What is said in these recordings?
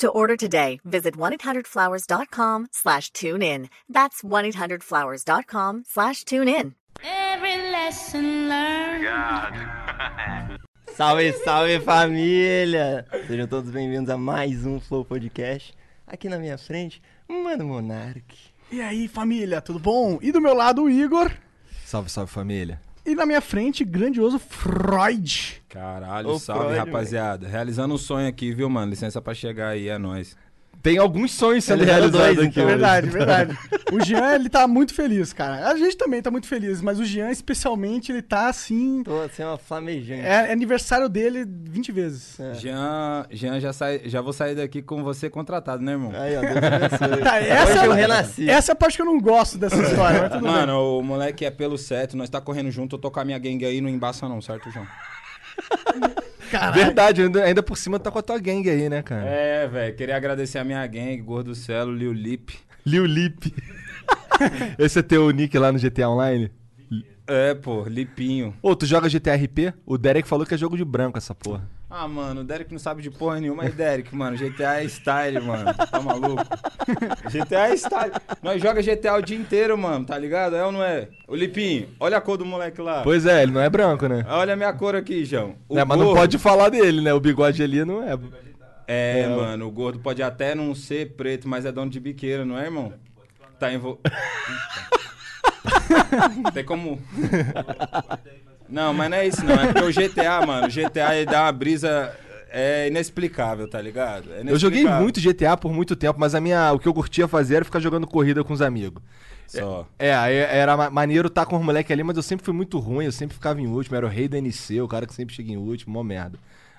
To order today, visit 1-800-Flowers.com slash tune in. That's 1-800-Flowers.com slash tune in. Every lesson learned. God. Salve, salve família! Sejam todos bem-vindos a mais um Flow Podcast. Aqui na minha frente, Mano Monark. E aí, família, tudo bom? E do meu lado, o Igor. Salve, salve família. E na minha frente, grandioso Freud. Caralho, Ô, salve Freud, rapaziada. Realizando um sonho aqui, viu, mano? Licença pra chegar aí, é nóis. Tem alguns sonhos sendo realizados aqui hoje. Verdade, verdade. O Jean, ele tá muito feliz, cara. A gente também tá muito feliz, mas o Jean, especialmente, ele tá assim. Tô assim, uma flamejante. É aniversário dele 20 vezes. É. Jean, Jean já, sai, já vou sair daqui com você contratado, né, irmão? Aí, ó, Deus abençoe. Tá, essa, Hoje eu renasci. essa é a parte que eu não gosto dessa história, mas tudo Mano, o moleque é pelo certo, nós tá correndo junto, eu tô com a minha gangue aí, não embaça não, certo, João? bem. Caralho. Verdade, ainda, ainda por cima tá com a tua gangue aí, né, cara? É, velho, queria agradecer a minha gangue, Gordo Celo, Liu Lip. Liu Lip. Esse é teu nick lá no GTA Online? É, pô, Lipinho. Ô, tu joga GTRP? O Derek falou que é jogo de branco essa porra. Ah, mano, o Derek não sabe de porra nenhuma, mas Derek, mano, GTA é style, mano. Tá maluco? GTA é style. Nós joga GTA o dia inteiro, mano, tá ligado? É ou não é? Ô, Lipinho, olha a cor do moleque lá. Pois é, ele não é branco, né? Olha a minha cor aqui, João. O Né, mas não gordo- pode falar dele, né? O bigode ali não é. É, mano, o gordo pode até não ser preto, mas é dono de biqueira, não é, irmão? Tá envolvido. Tem como. Não, mas não é isso, não. É porque o GTA, mano, o GTA ele dá uma brisa. É inexplicável, tá ligado? É Eu joguei inexplicável. muito GTA por muito tempo, mas a minha, o que eu curtia fazer era ficar jogando corrida com os amigos. Só. É, aí era ma- maneiro tá com os moleques ali, mas eu sempre fui muito ruim, eu sempre ficava em último, era o rei da NC, o cara que sempre chega em último, mó merda.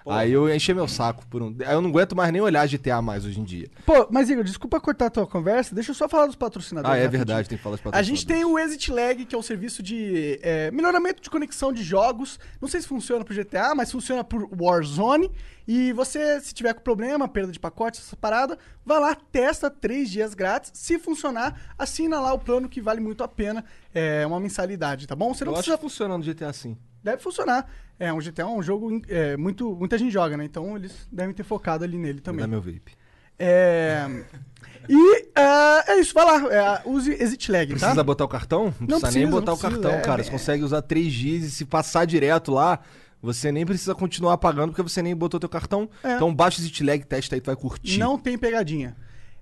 Aí eu enchei meu saco por um. Aí eu não aguento mais nem olhar GTA mais hoje em dia. Pô, mas Igor, desculpa cortar a tua conversa, deixa eu só falar dos patrocinadores. Ah, é rapidinho. verdade, tem que falar os A gente patrocinadores. tem o Exit Lag, que é um serviço de é, melhoramento de conexão de jogos. Não sei se funciona pro GTA, mas funciona por Warzone. E você, se tiver com problema, perda de pacote, essa parada, vai lá, testa três dias grátis. Se funcionar, assina lá o plano que vale muito a pena. É uma mensalidade, tá bom? Você não Eu acho precisa. que funciona no GTA assim. Deve funcionar. É, um GTA é um jogo é, muito. Muita gente joga, né? Então eles devem ter focado ali nele também. Dá meu vape. É. E ah, é isso, vai lá. é, use Exit Lag, Precisa tá? botar o cartão? Não, precisa, precisa, nem botar não o cartão, precisa, é, cara. Você é. consegue usar três dias e se passar direto lá, você nem precisa continuar pagando porque você nem botou teu cartão. É. Então baixa o Zitlag, testa aí, tu vai curtir. Não tem pegadinha.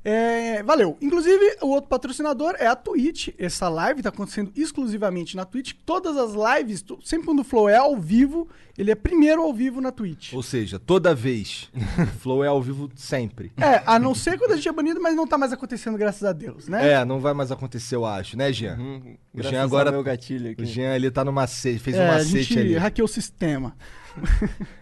É, valeu. Inclusive, o outro patrocinador é a Twitch. Essa live tá acontecendo exclusivamente na Twitch. Todas as lives, tu- sempre quando o Flow é ao vivo, ele é primeiro ao vivo na Twitch. Ou seja, toda vez. Flow é ao vivo sempre. É, a não ser quando a gente é banido, mas não tá mais acontecendo, graças a Deus, né? É, não vai mais acontecer, eu acho, né, Jean? o Uhum. Graças Jean ao agora. meu gatilho aqui. O Jean ali tá no macete, fez um É, a macete gente ali. hackeou o sistema.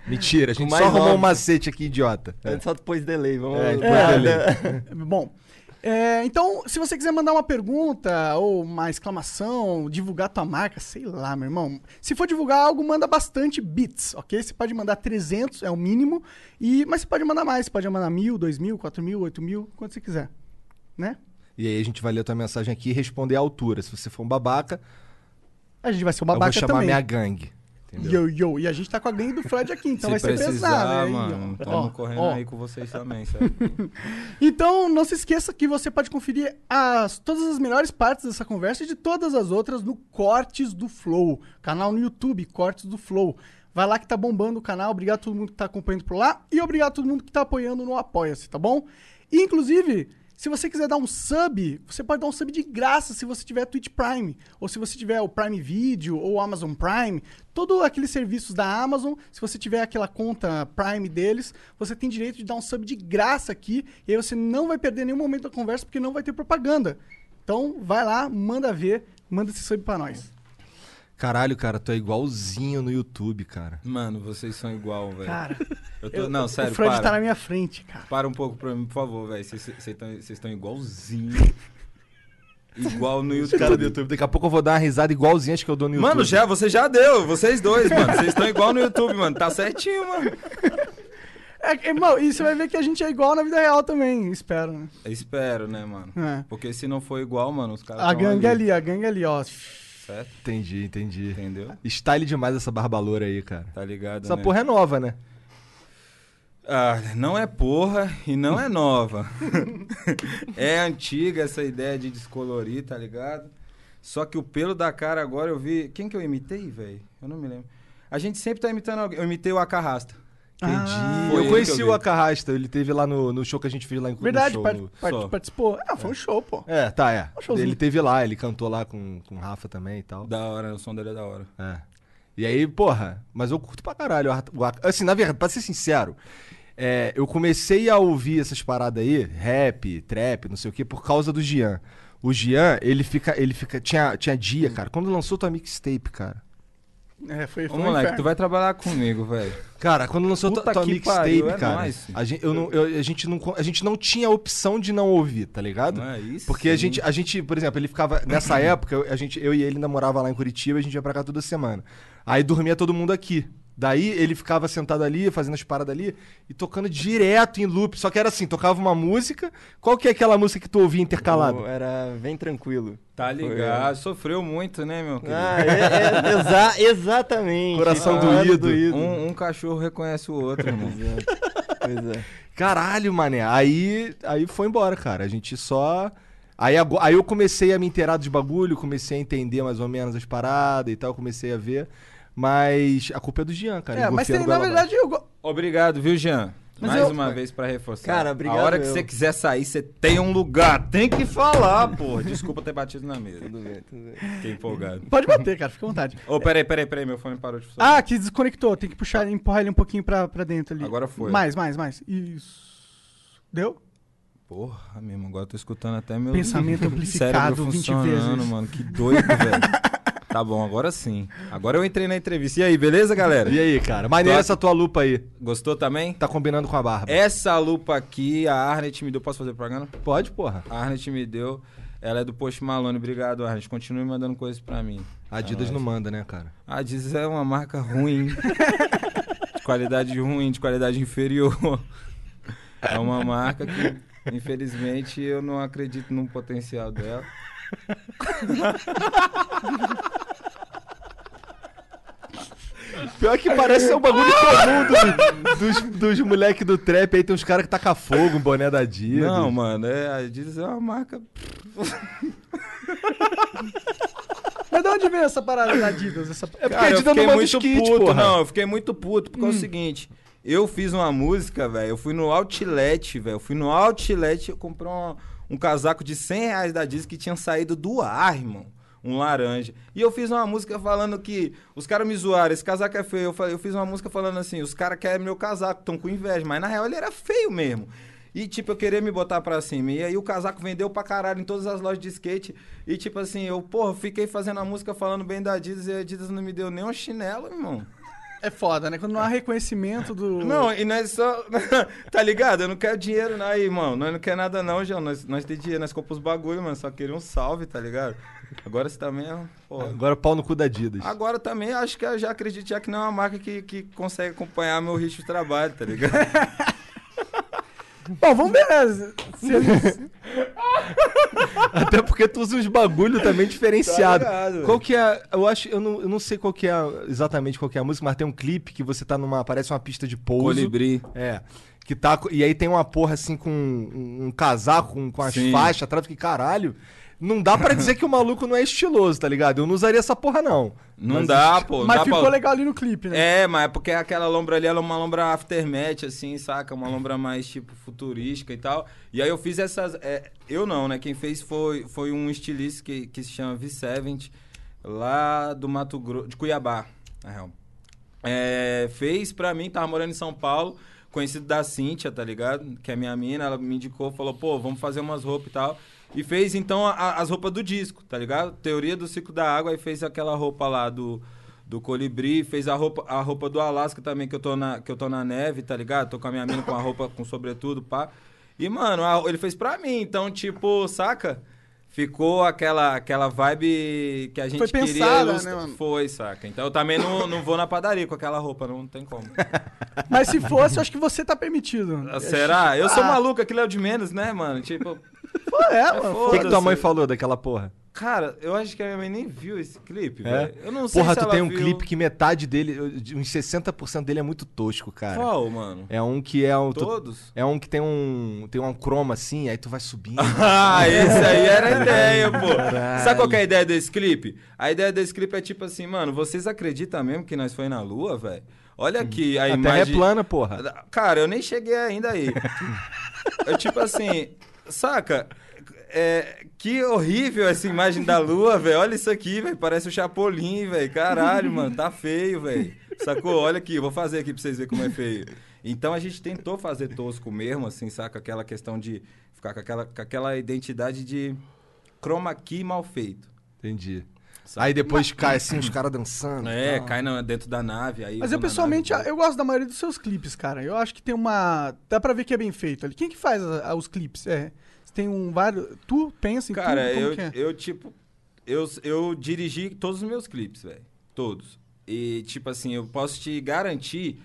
Mentira, a gente mais só arrumou nove. um macete aqui, idiota. É. Antes só depois delay, vamos É, lá. depois delay. Bom, é, então, se você quiser mandar uma pergunta ou uma exclamação, divulgar tua marca, sei lá, meu irmão. Se for divulgar algo, manda bastante bits, ok? Você pode mandar 300, é o mínimo, e, mas você pode mandar mais, você pode mandar mil, dois mil, quatro mil, oito mil, quanto você quiser, né? E aí a gente vai ler tua mensagem aqui e responder à altura. Se você for um babaca, A gente vai ser o eu vou babaca chamar também. minha gangue. Yo, yo. E a gente tá com a gangue do Fred aqui, então vai Se ser precisar, pesado, né? Aí, ó. mano, tamo Ó, correndo ó. aí com vocês também, sabe? Então, não se esqueça que você pode conferir as, todas as melhores partes dessa conversa e de todas as outras no Cortes do Flow, canal no YouTube, Cortes do Flow. Vai lá que tá bombando o canal. Obrigado a todo mundo que tá acompanhando por lá e obrigado a todo mundo que tá apoiando no Apoia-se, tá bom? E, inclusive, se você quiser dar um sub, você pode dar um sub de graça se você tiver Twitch Prime, ou se você tiver o Prime Video ou Amazon Prime, todos aqueles serviços da Amazon, se você tiver aquela conta Prime deles, você tem direito de dar um sub de graça aqui, e aí você não vai perder nenhum momento da conversa porque não vai ter propaganda. Então, vai lá, manda ver, manda esse sub pra nós. Caralho, cara, tu é igualzinho no YouTube, cara. Mano, vocês são igual, velho. Cara, eu tô... não, sério, o Freud para. tá na minha frente, cara. Para um pouco pra mim, por favor, velho. Vocês estão igualzinho. Igual no Os caras YouTube. do YouTube. Daqui a pouco eu vou dar uma risada igualzinha acho que eu dou no YouTube. Mano, já, você já deu, vocês dois, mano. Vocês estão igual no YouTube, mano. Tá certinho, mano. É, é, mal, e você vai ver que a gente é igual na vida real também, espero, né? Eu espero, né, mano? É. Porque se não for igual, mano, os caras. A tão gangue é ali, a gangue ali, ó. Certo? Entendi, entendi. Entendeu? Style demais essa barba loura aí, cara. Tá ligado? Essa né? porra é nova, né? Ah, não é porra e não é nova. é antiga essa ideia de descolorir, tá ligado? Só que o pelo da cara agora eu vi. Quem que eu imitei, velho? Eu não me lembro. A gente sempre tá imitando alguém. Eu imitei o Acarrasta. Entendi. Ah, Ah, foi ele eu que conheci eu vi. o Acarrasta, ele teve lá no, no show que a gente fez lá em Verdade, no part- show. part- só. participou. Ah, foi um show, pô. É, tá, é. Um showzinho. Ele teve lá, ele cantou lá com, com o Rafa também e tal. Da hora, o som dele é da hora. É. E aí, porra, mas eu curto pra caralho. o Ar- o Ar- Assim, na verdade, pra ser sincero, é, eu comecei a ouvir essas paradas aí, rap, trap, não sei o quê, por causa do Gian. O Gian, ele fica. Ele fica. Tinha, tinha dia, cara. Quando lançou tua mixtape, cara. É, foi, Ô, foi um moleque, inferno. tu vai trabalhar comigo, velho. Cara, quando lançou Puta tua, tua que mixtape, pariu, é cara, nóis. a, gente, eu não, eu- a, gente não, con- a gente não tinha a opção de não ouvir, tá ligado? Não é isso, Porque a hein? gente, a gente, por exemplo, ele ficava. Nessa época, eu- a gente, eu e ele ainda morava lá em Curitiba, a gente ia pra cá toda semana. Aí dormia todo mundo aqui. Daí ele ficava sentado ali, fazendo as paradas ali, e tocando direto em loop. Só que era assim, tocava uma música. Qual que é aquela música que tu ouvia intercalado? Eu Era bem tranquilo. Foi, Tá ligado? Sofreu muito, né, meu querido? Ah, é, é, exa- exatamente. Coração Falando doído. um, um cachorro reconhece o outro, irmão. Pois é. Caralho, mané. Aí, aí foi embora, cara. A gente só. Aí, ago- aí eu comecei a me inteirar dos bagulho, comecei a entender mais ou menos as paradas e tal, comecei a ver. Mas a culpa é do Jean, cara. É, mas envolvendo tem, goela na verdade, eu go- Obrigado, viu, Jean? Mas Mais eu- uma vez pra reforçar. Cara, obrigado A hora que eu. você quiser sair, você tem um lugar. Tem que falar, porra. Desculpa ter batido na mesa. Tudo bem, tudo bem. Fiquei empolgado. Pode bater, cara, fica à vontade. Ô, peraí, peraí, peraí. Meu fone parou de funcionar. Ah, que desconectou. Tem que puxar, empurrar ele um pouquinho pra, pra dentro ali. Agora foi. Mais, mais, mais. Isso. Deu? Porra, mesmo. Agora eu tô escutando até meu... Pensamento amplificado cérebro 20 funcionando, vezes. mano. Que doido, velho. Tá bom, agora sim. Agora eu entrei na entrevista. E aí, beleza, galera? E aí, cara? Tô- Maneira É. essa tua lupa aí. Gostou também? Tá combinando com a barba. Essa lupa aqui, a Arnet me deu... Posso fazer propaganda? Pode, porra. A Arnet me deu. Ela é do Post Malone. Obrigado, Arnet. Continue mandando coisas pra mim. A Adidas É não manda, né, cara? A Adidas é uma marca ruim. de qualidade ruim, de qualidade inferior. É uma marca que, infelizmente, eu não acredito no potencial dela. Pior que parece ser um bagulho comum do- dos, dos moleques do trap. Aí tem uns caras que tacam fogo, um boné da Adidas. Não, mano, é, a Adidas é uma marca. Mas de onde veio essa parada da Adidas? Essa... É porque Cara, a eu Adidas não fiquei manda muito os kits, puto, porra. não. Eu fiquei muito puto, porque é o seguinte. Eu fiz uma música, velho. Eu fui no Outlet, velho. Eu fui no Outlet eu comprei uma- um casaco de 100 reais da Adidas que tinha saído do ar, irmão. Um laranja. E eu fiz uma música falando que os caras me zoaram, esse casaco é feio. Eu, falei, eu fiz uma música falando assim: os caras querem meu casaco, estão com inveja. Mas na real ele era feio mesmo. E, tipo, eu queria me botar pra cima. E aí o casaco vendeu pra caralho em todas as lojas de skate. E, tipo assim, eu, porra, fiquei fazendo a música falando bem da Adidas e a Adidas não me deu nem um chinelo, irmão. É foda, né? Quando não há reconhecimento do... Não, e nós só. tá ligado? Eu não quero dinheiro, não. Aí, irmão, nós não quer nada, não, João. Nós, nós tem dinheiro, nós compramos os bagulho, mano. Só queria um salve, tá ligado? Agora você também é. Porra. Agora pau no cu da Adidas. Agora também acho que eu já acredito já que não é uma marca que, que consegue acompanhar meu ritmo de trabalho, tá ligado? é- Bom, vamos ver. né? Se eles- Até porque tu usa uns bagulho também diferenciado. Tá ligado, qual que é. Eu acho. Eu não, eu não sei qual que é exatamente qual que é a música, mas tem um clipe que você tá numa. Parece uma pista de pouso. É. Que tá. co- E aí tem uma porra assim com um, um casaco, com, com as Sim. faixas atrás. Que caralho. Não dá pra dizer que o maluco não é estiloso, tá ligado? Eu não usaria essa porra, não. Não Mas dá, pô. não Mas dá pra- ficou legal ali no clipe, né? É, mas é porque aquela lombra ali ela é uma lombra aftermath, assim, saca? Uma lombra mais, tipo, futurística e tal. E aí eu fiz essas... é, eu não, né? Quem fez foi, foi um estilista que, que se chama V70, lá do Mato Grosso... De Cuiabá, na real. É, fez pra mim, tava morando em São Paulo, conhecido da Cíntia, tá ligado? Que é minha mina, ela me indicou, falou, pô, vamos fazer umas roupas e tal. E fez, então, a- as roupas do disco, tá ligado? Teoria do ciclo da água, aí fez aquela roupa lá do, do colibri, fez a roupa, a roupa do Alasca também, que eu, tô na, que eu tô na neve, tá ligado? Tô com a minha mina com a roupa, com sobretudo, pá. E, mano, a- ele fez pra mim, então, tipo, saca? ficou aquela, aquela vibe que a gente Foi queria. pensada, ilustrar. né, mano? Foi, saca? Então eu também não, não vou na padaria com aquela roupa, não tem como. É. Mas se fosse, eu acho que você tá permitido. Assim, Será? Eu sou Ah. maluco, aquilo é o de menos, né, mano? Tipo, Pô, é, mano. O que, que tua mãe foda-se. falou daquela porra? Cara, eu acho que a minha mãe nem viu esse clipe, É? velho. Eu não sei Porra, se tu ela tem um viu. clipe que metade dele, de uns 60% dele é muito tosco, cara. Qual, mano? É um que é um. tu- Todos? É um que tem um. Tem um croma assim, aí tu vai subindo. Ah, esse aí era a ideia, pô. Caralho. Sabe qual que é a ideia desse clipe? A ideia desse clipe é tipo assim, mano, vocês acreditam mesmo que nós foi na lua, velho? Olha aqui a A terra é imagem. plana, porra. Cara, eu nem cheguei ainda aí. eu, tipo assim, saca? É, que horrível essa imagem da lua, velho. Olha isso aqui, velho. Parece o Chapolin, velho. Caralho, mano. Tá feio, velho. Sacou? Olha aqui. eu Vou fazer aqui pra vocês verem como é feio. Então a gente tentou fazer tosco mesmo, assim, saca? Aquela questão de ficar com aquela, com aquela identidade de chroma key mal feito. Entendi. Aí depois cai assim, os caras dançando. É, e tal. cai na- dentro da nave. Aí Mas vão eu na pessoalmente, nave. eu gosto da maioria dos seus clipes, cara. Eu acho que tem uma. Dá pra ver que é bem feito ali. Quem que faz a- a- os clipes? É. Você Tem um vários. Tu pensa em Cara, tudo? Como eu, que é? eu, tipo, eu, eu dirigi todos os meus clipes, velho. Todos. E, tipo assim, eu posso te garantir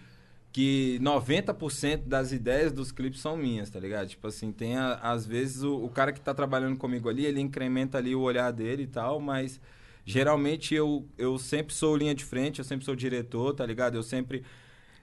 que 90% das ideias dos clipes são minhas, tá ligado? Tipo assim, tem, a- às vezes, o, o cara que tá trabalhando comigo ali, ele incrementa ali o olhar dele e tal, mas geralmente eu, eu sempre sou linha de frente, eu sempre sou diretor, tá ligado? Eu sempre.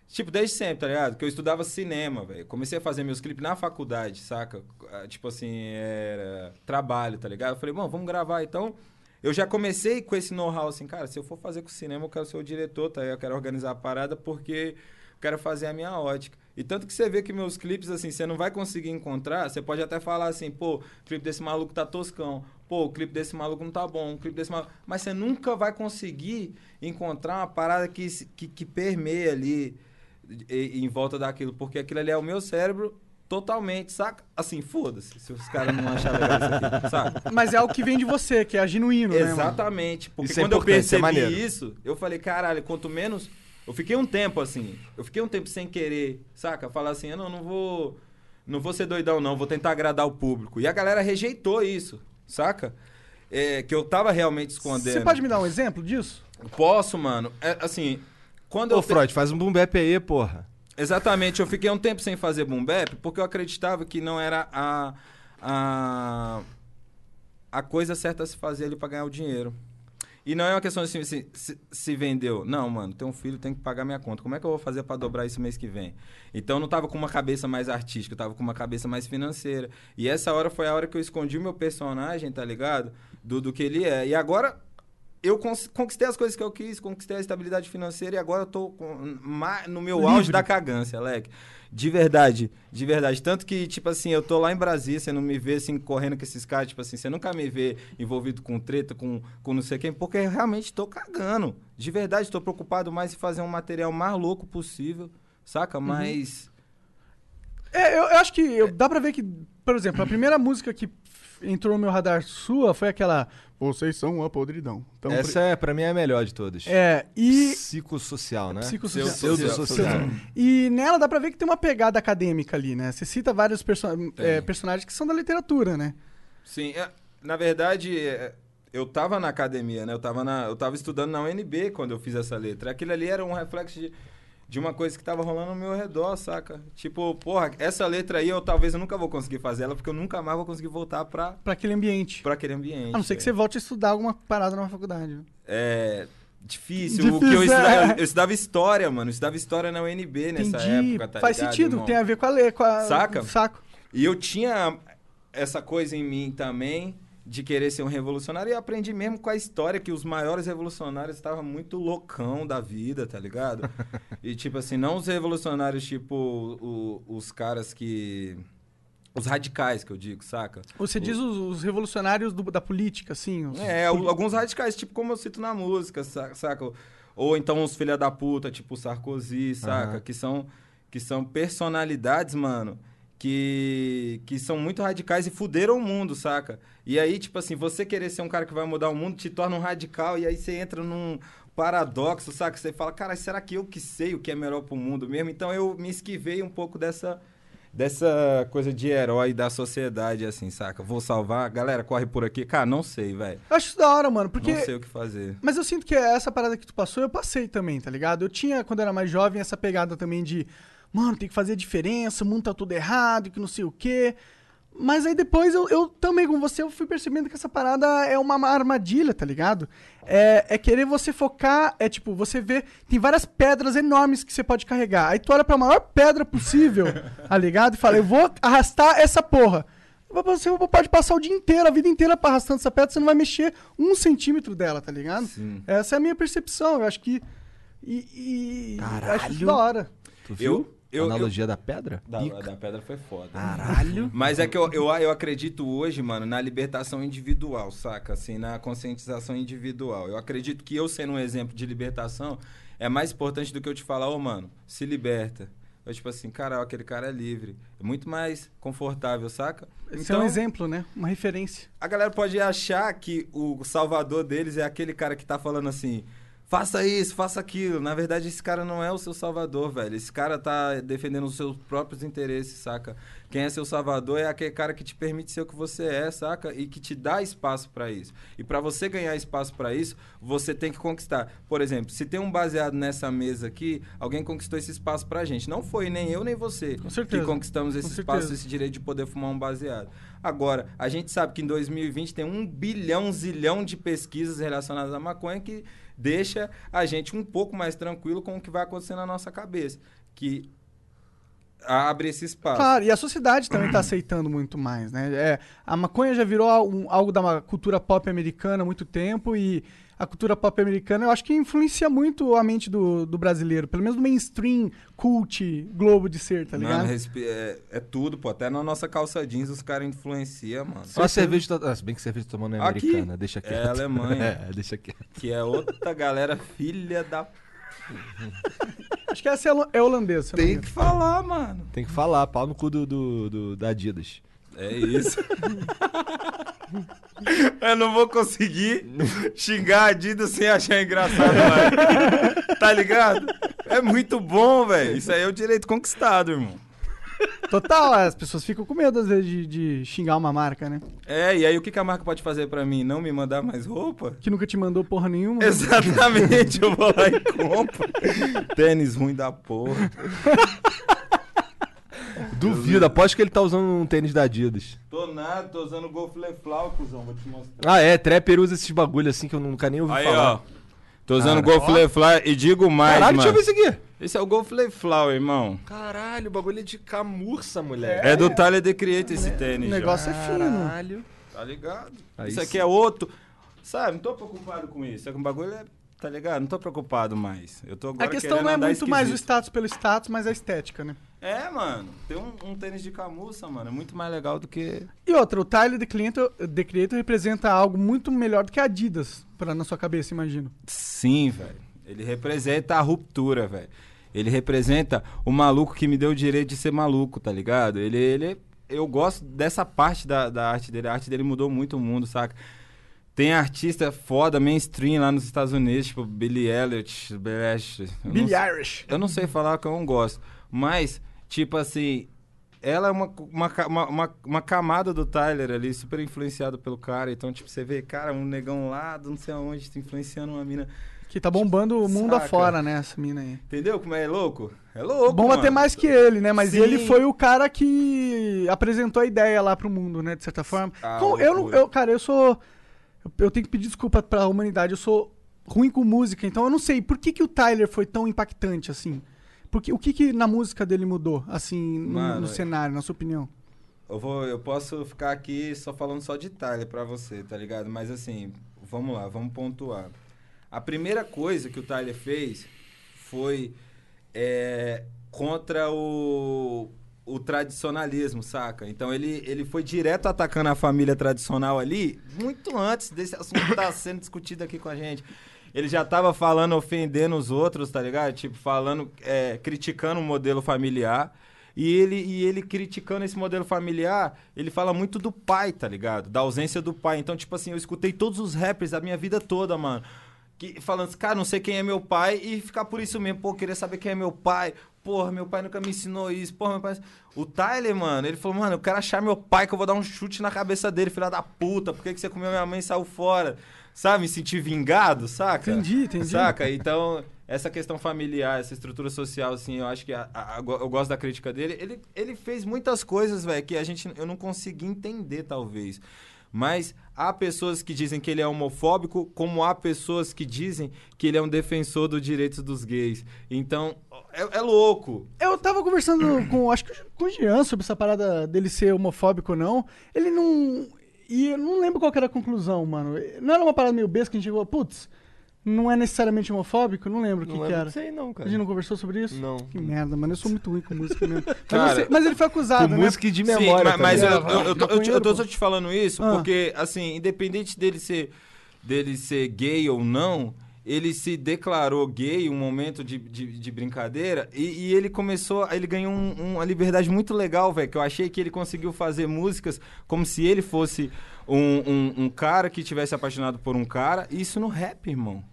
Tipo, desde sempre, tá ligado? Porque eu estudava cinema, velho. Comecei a fazer meus clipes na faculdade, saca? Ah, Tipo assim, era trabalho, tá ligado? Eu falei, bom, vamos gravar. Então, eu já comecei com esse know-how, assim, cara, se eu for fazer com cinema, eu quero ser o diretor, tá? Eu quero organizar a parada porque eu quero fazer a minha ótica. E tanto que você vê que meus clipes, assim, você não vai conseguir encontrar, você pode até falar assim, pô, o clipe desse maluco tá toscão, pô, o clipe desse maluco não tá bom, o clipe desse maluco... Mas você nunca vai conseguir encontrar uma parada que, se- que, que permeia ali e- em volta daquilo, porque aquilo ali é o meu cérebro totalmente, saca? Assim, foda-se, se os caras não acharem legal isso aqui, saca? Mas é o que vem de você, que é genuíno, né? mano? Exatamente. Porque Isso é quando eu importante, isso é percebi maneiro. isso, eu falei, caralho, quanto menos. Eu fiquei um tempo assim. Eu fiquei um tempo sem querer, saca? Falar assim, eu não, não vou. Não vou ser doidão, não, vou tentar agradar o público. E a galera rejeitou isso, saca? É, que eu tava realmente escondendo. Você pode me dar um exemplo disso? Posso, mano? É, assim, quando Ô, eu. Freud, faz um boom bap aí, porra. Exatamente, eu fiquei um tempo sem fazer boom bap porque eu acreditava que não era a, a, a coisa certa a se fazer ali pra ganhar o dinheiro. E não é uma questão assim, se, se, se vendeu. Não, mano, tem um filho, tem que pagar minha conta. Como é que eu vou fazer pra dobrar isso mês que vem? Então eu não tava com uma cabeça mais artística, eu tava com uma cabeça mais financeira. E essa hora foi a hora que eu escondi o meu personagem, tá ligado? Do, do que ele é. E agora eu cons- conquistei as coisas que eu quis, conquistei a estabilidade financeira e agora eu tô com- ma- no meu auge da cagância, Alec. De verdade, de verdade. Tanto que, tipo assim, eu tô lá em Brasília, você não me vê assim, correndo com esses caras, tipo assim, você nunca me vê envolvido com treta, com, com não sei quem, porque eu realmente tô cagando. De verdade, tô preocupado mais em fazer um material mais louco possível, saca? Mas. É, eu, eu acho que eu- dá pra ver que, por exemplo, a primeira música que f- entrou no meu radar sua foi aquela Vocês são a podridão. Então, Essa é, pra mim, é a melhor de todas. pre- É, e. Psicossocial, né? Psicossocial. Pseudo-social. E nela dá pra ver que tem uma pegada acadêmica ali, né? Você cita vários perso- é, personagens que são da literatura, né? Sim, é, na verdade, é, eu tava na academia, né? Eu tava, na, eu tava estudando na UNB quando eu fiz essa letra. Aquilo ali era um reflexo de, de uma coisa que tava rolando ao meu redor, saca? Tipo, porra, essa letra aí eu talvez eu nunca vou conseguir fazer ela, porque eu nunca mais vou conseguir voltar pra, Pra aquele ambiente. pra é. aquele ambiente. A não ser que você volte a estudar alguma parada numa faculdade. né? É. Difícil. Difícil, o que eu, estuda- é. eu, eu estudava história, mano. Eu estudava história na UNB nessa época, tá Faz ligado, sentido, irmão? tem a ver com a lei, com a Saca? o saco. E eu tinha essa coisa em mim também de querer ser um revolucionário e eu aprendi mesmo com a história que os maiores revolucionários estavam muito loucão da vida, tá ligado? e tipo assim, não os revolucionários tipo o- os caras que os radicais que eu digo, saca? Você diz os, os revolucionários do- da política, assim. os- É, o- alguns radicais, tipo como eu cito na música, sa- saca? Ou então os filha da puta, tipo o Sarkozy, saca? Aham. Que, são, que são personalidades, mano, que, que são muito radicais e fuderam o mundo, saca? E aí, tipo assim, você querer ser um cara que vai mudar o mundo te torna um radical e aí você entra num paradoxo, saca? Você fala, cara, será que eu que sei o que é melhor pro mundo mesmo? Então eu me esquivei um pouco dessa dessa coisa de herói da sociedade, assim, saca? Vou salvar, galera, corre por aqui. Cara, não sei, velho. Eu acho isso da hora, mano, porque Não sei o que fazer. Mas eu sinto que essa parada que tu passou, eu passei também, tá ligado? Eu tinha, quando era mais jovem, essa pegada também de, mano, tem que fazer a diferença, o mundo tá tudo errado, que não sei o quê. Mas aí depois eu, eu também, com você, eu fui percebendo que essa parada é uma armadilha, tá ligado? É, é querer você focar, é tipo, você vê, tem várias pedras enormes que você pode carregar. Aí tu olha pra maior pedra possível, tá ligado? E fala, eu vou arrastar essa porra. Você pode passar o dia inteiro, a vida inteira pra arrastando essa pedra, você não vai mexer um centímetro dela, tá ligado? Essa é a minha percepção. Eu acho que. E. e Caralho. Acho isso da hora. Tu Eu- viu? eu- eu- Analogia da pedra? Da, Pica. da pedra foi foda. Caralho. Mas é que eu, eu, eu acredito hoje, mano, na libertação individual, saca? Assim, na conscientização individual. Eu acredito que eu sendo um exemplo de libertação é mais importante do que eu te falar, ô, mano, se liberta. Eu, tipo assim, cara, ó, aquele cara é livre. É muito mais confortável, saca? Esse é Então um exemplo, né? Uma referência. A galera pode achar que o salvador deles é aquele cara que tá falando assim: faça isso, faça aquilo. Na verdade, esse cara não é o seu salvador, velho. Esse cara tá defendendo os seus próprios interesses, saca? Quem é seu salvador é aquele cara que te permite ser o que você é, saca? E que te dá espaço pra isso. E pra você ganhar espaço pra isso, você tem que conquistar. Por exemplo, se tem um baseado nessa mesa aqui, alguém conquistou esse espaço pra gente. Não foi nem eu nem você Com certeza. que conquistamos esse Com espaço, certeza. esse direito de poder fumar um baseado. Agora, a gente sabe que em 2020 tem um bilhão, zilhão de pesquisas relacionadas à maconha que deixa a gente um pouco mais tranquilo com o que vai acontecer na nossa cabeça. Que abre esse espaço. Claro, e a sociedade também tá aceitando muito mais, né? É, a maconha já virou um- algo da ma- cultura pop americana há muito tempo e a cultura pop americana eu acho que influencia muito a mente do, do brasileiro, pelo menos no mainstream cult globo de ser, tá ligado? Mano, respe- é, é tudo, pô. Até na nossa calça jeans os caras influenciam, mano. Só a cerveja. Tá... Ah, se bem que cerveja tomando é Aqui. americana, deixa É quieto. Alemanha. É, deixa quieto. Que é outra galera filha da... Acho que essa é lo- é holandesa. se eu não me Tem que falar, mano. Tem que falar, pau no cu do, do, do- da Adidas. É isso. Eu não vou conseguir xingar a Adidas sem achar engraçado, velho. Tá ligado? É muito bom, velho. Isso aí é o direito conquistado, irmão. Total, as pessoas ficam com medo às vezes de, de xingar uma marca, né? É, e aí o que, que a marca pode fazer pra mim? Não me mandar mais roupa? Que nunca te mandou porra nenhuma. Exatamente, eu vou lá e compro. Tênis ruim da porra. Duvido, aposto que ele tá usando um tênis da Adidas. Tô nada, tô usando golf leflau, cuzão, vou te mostrar. Ah, é, Trapper usa esses bagulho assim que eu nunca nem ouvi Aí, falar. ó. Tô usando golf leflau e digo mais, Caralho, deixa eu mano. ver isso aqui. Esse é o golf leflau, irmão. Caralho, o bagulho é de camurça, moleque. É do Tyler The Creator esse o tênis, negócio é fino. já. Tá ligado? Aí isso aqui sim. é outro. Sabe, não tô preocupado com isso. É que o bagulho é. Tá ligado? Não tô preocupado mais. Eu tô agora a questão não é querendo andar muito mais o esquisito. status pelo status, mas a estética, né? É, mano. Tem um, um tênis de camurça, mano. É muito mais legal do que. E outra, o Tyler, The Creator, The Creator representa algo muito melhor do que a Adidas, pra, na sua cabeça, imagino. Sim, velho. Ele representa a ruptura, velho. Ele representa o maluco que me deu o direito de ser maluco, tá ligado? Ele. ele eu gosto dessa parte da, da arte dele. A arte dele mudou muito o mundo, saca? Tem artista foda, mainstream lá nos Estados Unidos, tipo Billy Elliot, Billy Eilish, eu não Billie sei- Irish. Eu não sei falar que eu não gosto. Mas, tipo assim, ela é uma, uma, ca- uma, uma, uma camada do Tyler ali, super influenciado pelo cara. Então, tipo, você vê, cara, um negão lá, do não sei aonde, tá influenciando uma mina. Que tá bombando o mundo Saca. afora, né, essa mina aí. Entendeu como é louco? É louco, Bomba mano. ter mais que ele, né? Mas Sim. ele foi o cara que apresentou a ideia lá pro mundo, né? De certa forma. Ah, Como eu, não- loucura. eu, cara, eu sou. eu- Eu tenho que pedir desculpa pra humanidade. Eu sou ruim com música, então eu não sei por que, que o Tyler foi tão impactante assim. Porque, o que, que na música dele mudou, assim, no, Mano, no é- cenário, na sua opinião? Eu, vou, eu posso ficar aqui só falando só de Tyler pra você, tá ligado? Mas assim, vamos lá, vamos pontuar. A primeira coisa que o Tyler fez foi é, contra o, o tradicionalismo, saca? Então ele, ele foi direto atacando a família tradicional ali, muito antes desse assunto estar sendo discutido aqui com a gente. Ele já tava falando, ofendendo os outros, tá ligado? Tipo, falando, é, criticando o modelo familiar. E ele, e ele criticando esse modelo familiar, ele fala muito do pai, tá ligado? Da ausência do pai. Então, tipo assim, eu escutei todos os rappers da minha vida toda, mano que falando assim, cara, não sei quem é meu pai, e ficar por isso mesmo, pô, queria saber quem é meu pai. porra, meu pai nunca me ensinou isso, porra, meu pai. O Tyler, mano, ele falou, mano, eu quero achar meu pai que eu vou dar um chute na cabeça dele, filha da puta, por que, que você comeu minha mãe e saiu fora? Sabe, me sentir vingado, saca? Entendi, entendi. Saca? Então, essa questão familiar, essa estrutura social, assim, eu acho que a- a- a- eu gosto da crítica dele. Ele, ele fez muitas coisas, velho, que a gente eu não consegui entender, talvez. Mas há pessoas que dizem que ele é homofóbico, como há pessoas que dizem que ele é um defensor dos direitos dos gays. Então, é, é louco. Eu tava conversando com, acho que com o Jean sobre essa parada dele ser homofóbico ou não. Ele não. E eu não lembro qual que era a conclusão, mano. Não era uma parada meio besta que a gente chegou, putz, não é necessariamente homofóbico? Não lembro o que, Não que lembro era. disso aí não, A cara. gente não conversou sobre isso? Não. Que merda, mano. Eu sou muito ruim com música mesmo. Mas, Cara, eu sei- mas ele foi acusado, né? música e de Sim, memória. ma- tá mas eu, ligado? eu, eu, tô- eu te- eu tô só te falando isso Ah. porque, assim, independente dele ser, dele ser gay ou não, ele se declarou gay em um momento de, de, de brincadeira e, e ele começou, ele ganhou um- uma liberdade muito legal, velho, que eu achei que ele conseguiu fazer músicas como se ele fosse um, um, um cara que tivesse apaixonado por um cara, e isso no rap, irmão.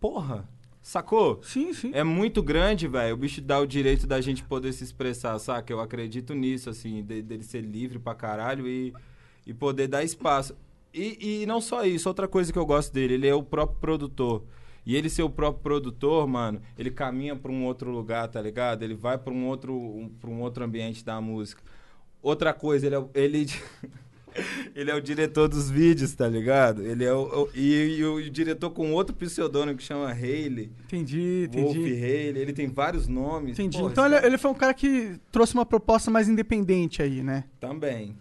Porra, sacou? Sim, sim. É muito grande, velho. O bicho dá o direito da gente poder se expressar, saca? Eu acredito nisso, assim, de- dele ser livre pra caralho e, e poder dar espaço. E, e não só isso, outra coisa que eu gosto dele, ele é o próprio produtor. E ele ser o próprio produtor, mano, ele caminha pra um outro lugar, tá ligado? Ele vai pra um outro, um, pra um outro ambiente da música. Outra coisa, ele é, o- ele, ele é o diretor dos vídeos, tá ligado? Ele é o, o- e, e o, e o diretor com outro pseudônimo que chama Haley. Entendi, Wolf entendi. Haley, ele tem vários nomes. Entendi. Pô, então esse ele, ele foi um cara que trouxe uma proposta mais independente aí, né? Também.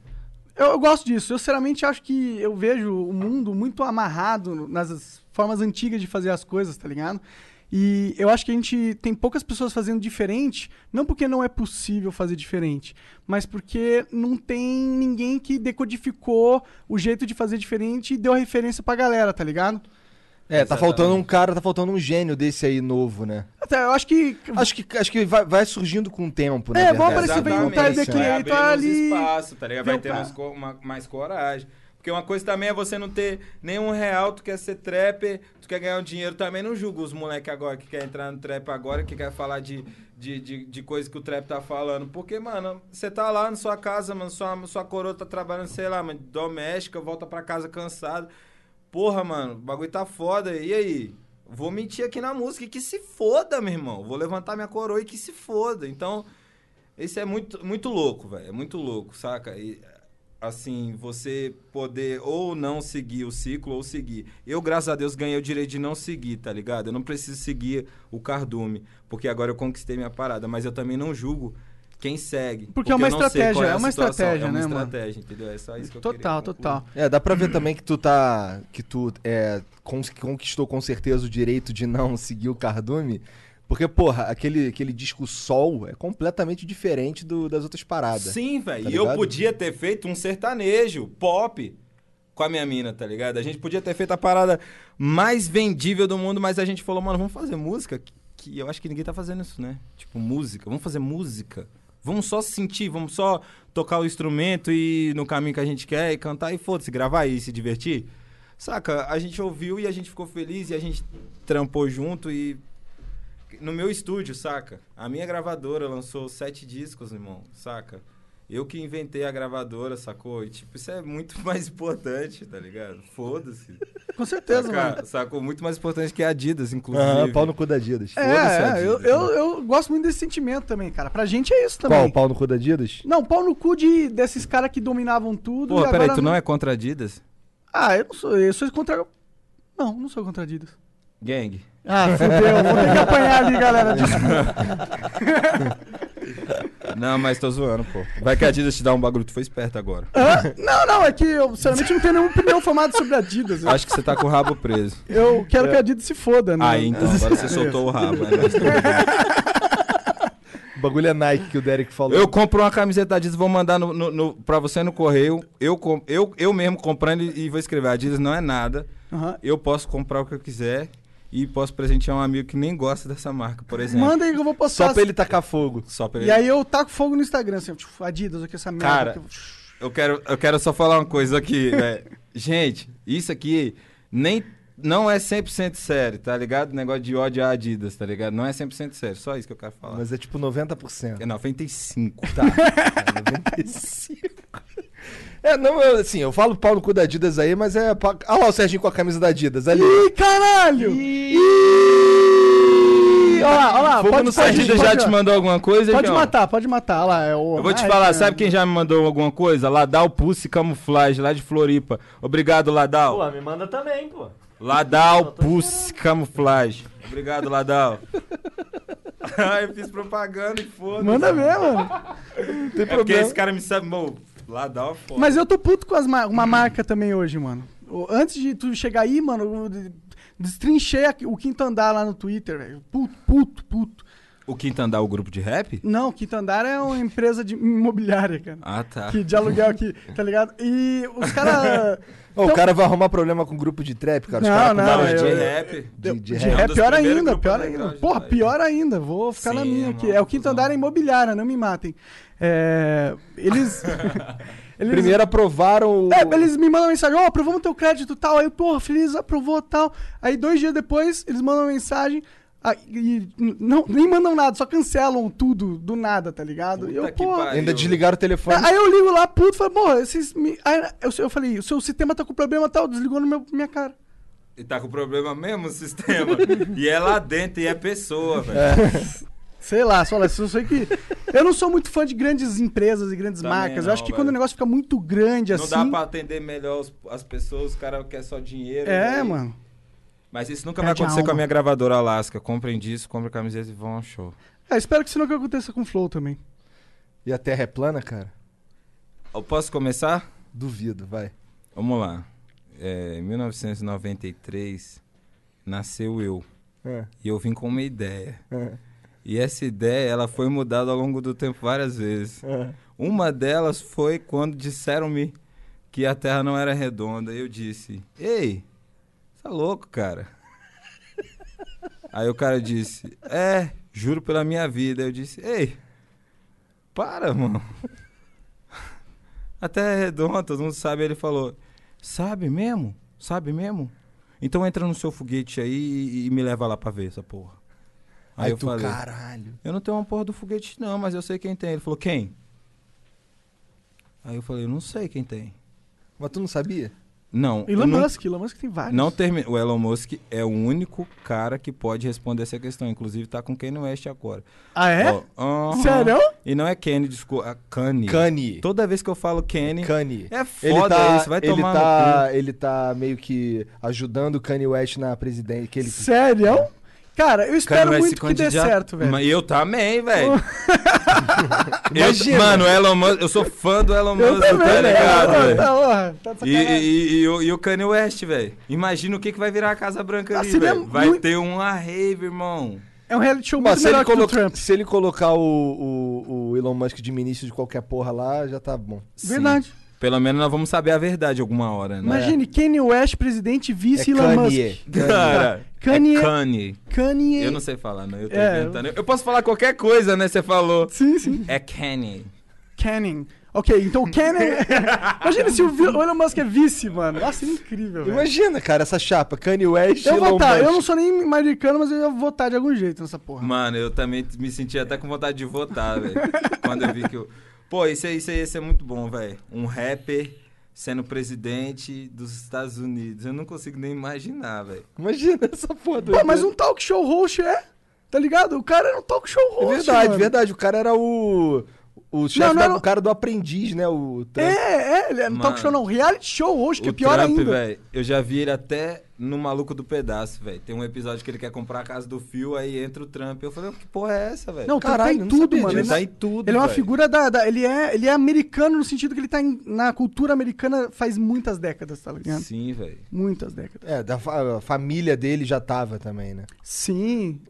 Eu, eu gosto disso. Eu, sinceramente, acho que eu vejo o mundo muito amarrado no- nas formas antigas de fazer as coisas, tá ligado? E eu acho que a gente tem poucas pessoas fazendo diferente, não porque não é possível fazer diferente, mas porque não tem ninguém que decodificou o jeito de fazer diferente e deu a referência pra galera, tá ligado? É, tá faltando um cara, tá faltando um gênio desse aí novo, né? Até eu acho que. Acho que, acho que vai, vai surgindo com o tempo, né? É, vamos aparecer aparecer bem um Tyler, Exatamente. daqui, vai ele tá abrindo uns ali. espaço, tá ligado? Vai Viu, ter pá? mais, co- uma- mais coragem. Porque uma coisa também é você não ter nenhum real, tu quer ser trapper, tu quer ganhar um dinheiro também. Não julgo os moleque agora que quer entrar no trap agora, que quer falar de, de, de, de coisa que o trap tá falando. Porque, mano, você tá lá na sua casa, mano, sua, sua coroa tá trabalhando, sei lá, mano, doméstica, volta pra casa cansado. Porra, mano, o bagulho tá foda. E aí? Vou mentir aqui na música e que se foda, meu irmão. Vou levantar minha coroa e que se foda. Então, isso é muito, muito louco, velho. É muito louco, saca? E, assim, você poder ou não seguir o ciclo ou seguir. Eu, graças a Deus, ganhei o direito de não seguir, tá ligado? Eu não preciso seguir o cardume, porque agora eu conquistei minha parada. Mas eu também não julgo quem segue. Porque é uma eu não sei estratégia, qual é a uma situação. estratégia, É uma né, mano? estratégia, entendeu? É só isso que eu queria Total, concluir. total. É, dá pra ver também que tu tá. que tu é, con- conquistou com certeza o direito de não seguir o cardume. Porque, porra, aquele, aquele disco sol é completamente diferente do- das outras paradas. Sim, velho. Tá e eu ligado? podia ter feito um sertanejo, pop, com a minha mina, tá ligado? A gente podia ter feito a parada mais vendível do mundo, mas a gente falou, mano, vamos fazer música? Que- Que eu acho que ninguém tá fazendo isso, né? Tipo, música. Vamos fazer música. Vamos só sentir, vamos só tocar o instrumento e ir no caminho que a gente quer e cantar e foda-se, gravar e se divertir. Saca? A gente ouviu e a gente ficou feliz e a gente trampou junto e no meu estúdio, saca? A minha gravadora lançou sete discos, irmão, saca? Eu que inventei a gravadora, sacou? E, tipo, isso é muito mais importante, tá ligado? Foda-se. Com certeza, Saca? mano. Sacou? Muito mais importante que a Adidas, inclusive. Aham, pau no cu da Adidas. Foda-se a né? É, é, eu, Adidas, eu, eu gosto muito desse sentimento também, cara. Pra gente é isso também. Qual? Pau no cu da Adidas? Não, pau no cu de, desses caras que dominavam tudo. e Porra, agora peraí, tu não é contra a Adidas? Ah, eu não sou. Eu sou contra. Não, não sou contra Adidas. Gang. Ah, fudeu. Vou ter que apanhar ali, galera. Não, mas tô zoando, pô. Vai que a Adidas te dá um bagulho, tu foi esperto agora. Hã? Não, não, é que eu, sinceramente, não tenho nenhuma opinião formada sobre Adidas. Eu, Acho que você tá com o rabo preso. eu quero que a Adidas se foda, né? Aí, então, agora você soltou o rabo. né? Mas tudo bem. O bagulho é Nike que o Derek falou. Eu compro uma camiseta da Adidas, vou mandar no, no, no- pra você no correio. Eu, com- eu, eu mesmo comprando e, e vou escrever. A Adidas não é nada. Aham. Eu posso comprar o que eu quiser e posso presentear um amigo que nem gosta dessa marca, por exemplo. Manda aí que eu vou postar. Só pra ele tacar fogo. Só pra E ele. aí eu taco fogo no Instagram, assim, tipo, Adidas, aqui essa merda. Cara, que eu- Eu quero, eu quero só falar uma coisa né. aqui, velho. Gente, isso aqui nem não é 100% sério, tá ligado? Negócio de ódio a Adidas, tá ligado? Não é 100% sério, só isso que eu quero falar. Mas é tipo 90%. É 95. Tá. É 95. É, não, eu, assim, eu falo pau no cu da Adidas aí, mas é. pa- Ah lá o Serginho com a camisa da Adidas ali. Ih, caralho! Ih, Olha lá, olha lá. Fogo no Sargento já te mandou alguma coisa, Pode João? matar, pode matar. Olha lá, é o... Eu vou te Ai, falar, cara. sabe quem já me mandou alguma coisa? Ladal Pussy Camuflagem, lá de Floripa. Obrigado, Ladal. Pô, me manda também, pô. Ladal Pussy né? Camuflagem. Obrigado, Ladal. Ai, eu fiz propaganda e foda-se. Manda ver, mano. É porque esse cara me sabe, mano. Ladal, é foda. Mas eu tô puto com as ma- uma marca também hoje, mano. O- Antes de tu chegar aí, mano, eu de- destrinchei a- o quinto andar lá no Twitter, velho. Puto, puto, puto. O Quinto Andar, o grupo de rap? Não, o quinto andar é uma empresa de imobiliária, cara. Ah, tá. Que de aluguel aqui, tá ligado? E os caras. Ô, O cara vai arrumar problema com grupo de trap, cara. Os Não, caras não, com Não, Ah, é de eu- rap. de, de, De rap. ré, É um dos pior primeiros ainda, grupos pior ainda. underground, Porra, vai. pior ainda. Vou ficar na Sim, minha é aqui. uma É o quinto confusão. andar é imobiliária, não me matem. É, eles. eles Primeiro aprovaram o. É, eles me mandam mensagem, ó, aprovamos teu crédito e tal. Aí eu, porra, feliz, aprovou tal. Aí dois dias depois, eles mandam mensagem. ah, e n- não, nem mandam nada, só cancelam tudo do nada, tá ligado? E eu, Ah, Puta que porra. pariu. Ainda desligaram o telefone. Aí eu ligo lá, puto, falo, porra, esses. me- Aí eu, eu falei, o seu sistema tá com problema tal, desligou no meu, minha cara. E tá com problema mesmo o sistema. e é lá dentro, e é pessoa, velho. É, Sei lá, só lá, só sei que. Eu não sou muito fã de grandes empresas e grandes Também marcas. não, eu acho que velho. quando o negócio fica muito grande Não assim. dá pra atender melhor os- as pessoas, os caras querem só dinheiro. É, né? mano. Mas isso nunca vai Perde a acontecer com alma. a minha gravadora Alaska. Comprem disso, comprem camisetas e vão ao show. É, espero que isso nunca aconteça com o Flow também. E a terra é plana, cara? Eu posso começar? Duvido, vai. Vamos lá. É, em 1993, nasceu eu. É, E eu vim com uma ideia. é, E essa ideia, ela foi mudada ao longo do tempo várias vezes. é. Uma delas foi quando disseram-me que a Terra não era redonda. Eu disse: Ei, tá louco, cara? Aí o cara disse: É, juro pela minha vida. Eu disse: Ei, para, mano. A Terra é redonda, todo mundo sabe. Ele falou: Sabe mesmo? Sabe mesmo? Então entra no seu foguete aí e, e me leva lá pra ver essa porra. Aí, Aí eu tu, falei: caralho. eu não tenho uma porra do foguete, não, mas eu sei quem tem. Ele falou, quem? Aí eu falei, eu não sei quem tem. Mas tu não sabia? Não. eu Elon não, Musk, Elon Musk tem vários. Não termi... O Elon Musk é o único cara que pode responder essa questão. Inclusive, tá com Kanye West agora. Ah, é? Ó, aham. Sério? E não é Kanye, desculpa, é Kanye. Kanye. Toda vez que eu falo Kanye, Kanye. é foda isso, vai ele tomar no tá, Ele tá meio que ajudando o Kanye West na presidência. Que ele... Sério? É um? Cara, eu Kanye espero West muito que dê candidata- certo, velho. Mas eu também, velho. Eu- Imagina. mano, o Elon Musk, eu sou fã do Elon Eu Musk, também, tá velho. ligado? Tá, velho? tá, porra, tá de E, sacanagem. e- e- e o- e o Kanye West, velho. Imagina o que, que vai virar a Casa Branca Ah, ali, seria velho. Vai muito- ter uma rave, irmão. É um reality show muito Mas se ele, melhor que o do coloca- Trump. se ele colocar o, o- o Elon Musk de ministro de qualquer porra lá, já tá bom. Verdade. Sim. Pelo menos nós vamos saber a verdade alguma hora, né? Imagine, Kanye West, presidente, vice, Elon Musk. Cara, Kanye- É Kanye. Kanye... Eu não sei falar, não. Eu tô É. inventando. Eu posso falar qualquer coisa, né? Você falou. Sim, sim. É Kanye. Canning. Ok, então o Canning... Imagina se o Vi- o Elon Musk é vice, mano. Nossa, é incrível, velho. Imagina, cara, essa chapa. Kanye West e Eu Elon vou votar. Musk. Eu não sou nem americano, mas eu ia votar de algum jeito nessa porra. Mano, eu também me senti até com vontade de votar, velho. quando eu vi que eu... Pô, isso aí, isso aí ia ser muito bom, velho. Um rapper sendo presidente dos Estados Unidos. Eu não consigo nem imaginar, velho. Imagina essa porra. Pô, doideira. mas um talk show host é... Tá ligado? O cara era um talk show É host, verdade, mano. verdade. O cara era o. O chefe, Não, não da- era o- o cara do aprendiz, né? O Trump. É, é, ele é um talk Mano. show não, reality show host, que é O pior Trump, ainda. velho, eu já vi ele até no Maluco do Pedaço, velho. Tem um episódio que ele quer comprar a casa do Fio, aí entra o Trump. Eu falei, que porra é essa, velho? Não, o Trump tá Caralho, em não tudo, sabia mano. disso. Ele, Tá em tudo, ele é uma velho. figura da. da- ele, é, ele é americano no sentido que ele tá em- na cultura americana faz muitas décadas, tá ligado? Sim, velho. Muitas décadas. É, da fa- a família dele já tava também, né? Sim.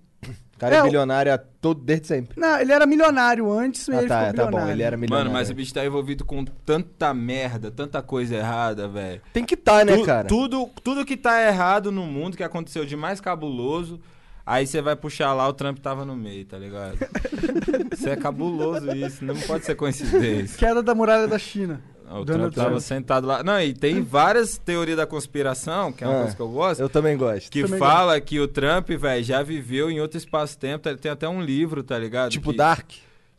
O cara é, É, o- milionário há todo, desde sempre. Não, ele era milionário antes, mas Ah, ele é tá, ficou tá bom, bilionário. ele era milionário. Mano, mas o bicho tá envolvido com tanta merda, tanta coisa errada, velho. Tem que É, tá, né, Tu- cara? Tudo, tudo que tá errado no mundo, que aconteceu de mais cabuloso, aí você vai puxar lá, o Trump tava no meio, tá ligado? Isso é cabuloso isso, não pode ser coincidência. Queda da muralha da China. O Donald Trump tava Trump. sentado lá. Não, e tem várias teorias da conspiração, que é uma Ah, coisa que eu gosto. Eu também gosto. Que Também fala que o Trump, velho, já viveu em outro espaço-tempo. tá- Tem até um livro, tá ligado? Tipo que... Dark.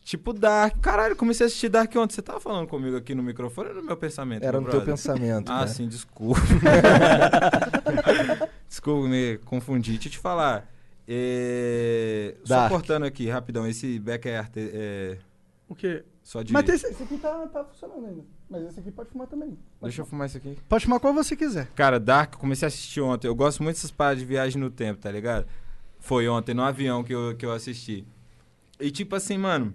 Tipo Dark. Caralho, comecei a assistir Dark ontem. Você tava falando comigo aqui no microfone ou no meu pensamento? Era meu no teu brother? pensamento. Ah, né? sim, desculpa. desculpa, me confundi. Deixa eu te falar. É... Só Dark. cortando aqui, rapidão. Esse back é, arte- é... O quê? só de... Mas esse, esse aqui tá, tá funcionando ainda. Mas esse aqui pode fumar também. Pode, Deixa eu fumar isso aqui. pode fumar qual você quiser. Cara, Dark, eu comecei a assistir ontem. Eu gosto muito dessas paradas de viagem no tempo, tá ligado? Foi ontem, no avião que eu, que eu assisti. E tipo assim, mano.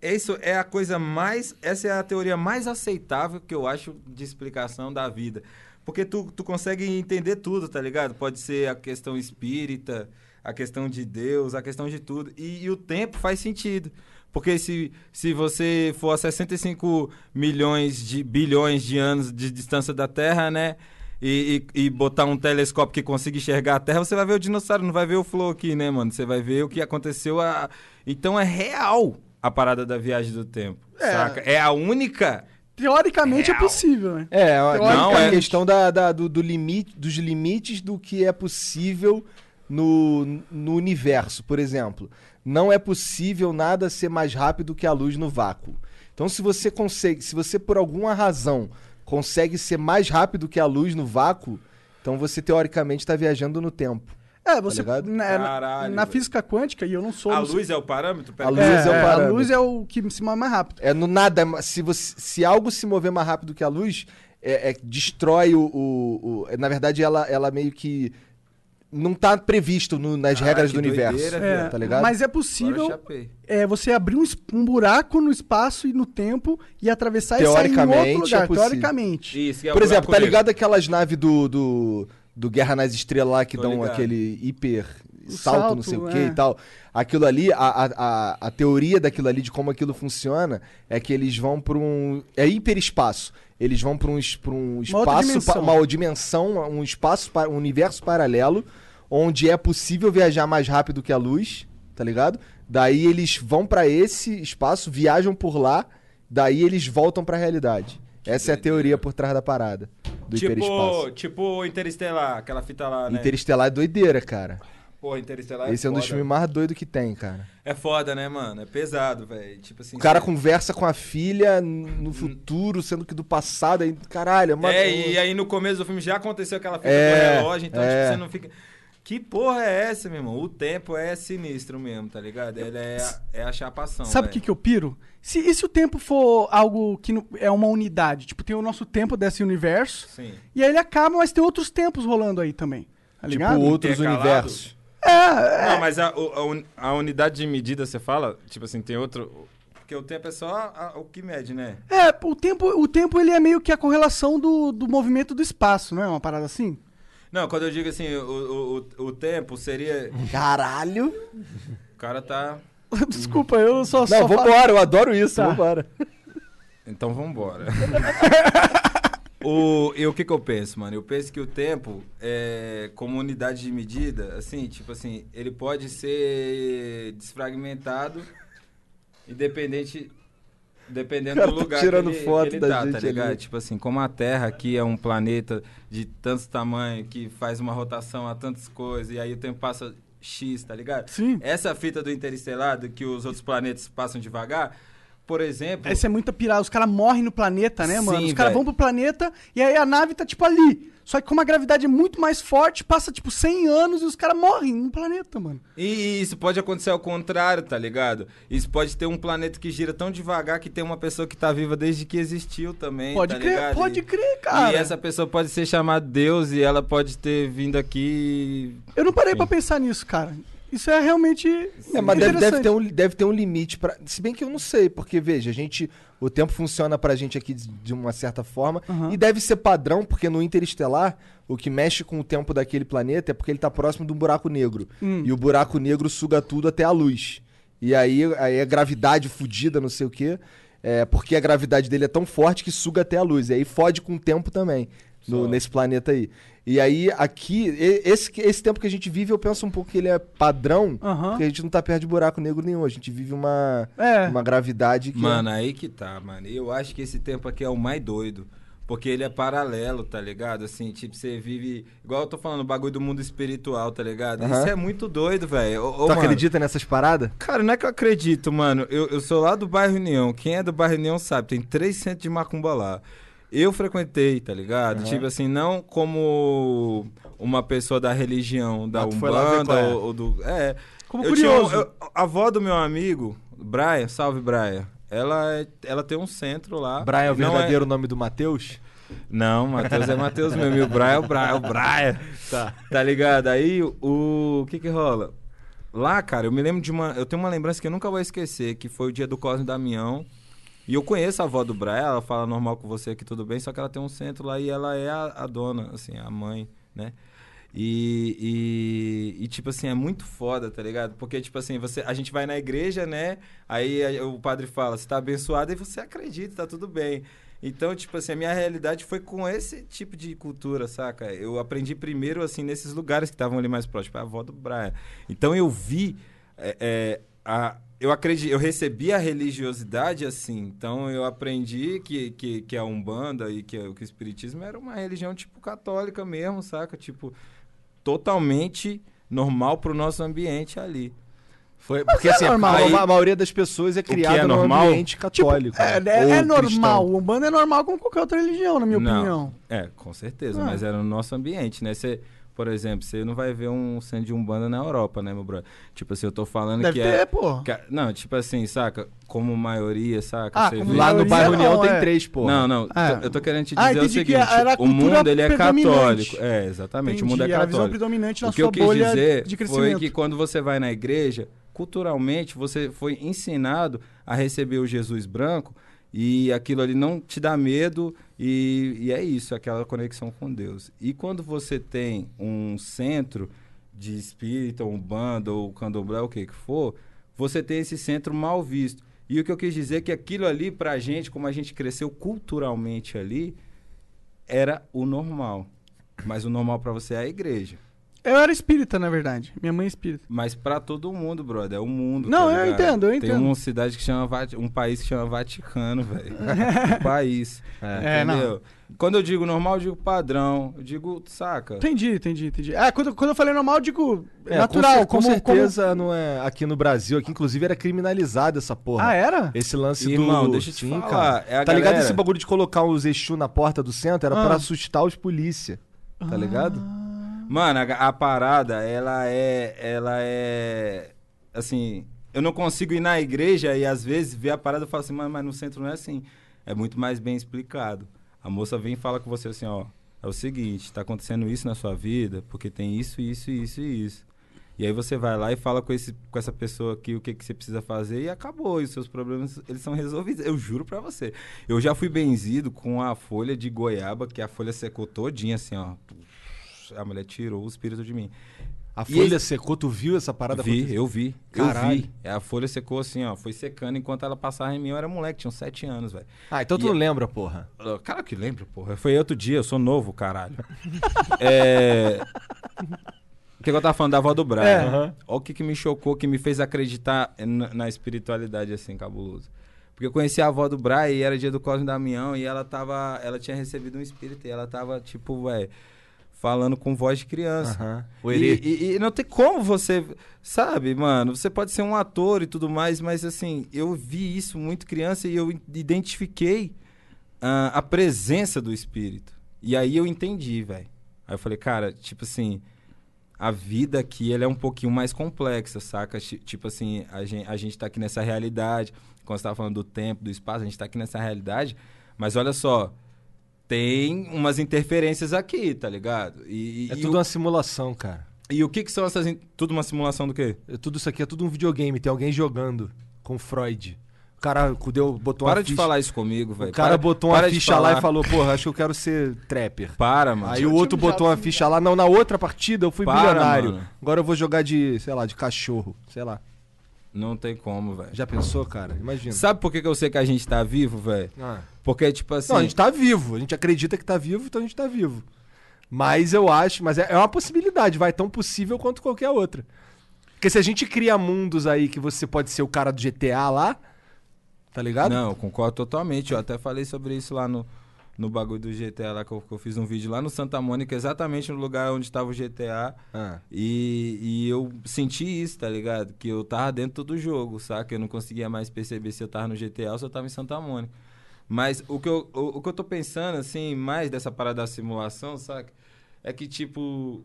Isso é a coisa mais. Essa é a teoria mais aceitável que eu acho de explicação da vida. Porque tu, tu consegue entender tudo, tá ligado? Pode ser a questão espírita, a questão de Deus, a questão de tudo. E, e o tempo faz sentido. Porque se, se você for a 65 milhões de bilhões de anos de distância da Terra, né? E, e- e botar um telescópio que consiga enxergar a Terra, você vai ver o dinossauro, não vai ver o Flow aqui, né, mano? Você vai ver o que aconteceu. A... Então é real a parada da viagem do tempo. É. Saca? É a única. Teoricamente é Real. possível, né? É, ó, Não, a é. questão da, da- do, do limite, dos limites do que é possível no, no universo, por exemplo. Não é possível nada ser mais rápido que a luz no vácuo. Então, se você consegue, se você por alguma razão consegue ser mais rápido que a luz no vácuo, então você teoricamente está viajando no tempo. É, você. ligado? na, na- Caralho, na velho. física quântica, e eu não sou. A não sei- luz é o parâmetro? Pera- A luz É, é o é, a parâmetro. luz é o que se move mais rápido. É no nada. Se, você, se algo se mover mais rápido que a luz, é, é- destrói o, o- o- Na verdade, ela, ela meio que. Não tá previsto no- nas Ah, regras que do universo. doideira, É, viado. Tá ligado? Mas é Agora eu possível chapei. é, você abrir um, es- um buraco no espaço e no tempo e atravessar e sair em outro Teoricamente, lugar. é possível. teoricamente. Isso, que é o Por exemplo, buraco tá negro. ligado aquelas naves do, do, do Guerra nas Estrelas lá que Tô dão ligado. aquele hiper salto, não sei o salto, que é. e tal. Aquilo ali, a, a, a, a teoria daquilo ali, de como aquilo funciona, é que eles vão pra um. É hiperespaço. Eles vão pra um, es- pra um Uma outra espaço, dimensão. pa- uma dimensão, um espaço, pa- um universo paralelo, onde é possível viajar mais rápido que a luz, tá ligado? Daí eles vão pra esse espaço, viajam por lá, daí eles voltam pra realidade. Essa é a teoria por trás da parada do Tipo, hiperespaço. tipo Interestelar, aquela fita lá, né? Interestelar é doideira, cara. Porra, Interestelar Esse é um dos foda. filmes mais doidos que tem, cara. É foda, né, mano? É pesado, velho. Tipo assim... O cara cê- conversa com a filha no futuro, sendo que do passado aí. Caralho, mano. É, e aí no começo do filme já aconteceu aquela fita É, do relógio, então é. tipo, você não fica... Que porra é essa, meu irmão? O tempo é sinistro mesmo, tá ligado? Ele é, é a chapação, Sabe o que, que eu piro? Se, e se o tempo for algo que não- é uma unidade? Tipo, tem o nosso tempo desse universo, Sim. e aí ele acaba, mas tem outros tempos rolando aí também. Tá tipo, ligado? outros é Intercalado? universos. É. Não, mas a, o- a un- a unidade de medida, você fala? Tipo assim, tem outro... Porque o tempo é só a- o que mede, né? É, o tempo, o tempo ele é meio que a correlação do, do movimento do espaço, não é? Uma parada assim? Não, quando eu digo assim, o, o, o, o tempo seria... Caralho. O cara tá... Desculpa, eu só. Não, só falo- vambora, eu adoro isso, Tá. vambora. Então vambora. o, e o que, que eu penso, mano? Eu penso que o tempo, é, como unidade de medida, assim, tipo assim, ele pode ser desfragmentado, independente. Dependendo O cara do tá lugar tirando que ele, foto que ele da tá, gente tá ali. ligado? Tipo assim, como a Terra aqui é um planeta de tanto tamanho que faz uma rotação a tantas coisas, e aí o tempo passa X, tá ligado? Sim. Essa fita do interestelar, do que os outros planetas passam devagar, por exemplo. Essa é muita pirada. Os caras morrem no planeta, né, mano? Sim, Os caras velho. vão pro planeta e aí a nave tá, tipo, ali. Só que como a gravidade é muito mais forte, passa, tipo, 100 anos e os caras morrem no planeta, mano. E isso pode acontecer ao contrário, tá ligado? Isso pode ter um planeta que gira tão devagar que tem uma pessoa que tá viva desde que existiu também. Pode tá crer, ligado? pode E- crer, cara. E essa pessoa pode ser chamada Deus e ela pode ter vindo aqui. Eu não parei pra pensar nisso, cara. Isso é realmente. É, mas deve, deve interessante. ter um, deve ter um limite para. Se bem que eu não sei, porque veja, a gente, o tempo funciona pra gente aqui de de uma certa forma Aham. e deve ser padrão, porque no interestelar o que mexe com o tempo daquele planeta é porque ele tá próximo de um buraco negro Hum. e o buraco negro suga tudo até a luz. E aí, aí a gravidade fudida, não sei o quê, é porque a gravidade dele é tão forte que suga até a luz e aí fode com o tempo também no- nesse planeta aí. E aí, aqui, e- esse, que- esse tempo que a gente vive, eu penso um pouco que ele é padrão, Aham. porque a gente não tá perto de buraco negro nenhum. A gente vive uma, É. uma gravidade que. é- Mano, aí que tá, mano. Eu acho que esse tempo aqui é o mais doido. Porque ele é paralelo, tá ligado? Assim, tipo, você vive. Igual eu tô falando, o bagulho do mundo espiritual, tá ligado? Aham. Isso é muito doido, velho. Ô, ô, tu mano, acredita nessas paradas? Cara, não é que eu acredito, mano. Eu, eu sou lá do bairro União. Quem é do bairro União sabe, tem três centros de macumba lá. Eu frequentei, tá ligado? Tipo assim, não como uma pessoa da religião, da Ah, tu foi lá ver qual Umbanda é. ou, ou do. É. Como Eu tinha um- curioso. eu- a avó do meu amigo, Brian, salve Brian. Ela, é- ela tem um centro lá. Brian é o Não verdadeiro nome do Matheus? não, Matheus é Matheus mesmo. E o Brian é o Brian, é o Brian. Tá. Tá ligado? Aí o. O que que rola? Lá, cara, eu me lembro de uma. Eu tenho uma lembrança que eu nunca vou esquecer, que foi o dia do Cosme Damião. E eu conheço a avó do Brian, ela fala normal com você aqui, tudo bem, só que ela tem um centro lá e ela é a, a dona, assim, a mãe, né? E, e, e, tipo assim, é muito foda, tá ligado? Porque, tipo assim, você, a gente vai na igreja, né? Aí a- o padre fala, você tá abençoado, e você acredita, tá tudo bem. Então, tipo assim, a minha realidade foi com esse tipo de cultura, saca? Eu aprendi primeiro, assim, nesses lugares que estavam ali mais próximos, tipo, a avó do Brian. Então eu vi. é, é, a- eu acredito, eu recebi a religiosidade assim, então eu aprendi que, que, que a Umbanda e que, que o Espiritismo era uma religião, tipo, católica mesmo, saca? Tipo, totalmente normal pro nosso ambiente ali. Foi, porque assim, É normal. a- Aí- a maioria das pessoas é que é criada num normal? ambiente católico. É, né? é- Ou é cristão. normal. O Umbanda é normal como qualquer outra religião, na minha Não. opinião. É, com certeza, Ah. mas era no nosso ambiente, né? Você, por exemplo, você não vai ver um centro de Umbanda na Europa, né, meu brother? Tipo assim, eu tô falando Deve que ter, é. pô. que é- não, tipo assim, saca? Como maioria, saca? Ah, Você como vê- Lá no Maioria bairro União não, tem é. três, pô. Não, não. Ah. tô- Eu tô querendo te Ah, dizer o entendi que seguinte: era a o cultura mundo ele é predominante. católico. É, exatamente. Entendi, o mundo é era a visão católico. predominante na o que sua eu quis bolha dizer de foi crescimento. que quando você vai na igreja, culturalmente você foi ensinado a receber o Jesus branco e aquilo ali não te dá medo e, e é isso, aquela conexão com Deus. E quando você tem um centro de espírito, um bando ou candomblé, o que que for, você tem esse centro mal visto. E o que eu quis dizer é que aquilo ali pra gente, como a gente cresceu culturalmente ali, era o normal. Mas o normal pra você é a igreja. Eu era espírita, na verdade. Minha mãe é espírita. Mas pra todo mundo, brother. É o mundo. Não, tá eu ligado? entendo, eu Tem entendo. uma cidade que chama. Vati- Um país que chama Vaticano, velho. um país. É. É, não. entendeu? Quando eu digo normal, eu digo padrão. Eu digo, saca? Entendi, entendi, entendi. Ah, quando, quando eu falei normal, eu digo É, natural. com, cer- como, com certeza não é aqui no Brasil, aqui inclusive era criminalizada essa como- porra. Ah, era? Esse lance do. Irmão, deixa eu te falar, é a tá ligado galera- esse bagulho de colocar os Exu na porta do centro? Era Ah. pra assustar os polícia. Tá ligado? Mano, a, a parada, ela é. Ela é. Assim. Eu não consigo ir na igreja e às vezes ver a parada e falar assim, mano, mas no centro não é assim. É muito mais bem explicado. A moça vem e fala com você assim, ó. É o seguinte, tá acontecendo isso na sua vida, porque tem isso, isso, isso e isso. E aí você vai lá e fala com, esse, com essa pessoa aqui o que, que você precisa fazer e acabou. E os seus problemas, eles são resolvidos. Eu juro pra você. Eu já fui benzido com a folha de goiaba, que a folha secou todinha assim, ó. A mulher tirou é o espírito de mim. A E folha esse- secou, tu viu essa parada? vi, acontecer? eu vi. Eu Caralho. vi. É, A folha secou assim, ó. Foi secando enquanto ela passava em mim. Eu era moleque, tinha uns sete anos, velho. Ah, então tu E- não lembra, porra. Ah, Cara, que lembro, porra. Foi outro dia, eu sou novo, caralho. é. O que, que eu tava falando da avó do Brian? É. Olha o que, que me chocou, que me fez acreditar na, na espiritualidade, assim, cabuloso. Porque eu conheci a avó do Brian e era dia do Cosme Damião e ela tava. Ela tinha recebido um espírito e ela tava, tipo, velho, falando com voz de criança. Aham. O E, Erê. e- e não tem como você. Sabe, mano? Você pode ser um ator e tudo mais, mas assim, eu vi isso muito criança e eu identifiquei ah, a presença do espírito. E aí eu entendi, velho. Aí eu falei, cara, tipo assim, a vida aqui ela é um pouquinho mais complexa, saca? Ti- Tipo assim, a gente, a gente tá aqui nessa realidade. Quando você tava falando do tempo, do espaço, a gente tá aqui nessa realidade. Mas olha só, tem umas interferências aqui, tá ligado? E, e- É e tudo o- uma simulação, cara. e o que, que são essas. in- Tudo uma simulação do quê? É tudo isso aqui é tudo um videogame, tem alguém jogando com Freud. O cara deu, botou uma para de ficha- falar isso comigo, velho. O cara Para- botou uma para de ficha lá falar. e falou, porra, acho que eu quero ser trapper. Para, mano. Aí o outro botou uma ficha lá, não, na outra partida eu fui Para, bilionário. mano. Agora eu vou jogar de, sei lá, de cachorro, sei lá. Não tem como, velho. Já pensou, cara? Imagina. Sabe por que, que eu sei que a gente tá vivo, velho? Ah. Porque, tipo assim. Não, a gente tá vivo, a gente acredita que tá vivo, então a gente tá vivo. Mas eu acho, mas é é uma possibilidade, vai tão possível quanto qualquer outra. Porque se a gente cria mundos aí que você pode ser o cara do GTA lá, tá ligado? Não, eu concordo totalmente. Eu até falei sobre isso lá no, no bagulho do GTA, lá que eu, que eu fiz um vídeo lá no Santa Mônica, exatamente no lugar onde estava o GTA. Ah. E, e eu senti isso, tá ligado? Que eu tava dentro do jogo, saca? Eu não conseguia mais perceber se eu tava no GTA ou se eu tava em Santa Mônica. Mas o que eu, o, o que eu tô pensando, assim, mais dessa parada da simulação, saca? É que, tipo,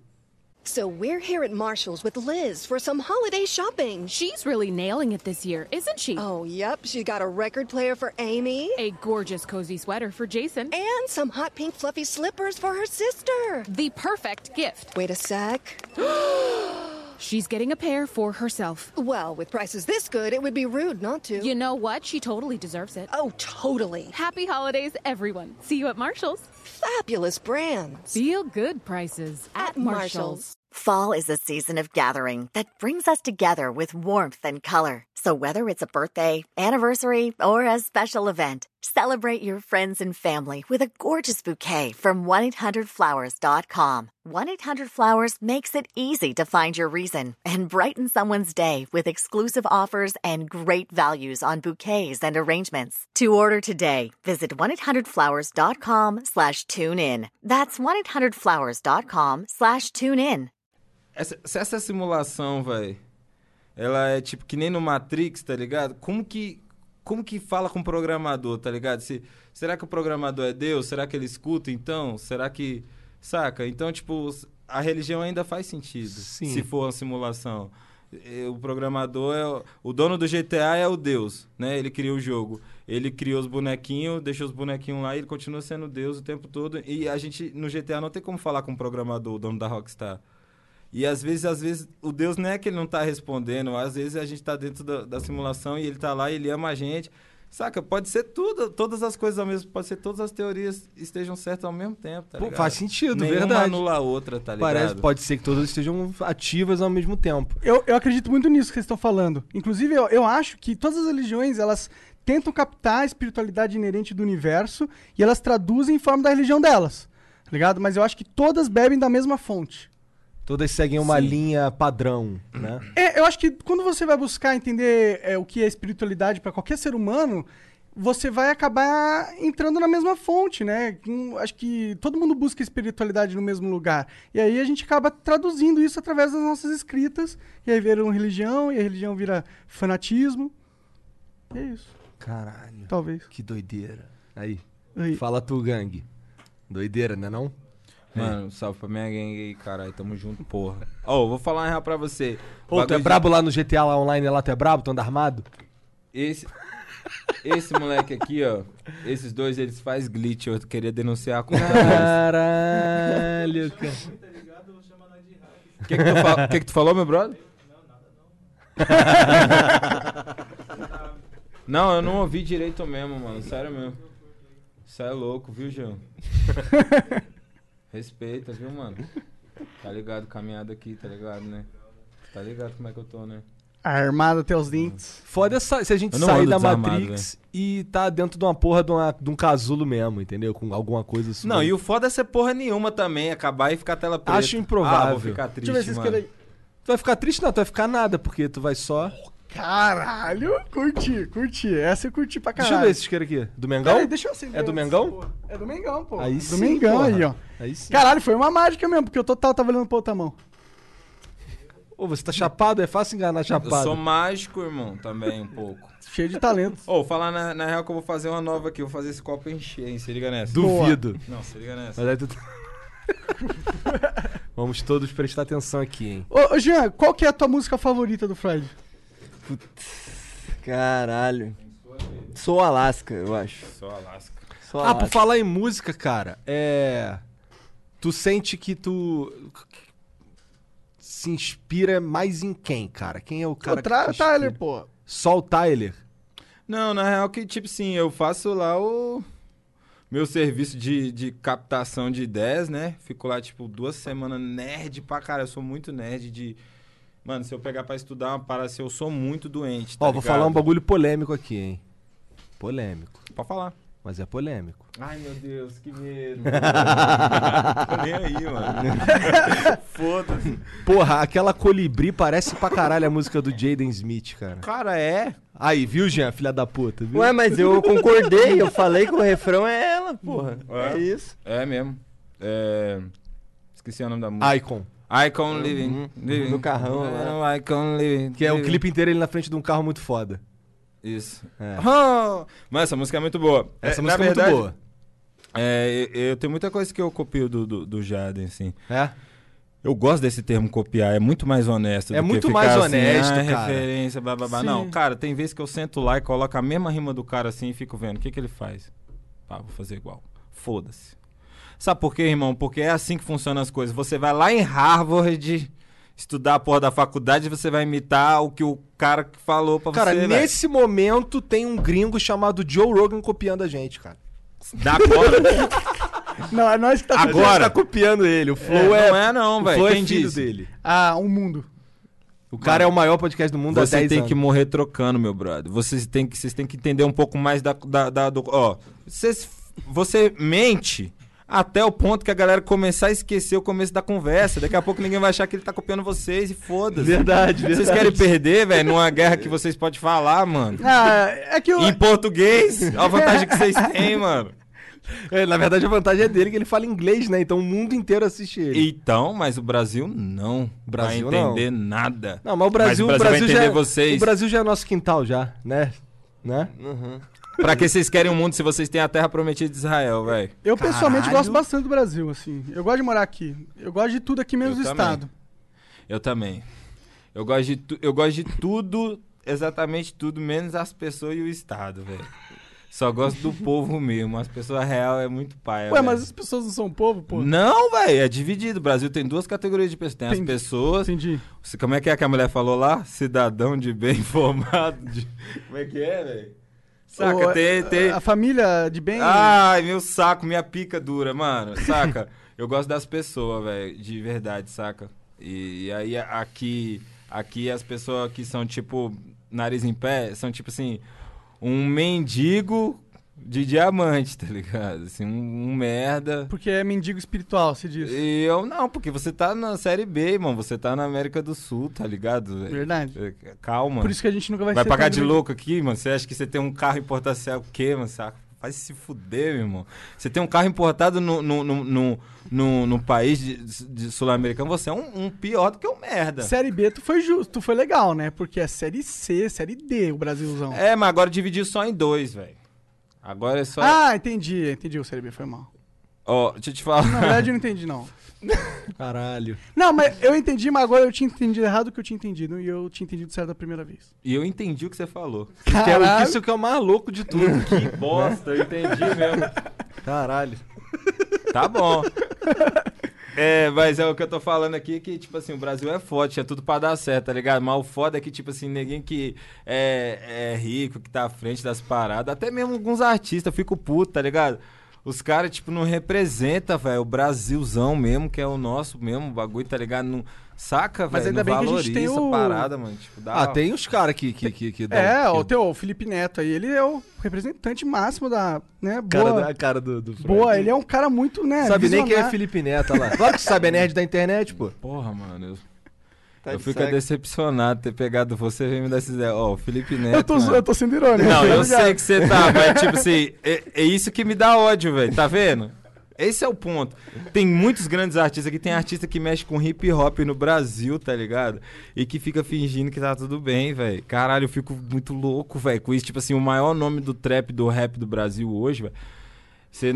So we're here at Marshall's with Liz for some holiday shopping. She's really nailing it this year, isn't she? Oh, yep, she's got a record player for Amy A gorgeous cozy sweater for Jason. and some hot pink fluffy slippers for her sister. The perfect gift. Wait a sec. She's getting a pair for herself. Well, with prices this good, it would be rude not to. You know what? She totally deserves it. oh, totally. Happy holidays, everyone. See you at Marshall's. Fabulous brands. Feel good prices at Marshall's. Fall is a season of gathering that brings us together with warmth and color. So, whether it's a birthday, anniversary, or a special event, celebrate your friends and family with a gorgeous bouquet from 1-800-Flowers.com. 1-800-Flowers makes it easy to find your reason and brighten someone's day with exclusive offers and great values on bouquets and arrangements. To order today, visit 1-800-Flowers.com slash tune in. That's 1-800-Flowers.com slash tune in. Essa- se essa simulação, velho, ela é tipo que nem no Matrix, tá ligado? Como que, como que fala com o programador, tá ligado? Se, será que o programador é Deus? Será que ele escuta então? Será que. Saca? Então, tipo, a religião ainda faz sentido. Sim. Se for uma simulação. Eh, O programador é. o- O dono do GTA é o Deus, né? Ele cria o jogo. Ele criou os bonequinhos, deixou os bonequinhos lá e ele continua sendo Deus o tempo todo. E a gente, no GTA, não tem como falar com o programador, o dono da Rockstar. E às vezes, às vezes, o Deus não é que ele não tá respondendo, às vezes a gente tá dentro da, da simulação e ele tá lá e ele ama a gente. Saca? Pode ser tudo, todas as coisas ao mesmo, pode ser todas as teorias estejam certas ao mesmo tempo, tá Pô, ligado? faz sentido, Nenhuma verdade. anula a outra, tá ligado? Parece, pode ser que todas estejam ativas ao mesmo tempo. Eu, eu acredito muito nisso que vocês estão falando. Inclusive, eu, eu acho que todas as religiões, elas tentam captar a espiritualidade inerente do universo e elas traduzem em forma da religião delas. tá ligado? Mas eu acho que todas bebem da mesma fonte. Todas seguem uma linha padrão, né? É, eu acho que quando você vai buscar entender é, o que é espiritualidade para qualquer ser humano, você vai acabar entrando na mesma fonte, né? Hum, Acho que todo mundo busca espiritualidade no mesmo lugar. E aí a gente acaba traduzindo isso através das nossas escritas. E aí vira uma religião, e a religião vira fanatismo. E é isso, Caralho, talvez. que doideira. Aí, Aí. fala tu, gangue. Doideira, né não? Mano, um salve pra minha gangue aí, caralho, tamo junto, porra. Ó, vou falar uma real pra você. Ô, tu é Bagulho de- brabo lá no GTA lá online, lá tu é brabo, tu anda armado? Esse, esse moleque aqui, ó, esses dois, eles faz glitch, eu queria denunciar a conta deles. Caralho, cara. O que que tu fal- que que tu falou, meu brother? Não, eu não ouvi direito mesmo, mano. Sério mesmo. Isso é louco, viu, João? Respeita, viu, mano? Tá ligado, caminhada aqui, tá ligado, né? Tá ligado como é que eu tô, né? Armado até os dentes. Foda essa- se a gente Eu não sair ando da desarmado, Matrix e tá dentro de uma porra de, uma- de um casulo mesmo, entendeu? Com alguma coisa assim. Não, e o foda é ser porra nenhuma também, acabar e ficar tela preta. Acho improvável. Ah, vou ficar triste, Deixa eu ver se vocês mano. querem. Tu vai ficar triste? Não, tu vai ficar nada, porque tu vai só... Caralho, curti, curti. Essa eu curti pra caralho. Deixa eu ver esse isqueiro aqui. Do Mengão? Peraí, deixa eu acender É do essa Mengão? porra. É do Mengão, pô. Aí é sim, do Mengão porra. aí, ó. Aí sim. Caralho, foi uma mágica mesmo, porque o total tava olhando pra outra mão. Ô, você tá chapado? É fácil enganar Eu chapado. sou mágico, irmão, também um pouco. Cheio de talento. Ô, vou falar na, na real que eu vou fazer uma nova aqui, eu vou fazer esse copo encher, hein? Se liga nessa. Duvido. Não, se liga nessa. Mas aí tu... tá- Vamos todos prestar atenção aqui, hein? Ô, ô, Jean, qual que é a tua música favorita do Freud? Caralho. Sou Alasca, eu acho. Só Alasca. Sou Ah, por Alasca. falar em música, cara, é. Tu sente que tu. Se inspira mais em quem, cara? Quem é o cara. o Tra- que te inspira? Tyler, pô. Só o Tyler. Não, na real que, tipo sim, eu faço lá o meu serviço de, de captação de ideias, né? Fico lá, tipo, duas semanas nerd pra cara. Eu sou muito nerd de... Mano, se eu pegar pra estudar uma parada, assim, eu sou muito doente, tá Ó, vou um ligado? falar um bagulho polêmico aqui, hein? Polêmico. Pode falar. mas é polêmico. Ai, meu Deus, que medo. Tô nem aí, mano. Foda-se. Porra, aquela colibri parece pra caralho a música do Jaden Smith, cara. Cara, é? Aí, viu, Jean, filha da puta, viu? Ué, mas eu concordei, eu falei que o refrão é ela, porra. É. É, isso. É mesmo. É... Esqueci o nome da música. Icon. Icon Uhum. Living. living. No carrão, É, Icon Living. Que é o Living. clipe inteiro ele na frente de um carro muito foda. Isso. É. Ah! Mas essa música é muito boa. É, Essa música na é verdade, muito boa. É, eu, eu tenho muita coisa que eu copio do, do, do Jaden, assim. É? Eu gosto desse termo copiar, é muito mais honesto. É do que muito ficar mais assim, honesto, "Ah, cara." referência, blá blá blá. Sim. Não, cara, tem vezes que eu sento lá e coloco a mesma rima do cara assim e fico vendo. O que, que ele faz? Pá, vou fazer igual. Foda-se. Sabe por quê, irmão? Porque é assim que funcionam as coisas. Você vai lá em Harvard estudar a porra da faculdade e você vai imitar o que o cara que falou pra Cara, você. velho. nesse momento tem um gringo chamado Joe Rogan copiando a gente, cara. Da cola. Não, é nós que tá fazendo. Agora. tá copiando ele. O Flow é. não é, não, o velho. Flow é Quem filho disse? dele. Ah, um mundo. O cara é o maior podcast do mundo há Você 10 tem anos. que morrer trocando, meu brother. Vocês têm que, vocês têm que entender um pouco mais da. da, da- do, ó, vocês, você mente até o ponto que a galera começar a esquecer o começo da conversa. Daqui a pouco ninguém vai achar que ele tá copiando vocês e foda-se. Verdade, verdade. Vocês querem perder, velho, numa guerra que vocês podem falar, mano. Ah, é que eu... Em português, olha a vantagem que vocês têm, mano. É, na verdade, a vantagem é dele que ele fala inglês, né? Então o mundo inteiro assiste ele. Então, mas o Brasil não Brasil vai não. entender nada. Não, mas o Brasil, o Brasil, vai entender já, vocês. o Brasil já é nosso quintal já, né? Né? Pra que vocês querem o mundo se vocês têm a terra prometida de Israel, velho? Eu pessoalmente gosto bastante do Brasil, assim. Eu gosto de morar aqui. Eu gosto de tudo aqui, menos Eu do também. estado. Eu também. Eu gosto de, tu- eu gosto de tudo, exatamente tudo, menos as pessoas e o Estado, velho. Só gosto do povo mesmo. As pessoas real é muito pai. Ué, mas as pessoas não são povo, pô. Tipo Não, velho, é dividido. O Brasil tem duas categorias de pessoas. Tem, as Entendi. pessoas. Entendi. se- Como é que é que a mulher falou lá? Cidadão de bem informado. de- Como é que é, velho? Saca, Ô, é, tem, a- tem. Ah. A família de bem... Ai, meu saco, minha pica dura, mano. Saca? eu gosto das pessoas, velho, de verdade, saca? E, e aí a- aqui, aqui as pessoas que são tipo nariz em pé, são tipo assim, um mendigo de diamante, tá ligado? Assim, um, um merda. Porque é mendigo espiritual, se diz. E eu não, porque você tá na série B, mano, você tá na América do Sul, tá ligado? velho? Verdade. É, Calma. Por isso que a gente nunca vai, Vai ser pagar tão de grande. louco aqui, mano? Você acha que você tem um carro importado, sei lá o quê, mano? Saca? Vai se fuder, meu irmão. Você tem um carro importado no, no, no, no, no- no país de, de sul-americano, você é um, um pior do que um merda. Série B, tu foi justo, tu foi legal, né? Porque é série C, série D, o Brasilzão. É, mas agora dividiu só em dois, velho. Agora é só. Ah, entendi, entendi o série B, foi mal. Ó, deixa eu te Na falar. verdade, eu não entendi, não. Caralho. Não, mas eu entendi, mas agora eu tinha entendido errado o que eu tinha entendido e eu tinha entendido certo da primeira vez. E eu entendi o que você falou. Que é o que isso que é o mais louco de tudo. Que bosta, eu entendi mesmo. Caralho. Tá bom. É, mas é o que eu tô falando aqui, que, tipo assim, o Brasil é forte, é tudo pra dar certo, tá ligado? Mas o foda é que, tipo assim, ninguém que é, é rico, que tá à frente das paradas, até mesmo alguns artistas, eu fico puto, tá ligado? Os caras, tipo, não representa, velho, o Brasilzão mesmo, que é o nosso mesmo, o bagulho, tá ligado? Não, saca, velho? Mas ainda não bem que a valoriza gente tem o- parada, mano. Tipo, dá... Ah, tem os caras que, que, que, que dão- é, o que- teu o Felipe Neto aí, ele é o representante máximo da, né, cara boa. da- é a cara do, do Fred. Boa, ele é um cara muito, né, Sabe nem quem é visionário. Felipe Neto olha lá. Claro que sabe, é nerd da internet, pô. Porra, mano, eu, Tá eu de fico saco. decepcionado ter pegado você e vem me dar essa ideia. Ó, o Felipe Neto, né? Eu tô, mano. eu tô sendo irônico. Não, eu Obrigado. sei que você tá, mas tipo assim, é, é isso que me dá ódio, velho. Tá vendo? Esse é o ponto. Tem muitos grandes artistas aqui. Tem artista que mexe com hip hop no Brasil, tá ligado? E que fica fingindo que tá tudo bem, velho. Caralho, eu fico muito louco, velho, com isso. Tipo assim, o maior nome do trap, do rap do Brasil hoje, velho.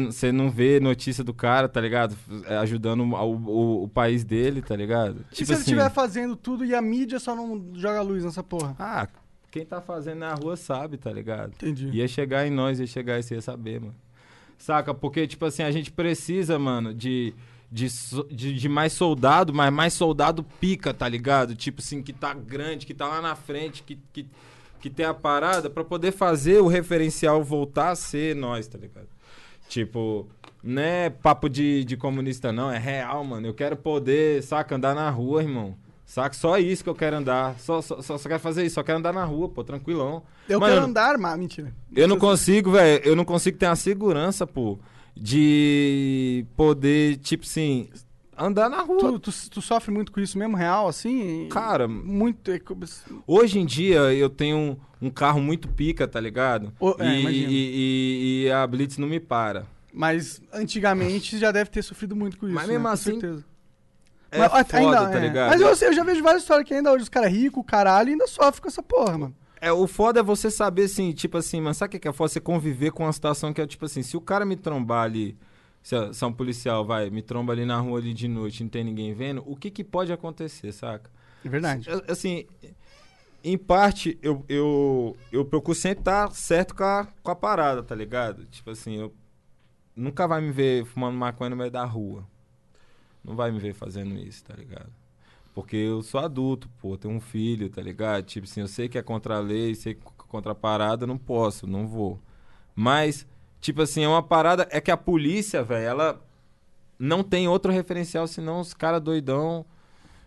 Você não vê notícia do cara, tá ligado? É, Ajudando o, o- o país dele, tá ligado? E tipo assim. se ele estiver fazendo tudo e a mídia só não joga luz nessa porra? Ah, quem tá fazendo na rua sabe, tá ligado? Entendi. Ia chegar em nós, ia chegar e você ia saber, mano. Saca? Porque, tipo assim, a gente precisa, mano, de, de, so- de, de mais soldado, mas mais soldado pica, tá ligado? Tipo assim, que tá grande, que tá lá na frente, que, que, que tem a parada, pra poder fazer o referencial voltar a ser nós, tá ligado? Tipo, não é papo de, de comunista, não, é real, mano. Eu quero poder, saca, andar na rua, irmão. Saca? Só isso que eu quero andar. Só, só, só, só quero fazer isso. Só quero andar na rua, pô, tranquilão. Eu Mano, quero andar armado, mentira. Eu não consigo, velho. Eu não consigo ter a segurança, pô, de poder, tipo assim, andar na rua. Tu, tu, tu sofre muito com isso mesmo, real, assim? Cara, Muito. é como- Hoje em dia eu tenho um, um carro muito pica, tá ligado? O- é, e, imagino. e- e- e a Blitz não me para. Mas antigamente já deve ter sofrido muito com isso. Mas mesmo né? assim, Com certeza. É Mas, foda, tá é. ligado? Mas eu, sei, eu já vejo várias histórias que ainda hoje os caras ricos, caralho, ainda sofrem com essa porra, mano. É, o foda é você saber, assim, tipo assim, mas sabe o que que é foda? Você conviver com uma situação que é, tipo assim, se o cara me trombar ali, se, é- se é um policial, vai, me tromba ali na rua ali de noite, não tem ninguém vendo, o que que pode acontecer, saca? É verdade. A- Assim, em parte, eu, eu, eu procuro sempre estar certo com a, com a parada, tá ligado? Tipo assim, eu nunca vai me ver fumando maconha no meio da rua. Não vai me ver fazendo isso, tá ligado? Porque eu sou adulto, pô, eu tenho um filho, tá ligado? Tipo assim, eu sei que é contra a lei, sei que é contra a parada, eu não posso, não vou. Mas, tipo assim, é uma parada. É que a polícia, velho, ela não tem outro referencial senão os caras doidão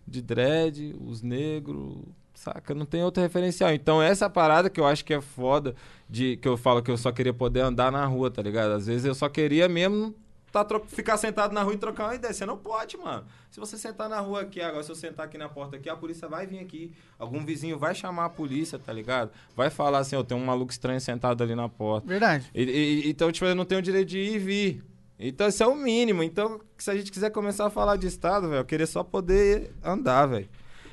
de dread, os negros, saca? Não tem outro referencial. Então, essa parada que eu acho que é foda, de, que eu falo que eu só queria poder andar na rua, tá ligado? Às vezes eu só queria mesmo tá tro- ficar sentado na rua e trocar uma ideia. Você não pode, mano. Se você sentar na rua aqui agora, se eu sentar aqui na porta aqui, a polícia vai vir aqui. Algum vizinho vai chamar a polícia, tá ligado? Vai falar assim, ó, tem um maluco estranho sentado ali na porta. Verdade. E- e- então, tipo, eu não tenho o direito de ir e vir. Então, isso é o mínimo. Então, se a gente quiser começar a falar de Estado, velho, eu queria só poder andar, velho.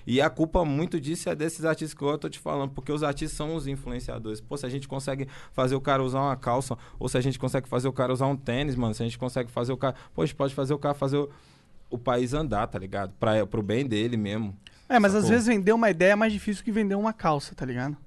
E a culpa muito disso é desses artistas que eu tô te falando, porque os artistas são os influenciadores. Pô, se a gente consegue fazer o cara usar uma calça, ou se a gente consegue fazer o cara usar um tênis, mano, se a gente consegue fazer o cara. Pô, a gente pode fazer o cara fazer o, o país andar, tá ligado? Pra, pro bem dele mesmo. É, mas às Sacou? vezes vender uma ideia é mais difícil que vender uma calça, tá ligado?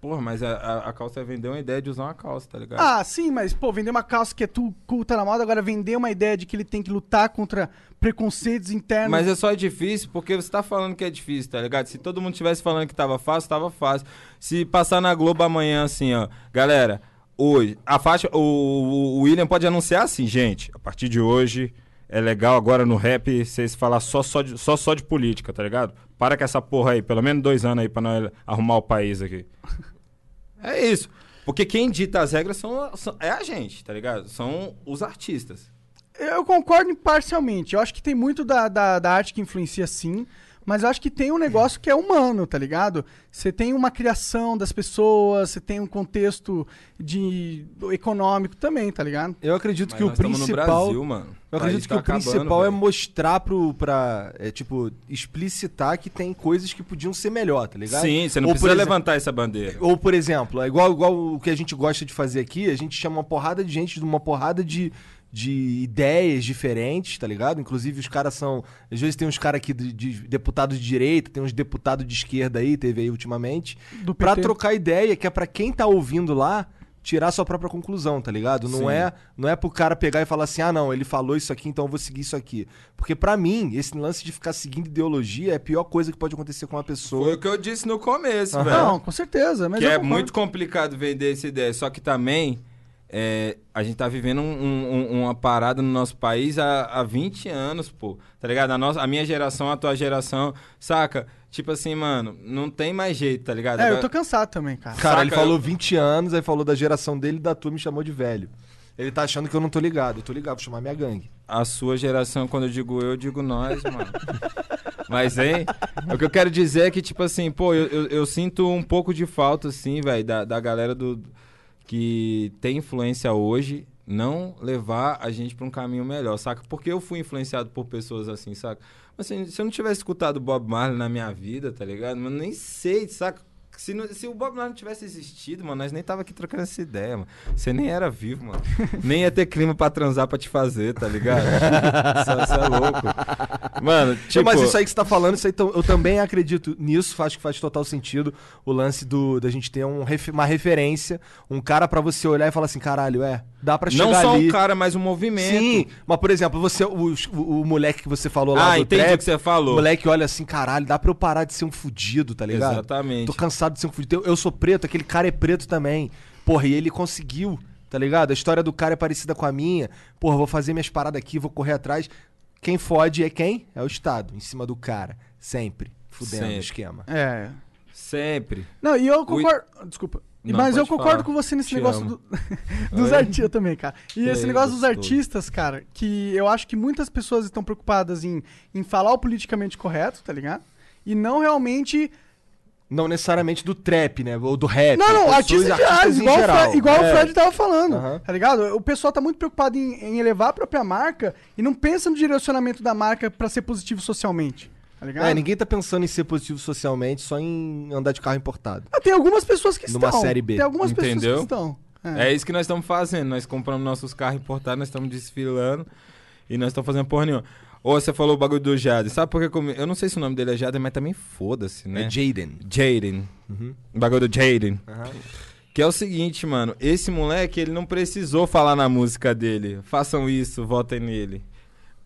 Porra, mas a, a, a calça vendeu uma ideia de usar uma calça, tá ligado? Ah, sim, mas, pô, vender uma calça que é tu cool, tá na moda, agora vender uma ideia de que ele tem que lutar contra preconceitos internos. Mas é só difícil porque você tá falando que é difícil, tá ligado? Se todo mundo tivesse falando que tava fácil, tava fácil. Se passar na Globo amanhã assim, ó, galera, hoje, a faixa, o, o- o William pode anunciar assim, gente, a partir de hoje é legal agora no rap vocês falar só só de, só só de política, tá ligado? Para com essa porra aí, pelo menos dois anos aí pra nós arrumar o país aqui. É isso. Porque quem dita as regras são, são- é a gente, tá ligado? São os artistas. Eu concordo parcialmente. Eu acho que tem muito da, da, da arte que influencia sim, mas eu acho que tem um negócio que é humano, tá ligado? Você tem uma criação das pessoas, você tem um contexto de econômico também, tá ligado? Eu acredito Mas que o nós estamos no principal. Brasil, mano. Eu O país acredito que tá o principal acabando, é velho. mostrar pro. Pra, é, tipo, explicitar que tem coisas que podiam ser melhor, tá ligado? Sim, você não Ou, por precisa exemplo- levantar essa bandeira. Ou, por exemplo, é igual, igual o que a gente gosta de fazer aqui, a gente chama uma porrada de gente de uma porrada de, de ideias diferentes, tá ligado? Inclusive, os caras são. Às vezes tem uns caras aqui de, de deputados de direita, tem uns deputados de esquerda aí, teve aí ultimamente. Do Pra PT. trocar ideia, que é pra quem tá ouvindo lá. Tirar sua própria conclusão, tá ligado? Não Sim. é não é pro cara pegar e falar assim, ah, não, ele falou isso aqui, então eu vou seguir isso aqui. Porque pra mim, esse lance de ficar seguindo ideologia é a pior coisa que pode acontecer com uma pessoa. Foi o que eu disse no começo, velho. Não, com certeza. Mas que eu é concordo. muito complicado vender essa ideia. Só que também é, a gente tá vivendo um- um- um- uma parada no nosso país há, há 20 anos, pô. Tá ligado? A, nossa, a minha geração, a tua geração, saca? Tipo assim, mano, não tem mais jeito, tá ligado? É, eu Agora- tô cansado também, cara. Cara, Saca? ele falou 20 anos, aí falou da geração dele e da tua me chamou de velho. Ele tá achando que eu não tô ligado. Eu tô ligado, vou chamar minha gangue. A sua geração, quando eu digo eu, eu digo nós, mano. Mas, hein? O que eu quero dizer é que, tipo assim, pô, eu, eu, eu sinto um pouco de falta, assim, velho, da, da galera do que tem influência hoje não levar a gente pra um caminho melhor, saca? Porque eu fui influenciado por pessoas assim, saca? Mas assim, se eu não tivesse escutado Bob Marley na minha vida, tá ligado? Mano, nem sei, saca? Se, não- se o Bob Marley não tivesse existido, mano, nós nem tava aqui trocando essa ideia, mano. Você nem era vivo, mano. nem ia ter clima pra transar pra te fazer, tá ligado? Você é louco. Mano, tipo... Mas isso aí que você tá falando, isso aí tam- eu também acredito nisso, acho que faz total sentido o lance do da gente ter um ref- uma referência, um cara pra você olhar e falar assim, caralho, é, dá pra chegar Não só ali. um cara, mas um movimento. Sim, mas por exemplo, você o, o- o moleque que você falou lá Ah, do entendi trap, o que você falou. O moleque olha assim, caralho, dá pra eu parar de ser um fudido, tá ligado? Exatamente. Tô cansado de ser um fudido. Eu, eu sou preto, aquele cara é preto também. Porra, e ele conseguiu, tá ligado? A história do cara é parecida com a minha. Porra, vou fazer minhas paradas aqui, vou correr atrás. Quem fode é quem? É o Estado, em cima do cara. Sempre. Fudendo Sempre. o esquema. É. Sempre. Não, e eu concordo. Desculpa. Não, Mas eu pode concordo falar. com você nesse Te negócio amo. do- dos Ai. artistas também, cara. E Sei, esse negócio dos gostoso. artistas, cara, que eu acho que muitas pessoas estão preocupadas em, em falar o politicamente correto, tá ligado? E não realmente. Não necessariamente do trap, né? Ou do rap. não, não, Pessoas- artistas, artistas artistas em igual, o Fre- geral. igual o É. Fred tava falando, Aham. tá ligado? O pessoal tá muito preocupado em, em elevar a própria marca e não pensa no direcionamento da marca pra ser positivo socialmente, tá ligado? É, ninguém tá pensando em ser positivo socialmente, só em andar de carro importado. Ah, Tem algumas pessoas que Numa estão. série B. Tem algumas pessoas Entendeu? que estão. É. isso que nós estamos fazendo. Nós compramos nossos carros importados, nós estamos desfilando e nós estamos fazendo porra nenhuma. Ou você falou o bagulho do Jaden. Sabe por que eu, me- eu não sei se o nome dele é Jaden, mas também foda-se, né? É Uhum. Jaden. Jaden. O bagulho do Jaden. Que é o seguinte, mano. Esse moleque, ele não precisou falar na música dele. Façam isso, votem nele.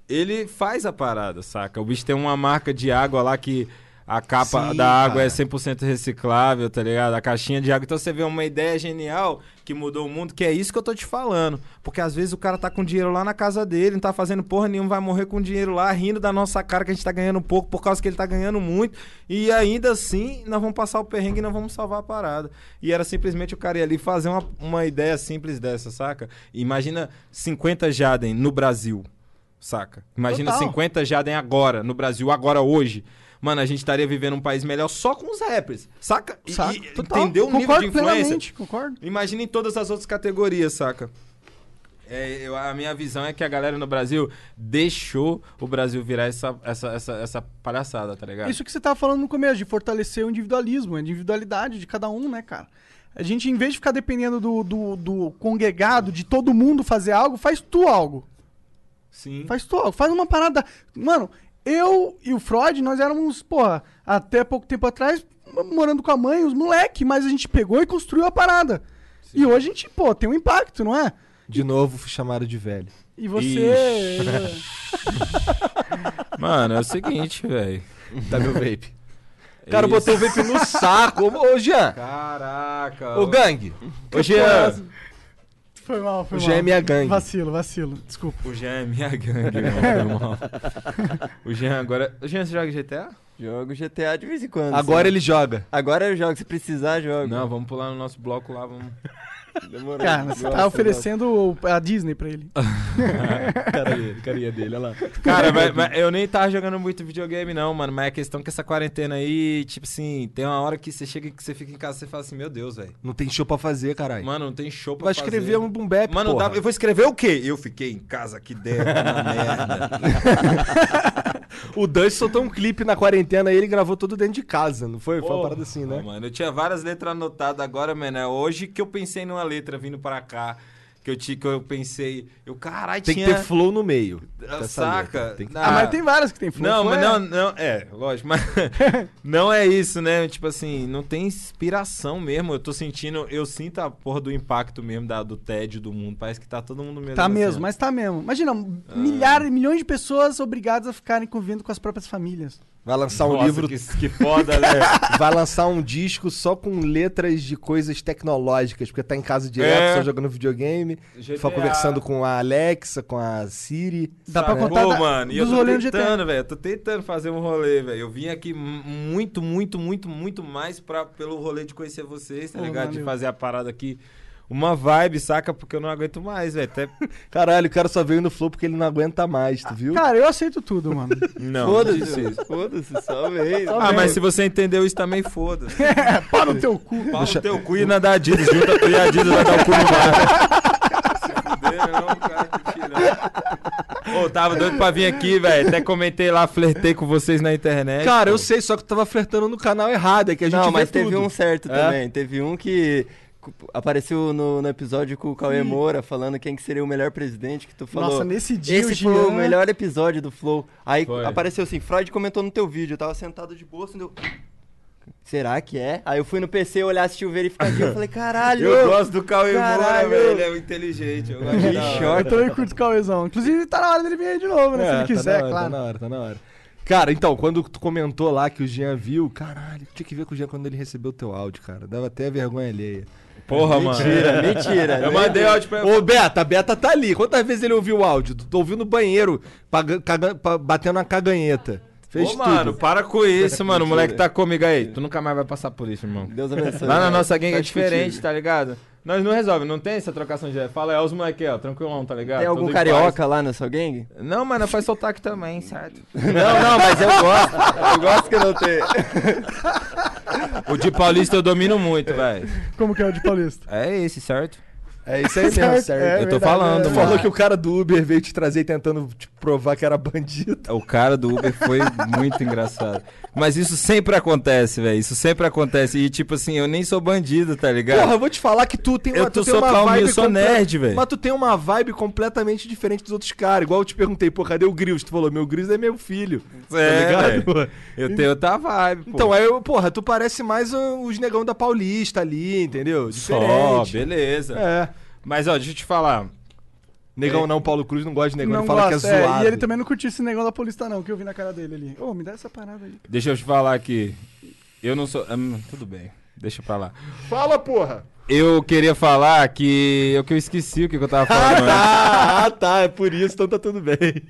Ele faz a parada, saca? O bicho tem uma marca de água lá que a capa Sim, da água cara. é 100% reciclável, tá ligado? A caixinha de água. Então você vê uma ideia genial que mudou o mundo, que é isso que eu tô te falando. Porque às vezes o cara tá com dinheiro lá na casa dele, não tá fazendo porra nenhuma, vai morrer com dinheiro lá, rindo da nossa cara que a gente tá ganhando pouco por causa que ele tá ganhando muito. E ainda assim, nós vamos passar o perrengue e nós vamos salvar a parada. E era simplesmente o cara ir ali fazer uma, uma ideia simples dessa, saca? Imagina 50 Jaden no Brasil. Saca? Imagina Total. 50 Jaden agora, no Brasil, agora hoje. Mano, a gente estaria vivendo um país melhor só com os rappers. Saca? E- Saca? e- Total. entendeu o nível Concordo de influência? Tipo, plenamente, Concordo. Imagina em todas as outras categorias, saca? É, eu- a minha visão é que a galera no Brasil deixou o Brasil virar essa, essa, essa, essa palhaçada, tá ligado? Isso que você tava falando no começo, de fortalecer o individualismo, a individualidade de cada um, né, cara? A gente, em vez de ficar dependendo do, do, do congregado, de todo mundo fazer algo, faz tu algo. Sim. Faz tu algo. Faz uma parada. Mano, eu e o Freud, nós éramos, porra, até pouco tempo atrás, morando com a mãe, os moleque, mas a gente pegou e construiu a parada. E hoje a gente, pô, tem um impacto, não é? De novo, fui chamado de velho. E você. Mano, é o seguinte, velho. Tá meu vape. O cara botou o vape no saco. Ô, Ô, Jean. Caraca. Ô, gangue. é Ô, Jean. Jean. Foi mal, foi O mal. Jean é minha gangue. Vacilo, vacilo. Desculpa. O Jean é minha gangue, mano. foi mal. o Jean agora. O Jean, você joga GTA? Jogo GTA de vez em quando. Agora sabe? ele joga. Agora eu jogo, se precisar, jogo. Não, vamos pular no nosso bloco lá, vamos. Demorou. Cara, você tá Gosto, oferecendo a Disney pra ele. Carinha, carinha dele, olha lá. Cara, mas- mas eu nem tava jogando muito videogame, não, mano. Mas a questão é que essa quarentena aí, tipo assim, tem uma hora que você chega e que você fica em casa e você fala assim, meu Deus, velho. Não tem show pra fazer, caralho. Mano, não tem show pra Vai fazer. escrever um boom bap, Mano, porra. dá- eu vou escrever o quê? Eu fiquei em casa aqui dentro, na merda. O Dust soltou um clipe na quarentena e ele gravou tudo dentro de casa, não foi? Foi uma parada assim, Ah, né? Mano, eu tinha várias letras anotadas agora, mano. É hoje que eu pensei numa letra vindo pra cá. Que eu, ti- que eu pensei. Eu, caralho, Tem que tinha. ter flow no meio. Ah, dessa saca? letra. Tem que- Ah, mas tem várias que tem flow. Não, Flow mas é- não, não, é, lógico, mas não é isso, né? Tipo assim, não tem inspiração mesmo. Eu tô sentindo, eu sinto a porra do impacto mesmo da, do tédio do mundo. Parece que tá todo mundo mesmo. Tá assim, mesmo, ó. mas tá mesmo. Imagina, milhares, milhões de pessoas obrigadas a ficarem convivendo com as próprias famílias. Vai lançar um Nossa, livro, que, que foda, né? vai lançar um disco só com letras de coisas tecnológicas, porque tá em casa direto, É. só jogando videogame, só GTA. conversando com a Alexa, com a Siri. Dá pra Sacou, contar da- mano. E eu dos tô rolês do GTA. tentando, velho. Eu Tô tentando fazer um rolê, velho. Eu vim aqui mu- muito, muito, muito, muito mais pra, pelo rolê de conhecer vocês, tá Pô, ligado? valeu. De fazer a parada aqui. Uma vibe, saca? Porque eu não aguento mais, velho. Até. Caralho, o cara só veio no flow porque ele não aguenta mais, Ah, tu viu? Cara, eu aceito tudo, mano. Não. Foda-se, foda-se, só Tá vez. Ah, mas se você entendeu isso também, foda-se. Pá no teu cu. Pau no teu cu e na da Adidas. Junta tu e a Adidas vai dar o cu no mar. Ô, tava doido pra vir aqui, velho. Até comentei lá, flertei com vocês na internet. Cara, eu sei, só que tu tava flertando no canal errado, é que a gente Não, vê mas teve tudo. um certo É. também. Teve um que cu- apareceu no, no episódio com o Cauê Moura falando quem que seria o melhor presidente que tu falou. Nossa, nesse dia Esse foi o o Jean- melhor episódio do Flow. Aí Foi. apareceu assim, Freud comentou no teu vídeo, eu tava sentado de boa, assim, deu... Será que é? Aí eu fui no PC olhar, assistir o verificadinho e falei, caralho! Eu gosto do Cauê Moura, Caralho. velho. Ele é inteligente. Eu gosto Que da hora. choque. Eu também curto o Cauêzão. Inclusive, tá na hora dele vir aí de novo, né? É, se ele quiser, tá na hora, claro. Tá na hora, tá na hora. Cara, então, quando tu comentou lá que o Jean viu, caralho, tinha que ver com o Jean quando ele recebeu o teu áudio, cara. Dava até vergonha alheia. Porra, mano. É. Mentira, mentira. Eu mandei áudio pra Ô, Beta, a Beta tá ali. Quantas vezes ele ouviu o áudio? Tu ouviu no banheiro, paga- caga- pa- batendo na caganheta. Fez Ô, mano, tudo. para com isso, mano. O moleque tá comigo aí. Tu nunca mais vai passar por isso, irmão. Deus abençoe. Lá né? na nossa gangue Tá é diferente, discutido. tá ligado? Nós não resolve, não tem essa trocação de ideia. Fala, é os moleque, ó, tranquilão, tá ligado? Tem Todo algum em paz. carioca lá na sua gangue? Não, mano, faz sotaque também, certo? Não, não, mas eu gosto. Eu gosto que não tem. O de paulista eu domino muito, velho. Como que é o de paulista? É esse, certo? É isso aí mesmo, Certo, certo? é eu tô verdade, falando, Tu mano. falou que o cara do Uber veio te trazer tentando te provar que era bandido. O cara do Uber foi muito engraçado. Mas isso sempre acontece, velho. Isso sempre acontece. E tipo assim, eu nem sou bandido, tá ligado? Porra, eu vou te falar que tu tem uma, Eu tu tô- tem sou uma calminho, vibe sou comple- nerd, velho. Mas tu tem uma vibe completamente diferente dos outros caras. Igual eu te perguntei, pô, cadê o Grills? Tu falou, meu Grills é meu filho. É. é, tá ligado? velho. Eu tenho outra vibe, pô. Então, aí eu, porra, tu parece mais um- os negão da Paulista ali, entendeu? Só, Diferente. beleza. é. Mas ó, deixa eu te falar. É. Negão não, Paulo Cruz não gosta de negão, Não ele fala gosta, que é é, zoado. E ele também não curtiu esse negócio da paulista, não, que eu vi na cara dele ali. Ô, me dá essa parada aí. Deixa eu te falar aqui. Eu não sou. hum, tudo bem. Deixa pra lá. Fala, porra! Eu queria falar que. Eu que eu esqueci o que, que eu tava Ah, falando. antes. tá, ah, tá, é por isso, então tá tudo bem.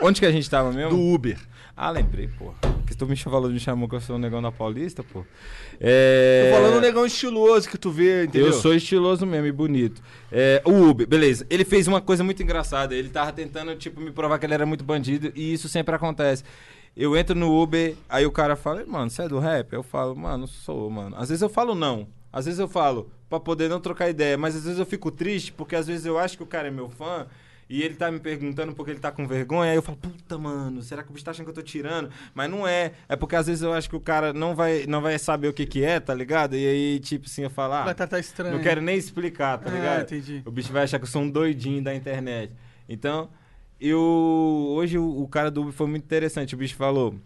Onde que a gente tava mesmo? Do Uber. Ah, lembrei, pô. Porque tu me falou, me chamou que eu sou um negão da Paulista, pô. É... Tô falando um negão estiloso que tu vê, entendeu? Eu sou estiloso mesmo e bonito. É, o Uber, beleza. Ele fez uma coisa muito engraçada. Ele tava tentando, tipo, me provar que ele era muito bandido. E isso sempre acontece. Eu entro no Uber, aí o cara fala, mano, você é do rap? Eu falo, mano, sou, mano. Às vezes eu falo não. Às vezes eu falo, pra poder não trocar ideia. Mas às vezes eu fico triste, porque às vezes eu acho que o cara é meu fã. E ele tá me perguntando porque ele tá com vergonha. Aí eu falo, puta, mano, será que o bicho tá achando que eu tô tirando? Mas não é. É porque às vezes eu acho que o cara não vai, não vai saber o que que é, tá ligado? E aí, tipo assim, eu falo, ah, Vai tratar estranho. não quero nem explicar, tá Ah, ligado? entendi. O bicho vai achar que eu sou um doidinho da internet. Então, eu. Hoje o, o cara do Uber foi muito interessante. O bicho falou.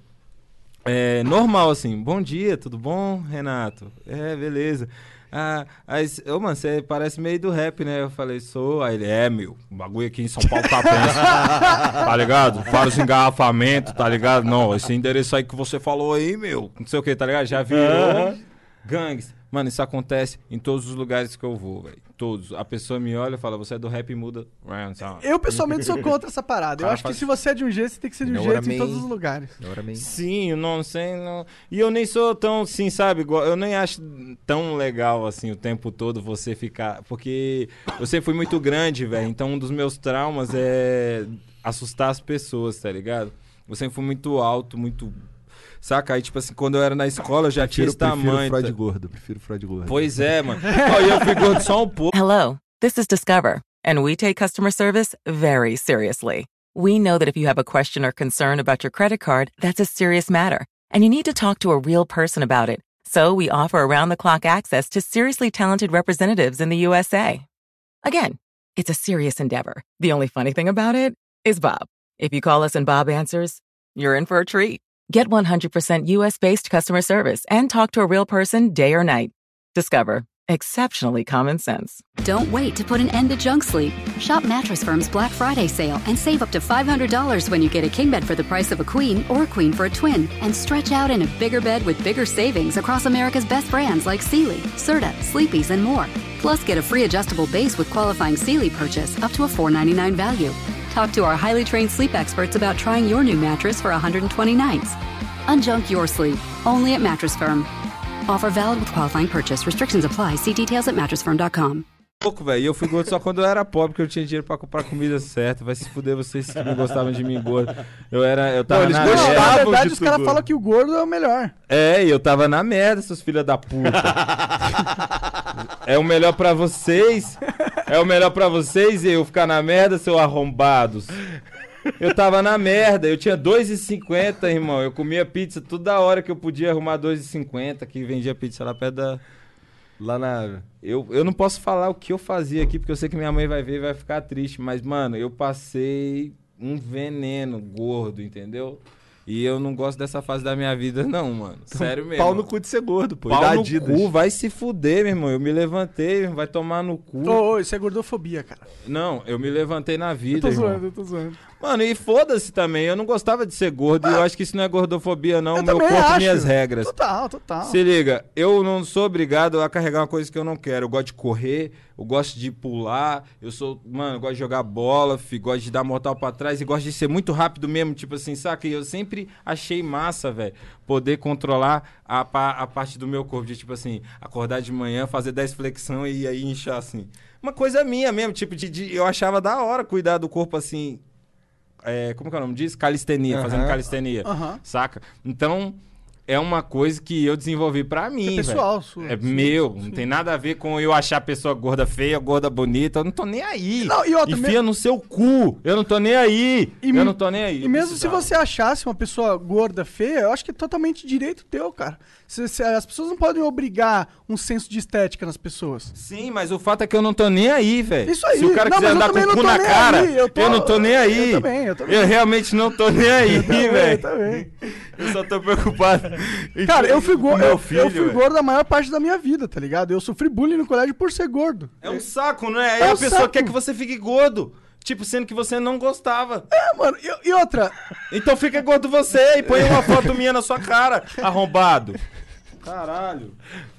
É normal, assim. Bom dia, tudo bom, Renato? É, beleza. Ah, aí, c- ô, mano, você parece meio do rap, né? Eu falei, sou. Aí ele, é, meu, o bagulho aqui em São Paulo tá tenso. tá ligado? Vários engarrafamentos, tá ligado? Não, esse endereço aí que você falou aí, meu, não sei o que, tá ligado? Já virou. Gangues. Mano, isso acontece em todos os lugares que eu vou, velho. Todos. A pessoa me olha e fala, você é do rap e muda. tá?" Eu, pessoalmente, sou contra essa parada. Eu Cara, acho que faz- se você é de um jeito, você tem que ser de um Ignora jeito em me. todos os lugares. Sim, eu não sei. Não... E eu nem sou tão, assim, sabe? igual- Eu nem acho tão legal, assim, o tempo todo você ficar. Porque eu sempre fui muito grande, velho. Então, um dos meus traumas é assustar as pessoas, tá ligado? Eu sempre fui muito alto, muito. Saca? Aí, tipo assim, quando eu era na escola, eu já tinha esse tamanho. Freud tá- gordo, prefiro Freud gordo. Pois é, mano. Ó, E eu fui gordo só um pouco. Hello, this is Discover, and we take customer service very seriously. We know that if you have a question or concern about your credit card, that's a serious matter, and you need to talk to a real person about it. So we offer around the clock access to seriously talented representatives in the USA. Again, it's a serious endeavor. The only funny thing about it is Bob. If you call us and Bob answers, you're in for a treat. Get 100% US based customer service and talk to a real person day or night. Discover exceptionally common sense. Don't wait to put an end to junk sleep. Shop Mattress Firm's Black Friday sale and save up to $500 when you get a king bed for the price of a queen or a queen for a twin and stretch out in a bigger bed with bigger savings across America's best brands like Sealy, Serta, Sleepy's, and more. Plus, get a free adjustable base with qualifying Sealy purchase up to a $499 value. Talk to our highly trained sleep experts about trying your new mattress for 120 nights. Unjunk your sleep only at Mattress Firm. Offer valid with qualifying purchase. Restrictions apply. See details at mattressfirm.com. pouco, velho. E eu fui gordo só quando eu era pobre, porque eu tinha dinheiro pra comprar comida certa. Vai se fuder vocês que não gostavam de mim gordo. Eu era. Eu tava eles na Não, gostavam. na merda. de verdade, os tudo. caras falam que o gordo é o melhor. É, e eu tava na merda, seus filhos da puta. é o melhor pra vocês. É o melhor pra vocês e eu ficar na merda, seu arrombados. Eu tava na merda, eu tinha 2,50, irmão. Eu comia pizza toda hora que eu podia arrumar 2,50, que vendia pizza lá perto da. Lá na. Eu, eu não posso falar o que eu fazia aqui, porque eu sei que minha mãe vai ver e vai ficar triste. Mas, mano, eu passei um veneno gordo, entendeu? E eu não gosto dessa fase da minha vida, não, mano. Sério mesmo. Então, Pau no cu de ser gordo, pô. E Pau da no Adidas. cu, vai se fuder, meu irmão. Eu me levantei, vai tomar no cu. Ô, ô, isso é gordofobia, cara. Não, eu me levantei na vida, Eu tô irmão. zoando, eu tô É zoando. Mano, e foda-se também. Eu não gostava de ser gordo. e eu acho que isso não é gordofobia, não. Ah. Eu Meu também corpo, acho. minhas regras. Total, total. Se liga, eu não sou obrigado a carregar uma coisa que eu não quero. Eu gosto de correr, eu gosto de pular, eu sou, mano, eu gosto de jogar bola, fi, gosto de dar mortal pra trás e gosto de ser muito rápido mesmo, tipo assim, saca? E eu sempre achei massa, velho, poder controlar a, pa- a parte do meu corpo, de tipo assim, acordar de manhã, fazer 10 flexão e aí inchar assim. Uma coisa minha mesmo, tipo, de, de- eu achava da hora cuidar do corpo assim. é, como que é o nome disso? Calistenia, Aham. fazendo calistenia. Aham. Saca? Então, é uma coisa que eu desenvolvi pra mim. É pessoal, velho. sua, É sua, meu. Não tem nada a ver com eu achar a pessoa gorda feia, gorda bonita. Eu não tô nem aí. Não, e outra, Enfia me- no seu cu. Eu não tô nem aí. E eu me- não tô nem aí. tá E Eu mesmo se precisava. você achasse uma pessoa gorda, feia, eu acho que é totalmente direito teu, cara. Se- se- as pessoas não podem obrigar um senso de estética nas pessoas. Sim, mas o fato é que eu não tô nem aí, velho. Isso aí. Se o cara Não, quiser mas eu andar com também o não cu tô na nem cara, aí, eu eu, tô- não tô nem aí. eu também, eu também. realmente não tô nem aí, Eu velho. também. Eu só tô preocupado. em- Cara, eu fui, com gordo, meu eu, filho, eu fui velho. gordo a maior parte da minha vida, tá ligado? Eu sofri bullying no colégio por ser gordo. É um saco, né? Aí É um a pessoa saco. quer que você fique gordo. Tipo, sendo que você não gostava. É, mano, e, e outra, Então fica gordo você e põe uma foto minha na sua cara, arrombado. Caralho.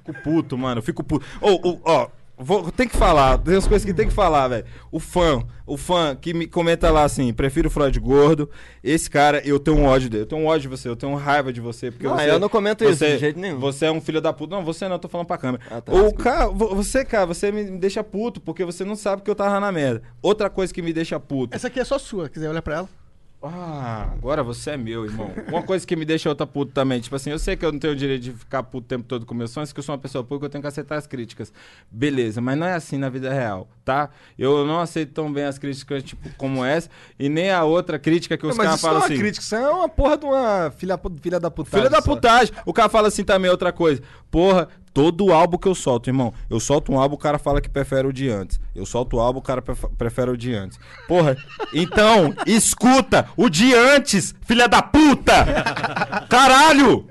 Fico puto, mano. Fico puto. Ô, ô, ó. Vou, tem que falar, tem umas coisas que tem que falar, velho. O fã, o fã que me comenta lá assim, prefiro o Freud gordo. Esse cara, eu tenho um ódio dele, eu tenho um ódio de você, eu tenho raiva de você. Porque Não, você- Ah, eu não comento isso você- de jeito nenhum. Você é um filho da puta. Não, você não, eu tô falando pra câmera. Ah, tá, o desculpa. cara, vo- você, cara, você me me deixa puto porque você não sabe que eu tava na merda. Outra coisa que me deixa puto. essa aqui é só sua, quiser olhar pra ela. Ah, agora você é meu, irmão. Uma coisa que me deixa outra puto também, tipo assim, eu sei que eu não tenho o direito de ficar puto o tempo todo com meus sonhos, que eu sou uma pessoa pública, eu tenho que aceitar as críticas. Beleza, mas não é assim na vida real, tá? Eu não aceito tão bem as críticas, tipo, como essa, e nem a outra crítica que os mas caras isso não é falam uma assim. crítica, isso é uma porra de uma filha, filha da putagem. Filha da Tá, só. putagem. O cara fala assim também, outra coisa. Porra, todo álbum que eu solto, irmão. Eu solto um álbum, o cara fala que prefere o de antes. Eu solto o álbum, o cara pref- prefere o de antes. Porra, então, escuta o de antes, filha da puta! Caralho!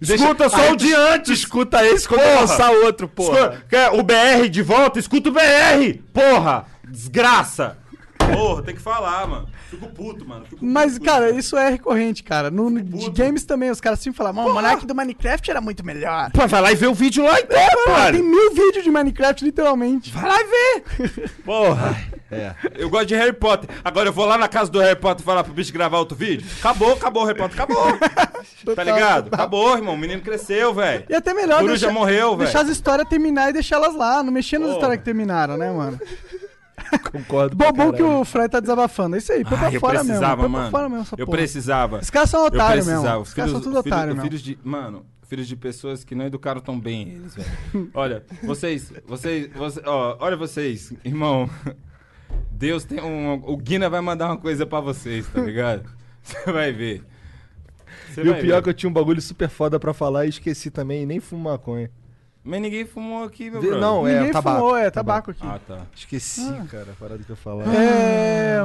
Escuta só o de antes! Escuta esse quando é Porra. eu lançar outro, porra. Escuta- quer o BR de volta? Escuta o BR! Porra! Desgraça! Porra, tem que falar, mano. Fico puto, mano. Fico Mas, puto. cara, isso é recorrente, cara. No, no- de games também, os caras sempre falam, "Mano, o Monark do Minecraft era muito melhor. Pô, Vai lá e vê o vídeo lá então, É, mano, caralho. tem mil vídeos de Minecraft, literalmente. Vai lá ver! Porra! É. Eu gosto de Harry Potter. Agora eu vou lá na casa do Harry Potter falar pro bicho gravar outro vídeo? Acabou, acabou, Harry Potter, acabou! tá ligado? Acabou, irmão. O menino cresceu, velho. E até melhor Coruja morreu, deixar as velho. histórias terminar e deixar elas lá, não mexer nas Pô. histórias que terminaram, né, mano? Concordo. Bom, pra bom que caralho. o Fred tá desabafando. É isso aí, põe pra Ai, Ah, eu fora mesmo. precisava, põe mano. pra fora mesmo essa eu porra. precisava. Esses caras são eu otários precisava. mesmo. Os caras são tudo filhos- otários mesmo. filhos de. Mano, filhos de pessoas que não educaram tão bem eles, velho. Olha, vocês. Vocês. vocês ó, olha vocês, irmão. Deus tem um. O Guina vai mandar uma coisa pra vocês, tá ligado? Você vai ver. Você E o vai pior é ver. que eu tinha um bagulho super foda pra falar e esqueci também, e nem fumo maconha. Mas ninguém fumou aqui, meu Vê- brother. não, é Ninguém tabaco. fumou, é tabaco aqui. Ah, tá. Esqueci, cara, a parada que eu falava. É.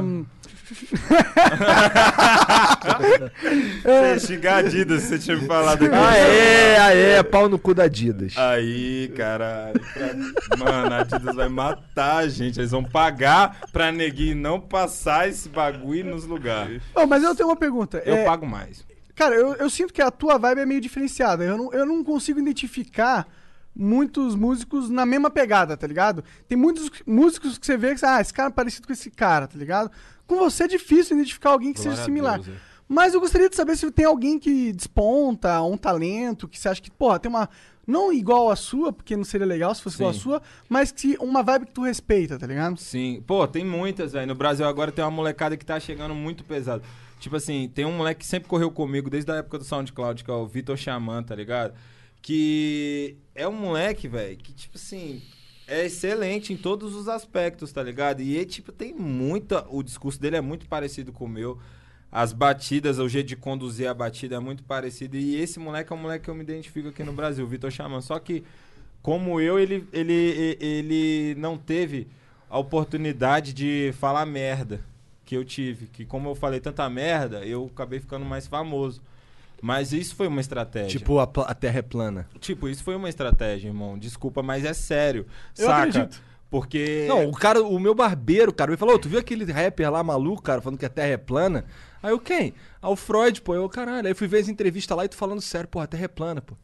Você ia xingar a Adidas se você tinha me falado aqui. Ah, Aê, aê, pau no cu da Adidas. Ah, Aí, caralho. pra- Mano, a Adidas vai matar a gente. Eles vão pagar pra neguinho não passar esse bagulho nos lugares. Ô, mas eu tenho uma pergunta. Eu É, pago mais. Cara, eu, eu sinto que a tua vibe é meio diferenciada. Eu não, eu não consigo identificar muitos músicos na mesma pegada, tá ligado? Tem muitos músicos que você vê que, ah, esse cara é parecido com esse cara, tá ligado? Com você é difícil identificar alguém que Glória seja a similar. Deus, é. Mas eu gostaria de saber se tem alguém que desponta, um talento, que você acha que, porra, tem uma. Não igual a sua, porque não seria legal se fosse igual a Sim. sua, mas que uma vibe que tu respeita, tá ligado? Sim. Pô, tem muitas, velho. No Brasil agora tem uma molecada que tá chegando muito pesado. Tipo assim, tem um moleque que sempre correu comigo desde a época do SoundCloud, que é o Vitor Xamã, tá ligado? Que é um moleque, velho, que tipo assim, é excelente em todos os aspectos, tá ligado? E ele, tipo, tem muita. O discurso dele é muito parecido com o meu. As batidas, o jeito de conduzir a batida é muito parecido. E esse moleque é um moleque que eu me identifico aqui no Brasil, o Vitor Xamã. Só que, como eu, ele, ele, e- ele não teve a oportunidade de falar merda que eu tive. Que, como eu falei tanta merda, eu acabei ficando mais famoso. Mas isso foi uma estratégia. Tipo, a, pla- a Terra é plana. Tipo, isso foi uma estratégia, irmão. Desculpa, mas é sério. Eu saca? acredito. Porque. Não, o cara, o meu barbeiro, cara, ele falou, "Ô, tu viu aquele rapper lá maluco, cara, falando que a Terra é plana? Aí eu, quem? Aí o Freud, pô, eu, caralho. Aí eu fui ver as entrevistas lá e tu falando sério, porra, a Terra é plana, pô.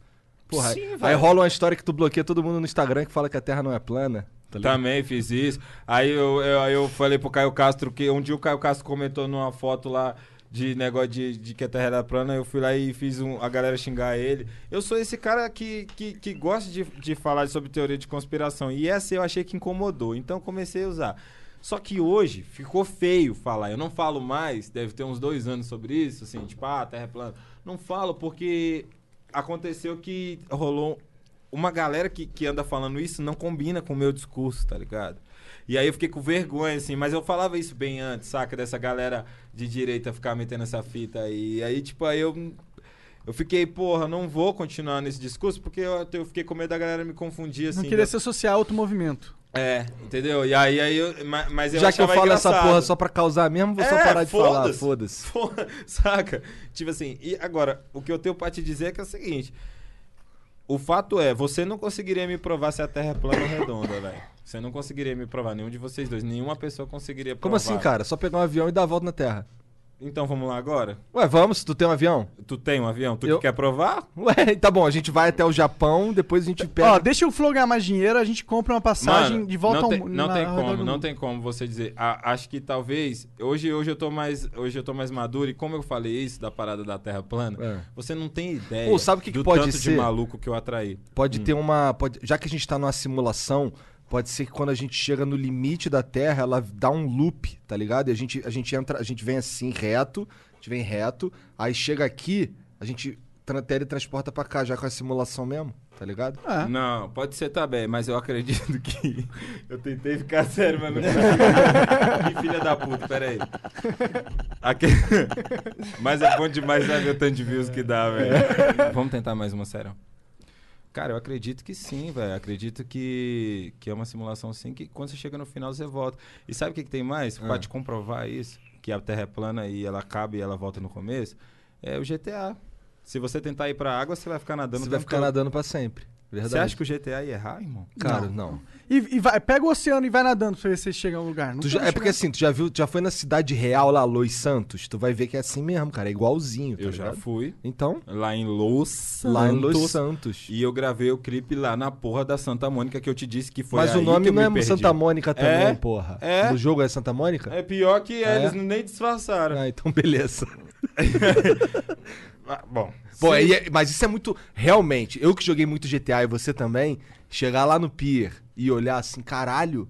Porra, Sim, aí, aí velho. rola uma história que tu bloqueia todo mundo no Instagram que fala que a Terra não é plana. Tá ligado? Também fiz isso. Aí eu, eu, aí eu falei pro Caio Castro que um dia o Caio Castro comentou numa foto lá de negócio de, de que a terra era plana. Eu fui lá e fiz um- a galera xingar ele. Eu sou esse cara que, que, que gosta de, de falar sobre teoria de conspiração. E essa eu achei que incomodou. Então comecei a usar. Só que hoje ficou feio falar. Eu não falo mais, deve ter uns dois anos sobre isso, assim, tipo, ah, a terra é plana. Não falo porque aconteceu que rolou uma galera que, que anda falando isso não combina com o meu discurso, tá ligado? E aí eu fiquei com vergonha, assim, mas eu falava isso bem antes, saca? Dessa galera de direita ficar metendo essa fita aí. E aí, tipo, aí eu. Eu fiquei, porra, não vou continuar nesse discurso, porque eu, eu fiquei com medo da galera me confundir, assim. Não queria da- se associar a outro movimento. É, entendeu? E aí, aí eu, ma- mas eu Já que eu achava falo essa engraçado. porra só pra causar mesmo, vou só É, parar de falar, foda-se. foda-se. Porra, Saca? Tipo assim, e agora, o que eu tenho pra te dizer é que é o seguinte. O fato é, você não conseguiria me provar se a Terra é plana ou redonda, velho. Você não conseguiria me provar, nenhum de vocês dois. Nenhuma pessoa conseguiria provar. Como assim, cara? Só pegar um avião e dar a volta na Terra. Então vamos lá agora? Ué, vamos, tu tem um avião? Tu tem um avião? Tu Eu- que quer provar? Ué, tá bom, a gente vai até o Japão, depois a gente pega. Ó, deixa o Flow ganhar mais dinheiro, a gente compra uma passagem Mano, de volta não ao tem, mu- Não na- tem ao redor como, do não mundo. tem como você dizer. A- acho que talvez. Hoje, hoje, eu tô mais, hoje eu tô mais maduro, e como eu falei isso da parada da Terra plana, você não tem ideia Pô, É. sabe o que que do pode tanto de ser? maluco que eu atraí. Pode ter uma. Pode, já que a gente tá numa simulação, pode ser que quando a gente chega no limite da Terra, ela dá um loop, tá ligado? E a gente, a gente entra, a gente vem assim, reto, a gente vem reto, aí chega aqui, a gente tra- teletransporta pra cá, já com a simulação mesmo, tá ligado? Ah, Não, pode ser também, mas eu acredito que. Eu tentei ficar sério, mas não Que filha da puta, peraí. Aque- mas é bom demais saber o tanto de views que dá, velho. Vamos tentar mais uma sério. Cara, eu acredito que sim, velho. Acredito que, que é uma simulação sim, que quando você chega no final você volta. E sabe o que, que tem mais? Pra Ah. te comprovar isso, que a Terra é plana e ela acaba e ela volta no começo, é o GTA. Se você tentar ir pra água, você vai ficar nadando Você o vai tempo ficar todo. nadando pra sempre. Verdade. Você acha que o GTA ia errar, irmão? Cara, não. E, e vai, pega o oceano e vai nadando pra ver se você chega a um lugar. Não Tu já- tem é porque chegar- assim, tu já viu, tu já foi na cidade real lá, Los Santos, tu vai ver que é assim mesmo, cara, é igualzinho. Eu já fui. Então? Lá em Los Santos. Lá em Los Santos. E eu gravei o clipe lá na porra da Santa Mônica que eu te disse que foi Mas aí o que nome eu não me é perdi. Santa Mônica também, É, porra. É. O jogo é Santa Mônica? É pior que é, É? eles nem disfarçaram. Ah, então beleza. Ah, bom. Pô, Se- aí é- mas isso é muito. Realmente, eu que joguei muito GTA e você também, chegar lá no Pier e olhar assim, caralho,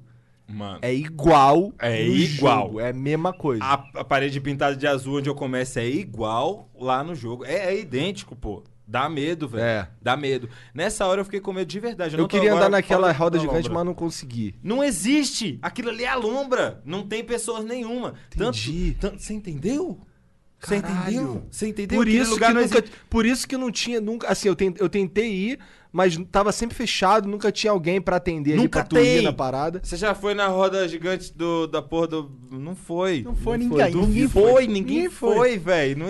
Mano. é igual. É no igual. Ah, jogo, é a mesma coisa. A, a parede pintada de azul onde eu começo é igual lá no jogo. É, é idêntico, pô. Dá medo, velho. É. Dá medo. Nessa hora eu fiquei com medo de verdade. eu Eu, não tô queria agora andar naquela falando roda da gigante, lombra. mas não consegui. Não existe! Aquilo ali é a lombra. Não tem pessoas nenhuma. Entendi. Tanto, tanto, você entendeu? Você Caralho. entendeu? Você entendeu? Por Aquele isso, lugar que não nunca, existe. por isso que não tinha nunca. Assim, eu, ten- eu tentei ir, mas tava sempre fechado, nunca tinha alguém pra atender ali Nunca pra tu ir tem. na parada. Você já foi na roda gigante do, da porra do... Não foi. Não foi Não ninguém. Não ninguém foi, foi. ninguém, foi, velho. Não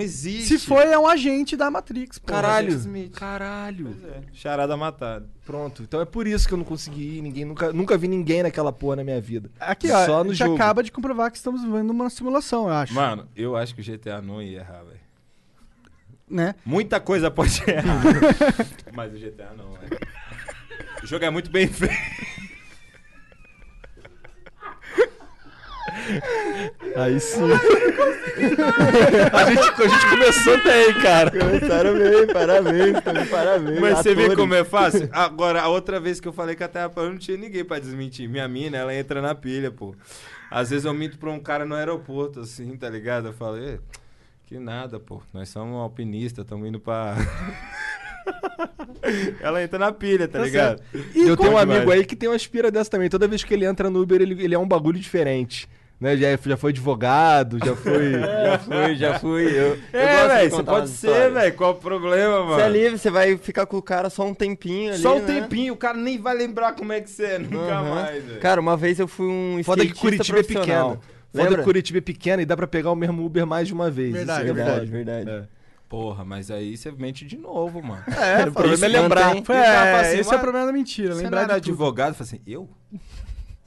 Se existe. foi, é um agente da Matrix, pô. Caralho. Jack Smith. Caralho. É, Charada matada. Pronto. Então é por isso que eu não consegui ir. Ninguém, nunca, nunca vi ninguém naquela porra na minha vida. Aqui, ó, Só Só no a gente jogo. acaba de comprovar que estamos vivendo uma simulação, eu acho. Mano, eu acho que o GTA não ia errar, velho. Né? Muita coisa pode errar. mas o GTA não, velho. O jogo é muito bem feito. Aí sim. a, gente, a gente começou bem, cara. Começaram bem, parabéns, tá de parabéns. Mas você vê atores. como é fácil? Agora, a outra vez que eu falei que a Terra plana não tinha ninguém pra desmentir. Minha mina, ela entra na pilha, pô. Às vezes eu minto pra um cara no aeroporto, assim, tá ligado? Eu falo, "Ê, que nada, pô. Nós somos alpinistas, estamos indo pra. ela entra na pilha, tá, Tá ligado? E eu como tenho um é que amigo vai? aí que tem uma aspira dessa também. Toda vez que ele entra no Uber, ele, ele é um bagulho diferente. Né? Já, já foi advogado, já foi. Já fui, já fui. Eu, eu É, gosto de velho, você contar pode umas ser, histórias. velho. Qual o problema, mano? Você é livre, você vai ficar com o cara só um tempinho ali. Só um né? tempinho, o cara nem vai lembrar como é que você é, nunca Aham. mais, velho. Cara, uma vez eu fui um Foda que skatista Curitiba é profissional. pequena. Foda Lembra? que Curitiba é pequena e dá pra pegar o mesmo Uber mais de uma vez. Verdade, Isso é verdade, foda. verdade. É. Porra, mas aí você mente de novo, mano. É, o problema é lembrar. Foi, E o cara é, fala esse é o "Mas problema da mentira, você lembrar não era de tudo." advogado, fala assim, eu?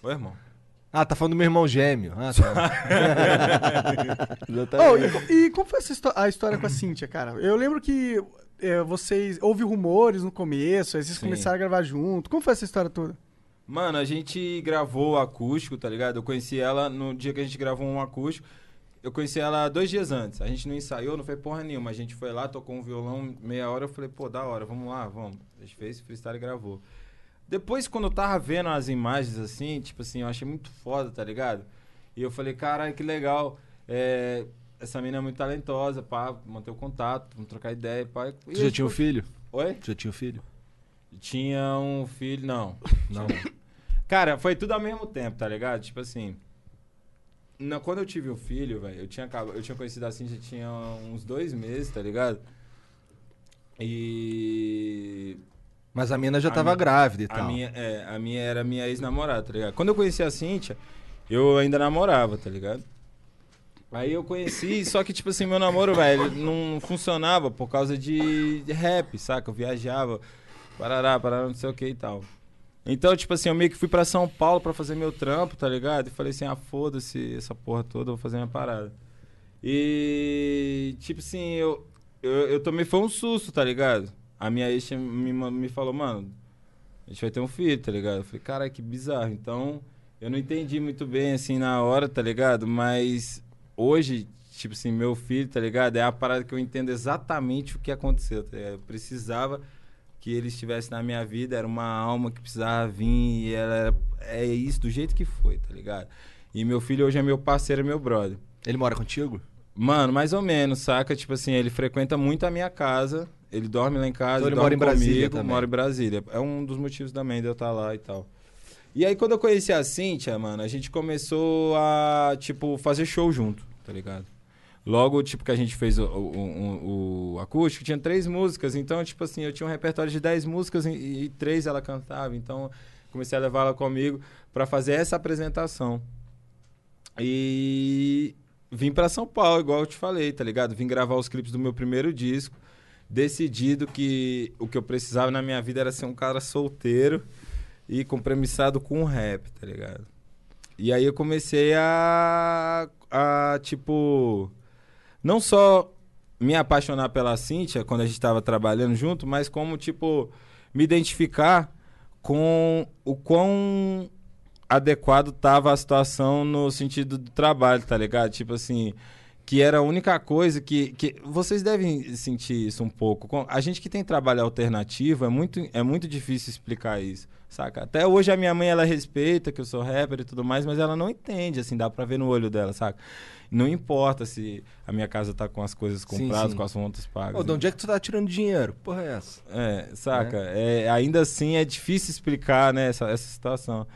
Ô, irmão. Ah, tá falando do meu irmão gêmeo. Ah, tá. É. Oh, e, co- e como foi essa histó- a história com a Cíntia, cara? Eu lembro que é, vocês. Houve rumores no começo, aí vocês Sim. começaram a gravar junto. Como foi essa história toda? Mano, a gente gravou o acústico, tá ligado? Eu conheci ela no dia que a gente gravou um acústico. Eu conheci ela dois dias antes. A gente não ensaiou, não foi porra nenhuma. A gente foi lá, tocou um violão meia hora. Eu falei, pô, da hora, vamos lá, vamos. A gente fez freestyle e gravou. Depois, quando eu tava vendo as imagens assim, tipo assim, eu achei muito foda, tá ligado? E eu falei, caralho, que legal. É, essa menina é muito talentosa, pá, manter o contato, vamos trocar ideia, pá. E Tu a já gente tinha um foi- filho? Oi? Tu já tinha um filho? Tinha um filho, não. Não. Cara, foi tudo ao mesmo tempo, tá ligado? Tipo assim. na- quando eu tive o filho, velho, eu tinha, acaba- eu tinha conhecido a Cintia tinha uns dois meses, tá ligado? E. Mas a mina já A tava minha- grávida e a tal. Minha, é, a minha era minha ex-namorada, tá ligado? Quando eu conheci a Cintia, eu ainda namorava, tá ligado? Aí eu conheci, só que, tipo assim, meu namoro, velho, ele não funcionava por causa de de rap, saca? Eu viajava, parará, parará, não sei o que e tal. Então, tipo assim, eu meio que fui pra São Paulo pra fazer meu trampo, tá ligado? E falei assim, ah, foda-se essa porra toda, eu vou fazer minha parada. E, tipo assim, eu, eu, eu tomei, foi um susto, tá ligado? A minha ex me, ma- me falou, mano, a gente vai ter um filho, tá ligado? Eu falei, caralho, que bizarro. Então, eu não entendi muito bem, assim, na hora, tá ligado? Mas hoje, tipo assim, meu filho, tá ligado? É a parada que eu entendo exatamente o que aconteceu, tá ligado? Eu precisava que ele estivesse na minha vida, era uma alma que precisava vir e ela era... É isso, do jeito que foi, tá ligado? E meu filho hoje é meu parceiro, é meu brother. Ele mora contigo? Mano, mais ou menos, saca? Tipo assim, ele frequenta muito a minha casa, ele dorme lá em casa, Então ele ele dorme mora em Brasília comigo, também. mora em Brasília. É um dos motivos também de eu estar lá e tal. E aí, quando eu conheci a Cíntia, mano, a gente começou a, tipo, fazer show junto, tá ligado? Logo, tipo, que a gente fez o, o- um, o- o acústico, tinha três músicas. Então, tipo assim, eu tinha um repertório de dez músicas e, e três ela cantava. Então, comecei a levá-la comigo pra fazer essa apresentação. E vim pra São Paulo, igual eu te falei, tá ligado? Vim gravar os clipes do meu primeiro disco, decidido que o que eu precisava na minha vida era ser um cara solteiro e compromissado com o rap, tá ligado? E aí eu comecei a, a tipo, não só me apaixonar pela Cíntia quando a gente tava trabalhando junto, mas como, tipo, me identificar com o quão adequado tava a situação no sentido do trabalho, tá ligado? Tipo assim, que era a única coisa que, que vocês devem sentir isso um pouco. Com- A gente que tem trabalho alternativo é muito é muito difícil explicar isso, saca? Até hoje a minha mãe ela respeita que eu sou rapper e tudo mais, mas ela não entende assim, dá pra ver no olho dela, saca? Não importa se a minha casa tá com as coisas Sim, compradas, sim. com as contas pagas. Ô, de onde é que tu tá tirando dinheiro? Porra, é essa? É, saca? É, ainda assim é difícil explicar né, essa, essa situação.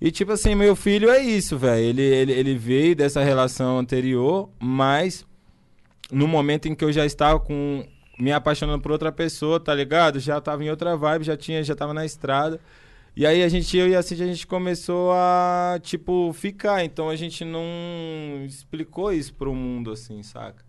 E tipo assim, meu filho é isso, velho. Ele, ele, ele veio dessa relação anterior, mas no momento em que eu já estava com me apaixonando por outra pessoa, tá ligado? Já tava em outra vibe, já tinha, já tava na estrada. E aí a gente, eu e a Cintia, a gente começou a, tipo, ficar. Então a gente não explicou isso pro mundo, assim, saca?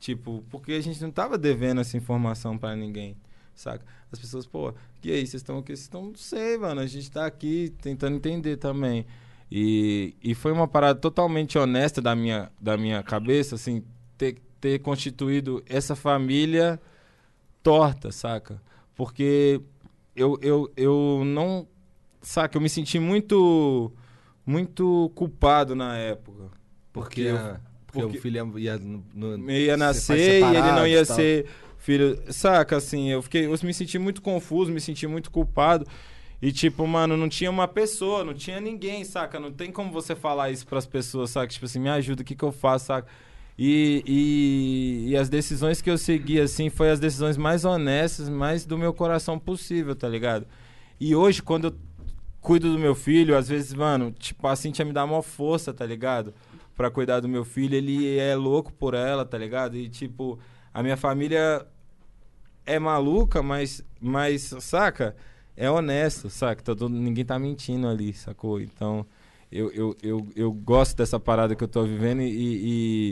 Tipo, porque a gente não tava devendo essa informação pra ninguém, saca? As pessoas, pô, e aí, vocês estão o quê? Vocês estão, não sei, mano, a gente tá aqui tentando entender também. E, e foi uma parada totalmente honesta da minha, da minha cabeça, assim, ter, ter constituído essa família torta, saca? Porque eu, eu, eu não. Saca, eu me senti muito. Muito culpado na época. Porque, eu- a- porque, é porque- o filho ia, ia, no- no- ia ser nascer pais e ele não separados ia e tal. ser filho. Saca, assim, eu fiquei. Eu me senti muito confuso, me senti muito culpado. E, tipo, mano, não tinha uma pessoa, não tinha ninguém, saca? Não tem como você falar isso pras pessoas, saca? Tipo assim, me ajuda, o que, que eu faço, saca? E, e, e as decisões que eu segui, assim, foi as decisões mais honestas, mais do meu coração possível, tá ligado? E hoje, quando eu cuido do meu filho, às vezes, mano, tipo, a Cintia me dá uma força, tá ligado? Pra cuidar do meu filho, ele é louco por ela, tá ligado? E, tipo, a minha família é maluca, mas, mas saca? É honesto, saca? Tá todo- ninguém tá mentindo ali, sacou? Então, eu, eu, eu, eu gosto dessa parada que eu tô vivendo e, e-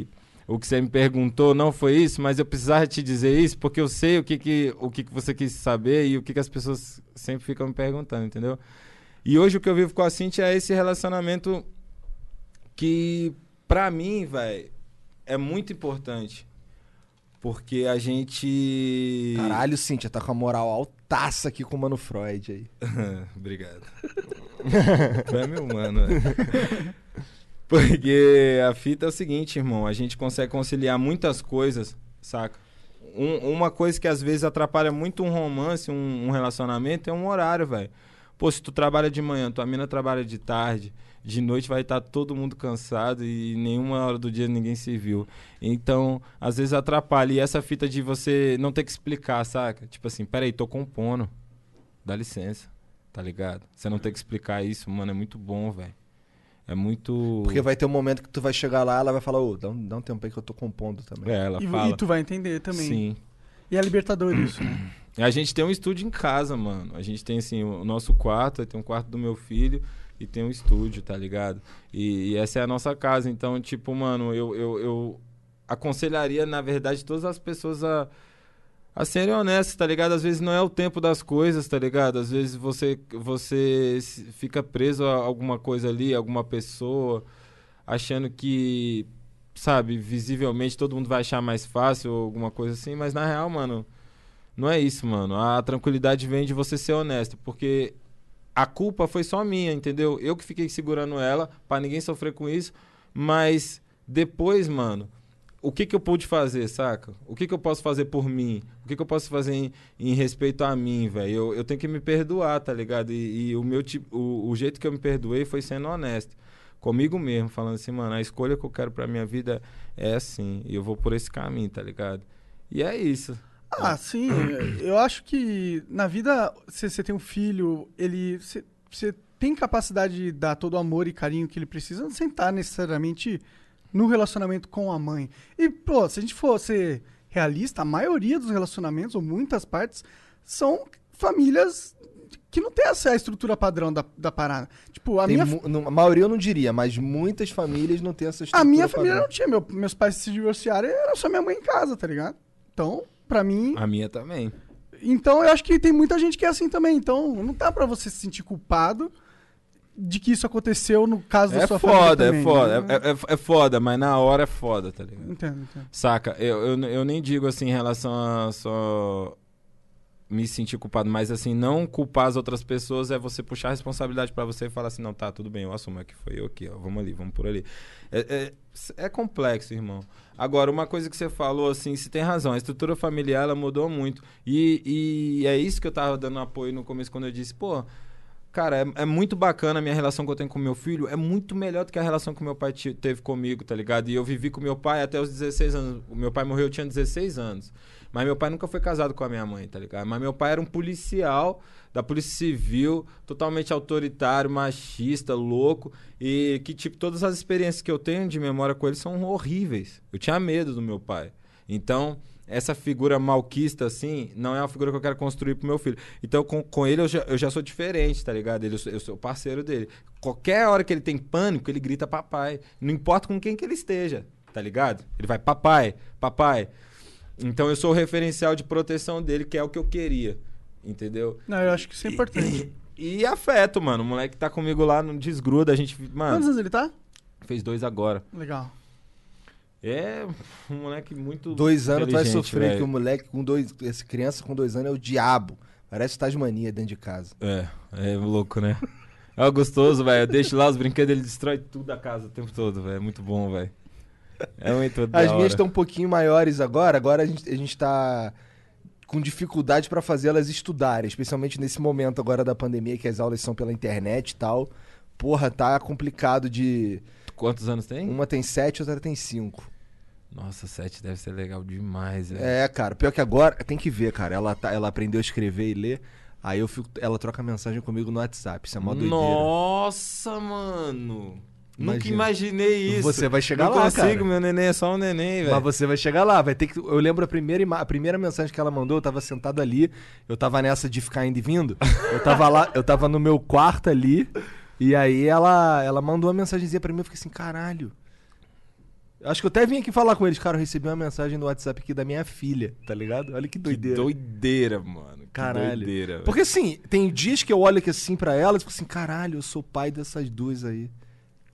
e o que você me perguntou não foi isso, mas eu precisava te dizer isso porque eu sei o que, que, o que, que você quis saber e o que, que as pessoas sempre ficam me perguntando, entendeu? E hoje o que eu vivo com a Cintia é esse relacionamento que, pra mim, velho, é muito importante. Porque a gente. Caralho, Cíntia, tá com a moral altaça aqui com o Mano Freud aí. Obrigado. tu é meu mano, velho. Porque a fita é o seguinte, irmão, a gente consegue conciliar muitas coisas, saca? Um- uma coisa que às vezes atrapalha muito um romance, um, um relacionamento, é um horário, velho. Pô, se tu trabalha de manhã, tua mina trabalha de tarde, de noite vai estar todo mundo cansado e nenhuma hora do dia ninguém se viu. Então, às vezes atrapalha. E essa fita de você não ter que explicar, saca? Tipo assim, peraí, tô compondo. Dá licença, tá ligado? Você não ter que explicar isso, mano, é muito bom, velho. É muito. Porque vai ter um momento que tu vai chegar lá, ela vai falar, ô, dá, um, dá um tempo aí que eu tô compondo também. É, ela E, vo- fala. e tu vai entender também. Sim. E é libertador isso, né? A gente tem um estúdio em casa, mano. A gente tem, assim, o nosso quarto, aí tem um quarto do meu filho e tem um estúdio, tá ligado? E, e essa é a nossa casa. Então, tipo, mano, eu, eu, eu aconselharia, na verdade, todas as pessoas a, a serem honestas, tá ligado? Às vezes não é o tempo das coisas, tá ligado? Às vezes você, você se- fica preso a alguma coisa ali, alguma pessoa, achando que, sabe, visivelmente todo mundo vai achar mais fácil ou alguma coisa assim, mas na real, mano, não é isso, mano. A tranquilidade vem de você ser honesto, porque a culpa foi só minha, entendeu? Eu que fiquei segurando ela pra ninguém sofrer com isso, mas depois, mano, o que que eu pude fazer, saca? O que que eu posso fazer por mim? O que que eu posso fazer em, em respeito a mim, velho? Eu, eu tenho que me perdoar, tá ligado? E, e o meu tipo, o, o jeito que eu me perdoei foi sendo honesto. Comigo mesmo, falando assim, mano, a escolha que eu quero pra minha vida é assim, e eu vou por esse caminho, tá ligado? E é isso. Ah, sim. Eu acho que na vida, se você tem um filho, ele. Você você tem capacidade de dar todo o amor e carinho que ele precisa sem estar necessariamente no relacionamento com a mãe. E, pô, se a gente for ser realista, a maioria dos relacionamentos, ou muitas partes, são famílias que não tem essa estrutura padrão da, da parada. Tipo, a Tem minha. mu- não- a maioria eu não diria, mas muitas famílias não têm essa estrutura. A minha família é padrão. não tinha. Meu, meus pais se divorciaram e era só minha mãe em casa, tá ligado? Então, pra mim. A minha também. Então, eu acho que tem muita gente que é assim também. Então, não dá pra você se sentir culpado de que isso aconteceu no caso da É sua foda, família. é também, foda, né? é, é- é foda, mas na hora é foda, tá ligado? Entendo, entendo. Saca, eu, eu, eu nem digo assim em relação a só me sentir culpado, mas assim, não culpar as outras pessoas é você puxar a responsabilidade pra você e falar assim, não, tá, tudo bem, eu assumo, é que foi eu aqui, ó, vamos ali, vamos por ali. É, é, é complexo, irmão. Agora, uma coisa que você falou, assim, você tem razão, a estrutura familiar, ela mudou muito. E, e é isso que eu tava dando apoio no começo, quando eu disse, pô, Cara, é, é muito bacana a minha relação que eu tenho com meu filho. É muito melhor do que a relação que meu pai te- teve comigo, tá ligado? E eu vivi com meu pai até os 16 anos. O meu pai morreu, eu tinha 16 anos. Mas meu pai nunca foi casado com a minha mãe, tá ligado? Mas meu pai era um policial da Polícia Civil, totalmente autoritário, machista, louco. E que, tipo, todas as experiências que eu tenho de memória com ele são horríveis. Eu tinha medo do meu pai. Então, essa figura malquista, assim, não é uma figura que eu quero construir pro meu filho. Então, com, com ele, eu já, eu já sou diferente, tá ligado? Ele, eu, sou, eu sou parceiro dele. Qualquer hora que ele tem pânico, ele grita papai. Não importa com quem que ele esteja, tá ligado? Ele vai papai, papai. Então, eu sou o referencial de proteção dele, que é o que eu queria, entendeu? Não, eu acho que isso é importante. E afeto, mano. O moleque tá comigo lá, não desgruda. A gente, Quantos mano, anos ele tá? fez dois agora. Legal. É um moleque muito. Dois anos tu vai inteligente, sofrer, velho. que o moleque com dois. Essa criança com dois anos é o diabo. Parece Tasmania dentro de casa. É, é louco, né? É o gostoso, velho. Eu deixo lá os brinquedos, ele destrói tudo a casa o tempo todo, velho. É muito bom, velho. É muito da As hora. minhas estão um pouquinho maiores agora, agora a gente, a gente tá com dificuldade pra fazer elas estudarem, especialmente nesse momento agora da pandemia, que as aulas são pela internet e tal. Porra, tá complicado de. Quantos anos tem? Uma tem sete, outra tem cinco. Nossa, sete deve ser legal demais, velho. É, cara, pior que agora, tem que ver, cara. Ela, tá- ela aprendeu a escrever e ler. Aí eu fico, ela troca mensagem comigo no WhatsApp. Isso é mó doideira. Nossa, mano. Nunca Imagina. imaginei isso. Você vai chegar Não lá, consigo, cara. meu neném é só um neném, Mas velho. você vai chegar lá, vai ter que. Eu lembro a primeira, ima- a primeira mensagem que ela mandou, eu tava sentado ali, eu tava nessa de ficar indo e vindo. Eu tava lá, eu tava no meu quarto ali, e aí ela, ela mandou uma mensagenzinha pra mim, eu fiquei assim, caralho. Acho que eu até vim aqui falar com eles. Cara, eu recebi uma mensagem no WhatsApp aqui da minha filha, tá ligado? Olha que doideira. doideira, mano. Que Caralho. doideira, velho. Porque assim, tem dias que eu olho aqui assim pra elas e fico assim, caralho, eu sou pai dessas duas aí.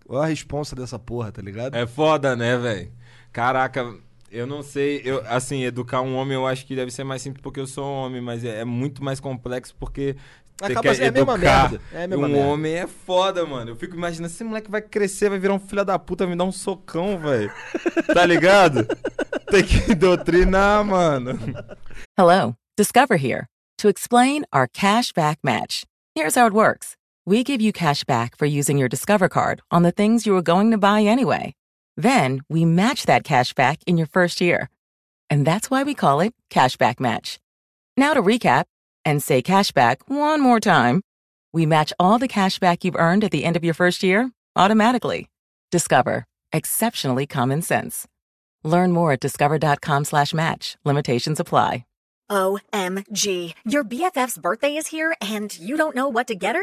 Olha a responsa dessa porra, tá ligado? É foda, né, velho? Caraca, eu não sei. Eu, assim, educar um homem eu acho que deve ser mais simples porque eu sou um homem, mas é, é muito mais complexo porque. você Acaba quer sendo- é a mesma educar merda, é a mesma um merda. homem é foda, mano. Eu fico imaginando, esse moleque vai crescer, vai virar um filho da puta, vai me dar um socão, velho. tá ligado? Tem que doutrinar, mano. Hello, Discover here to explain our cash back match. Here's how it works we give you cash back for using your Discover card on the things you were going to buy anyway. Then we match that cash back in your first year. And that's why we call it cash back match. Now to recap and say cash back one more time. We match all the cash back you've earned at the end of your first year automatically. Discover. Exceptionally common sense. Learn more at discover.com slash match. Limitations apply. OMG. Your BFF's birthday is here and you don't know what to get her?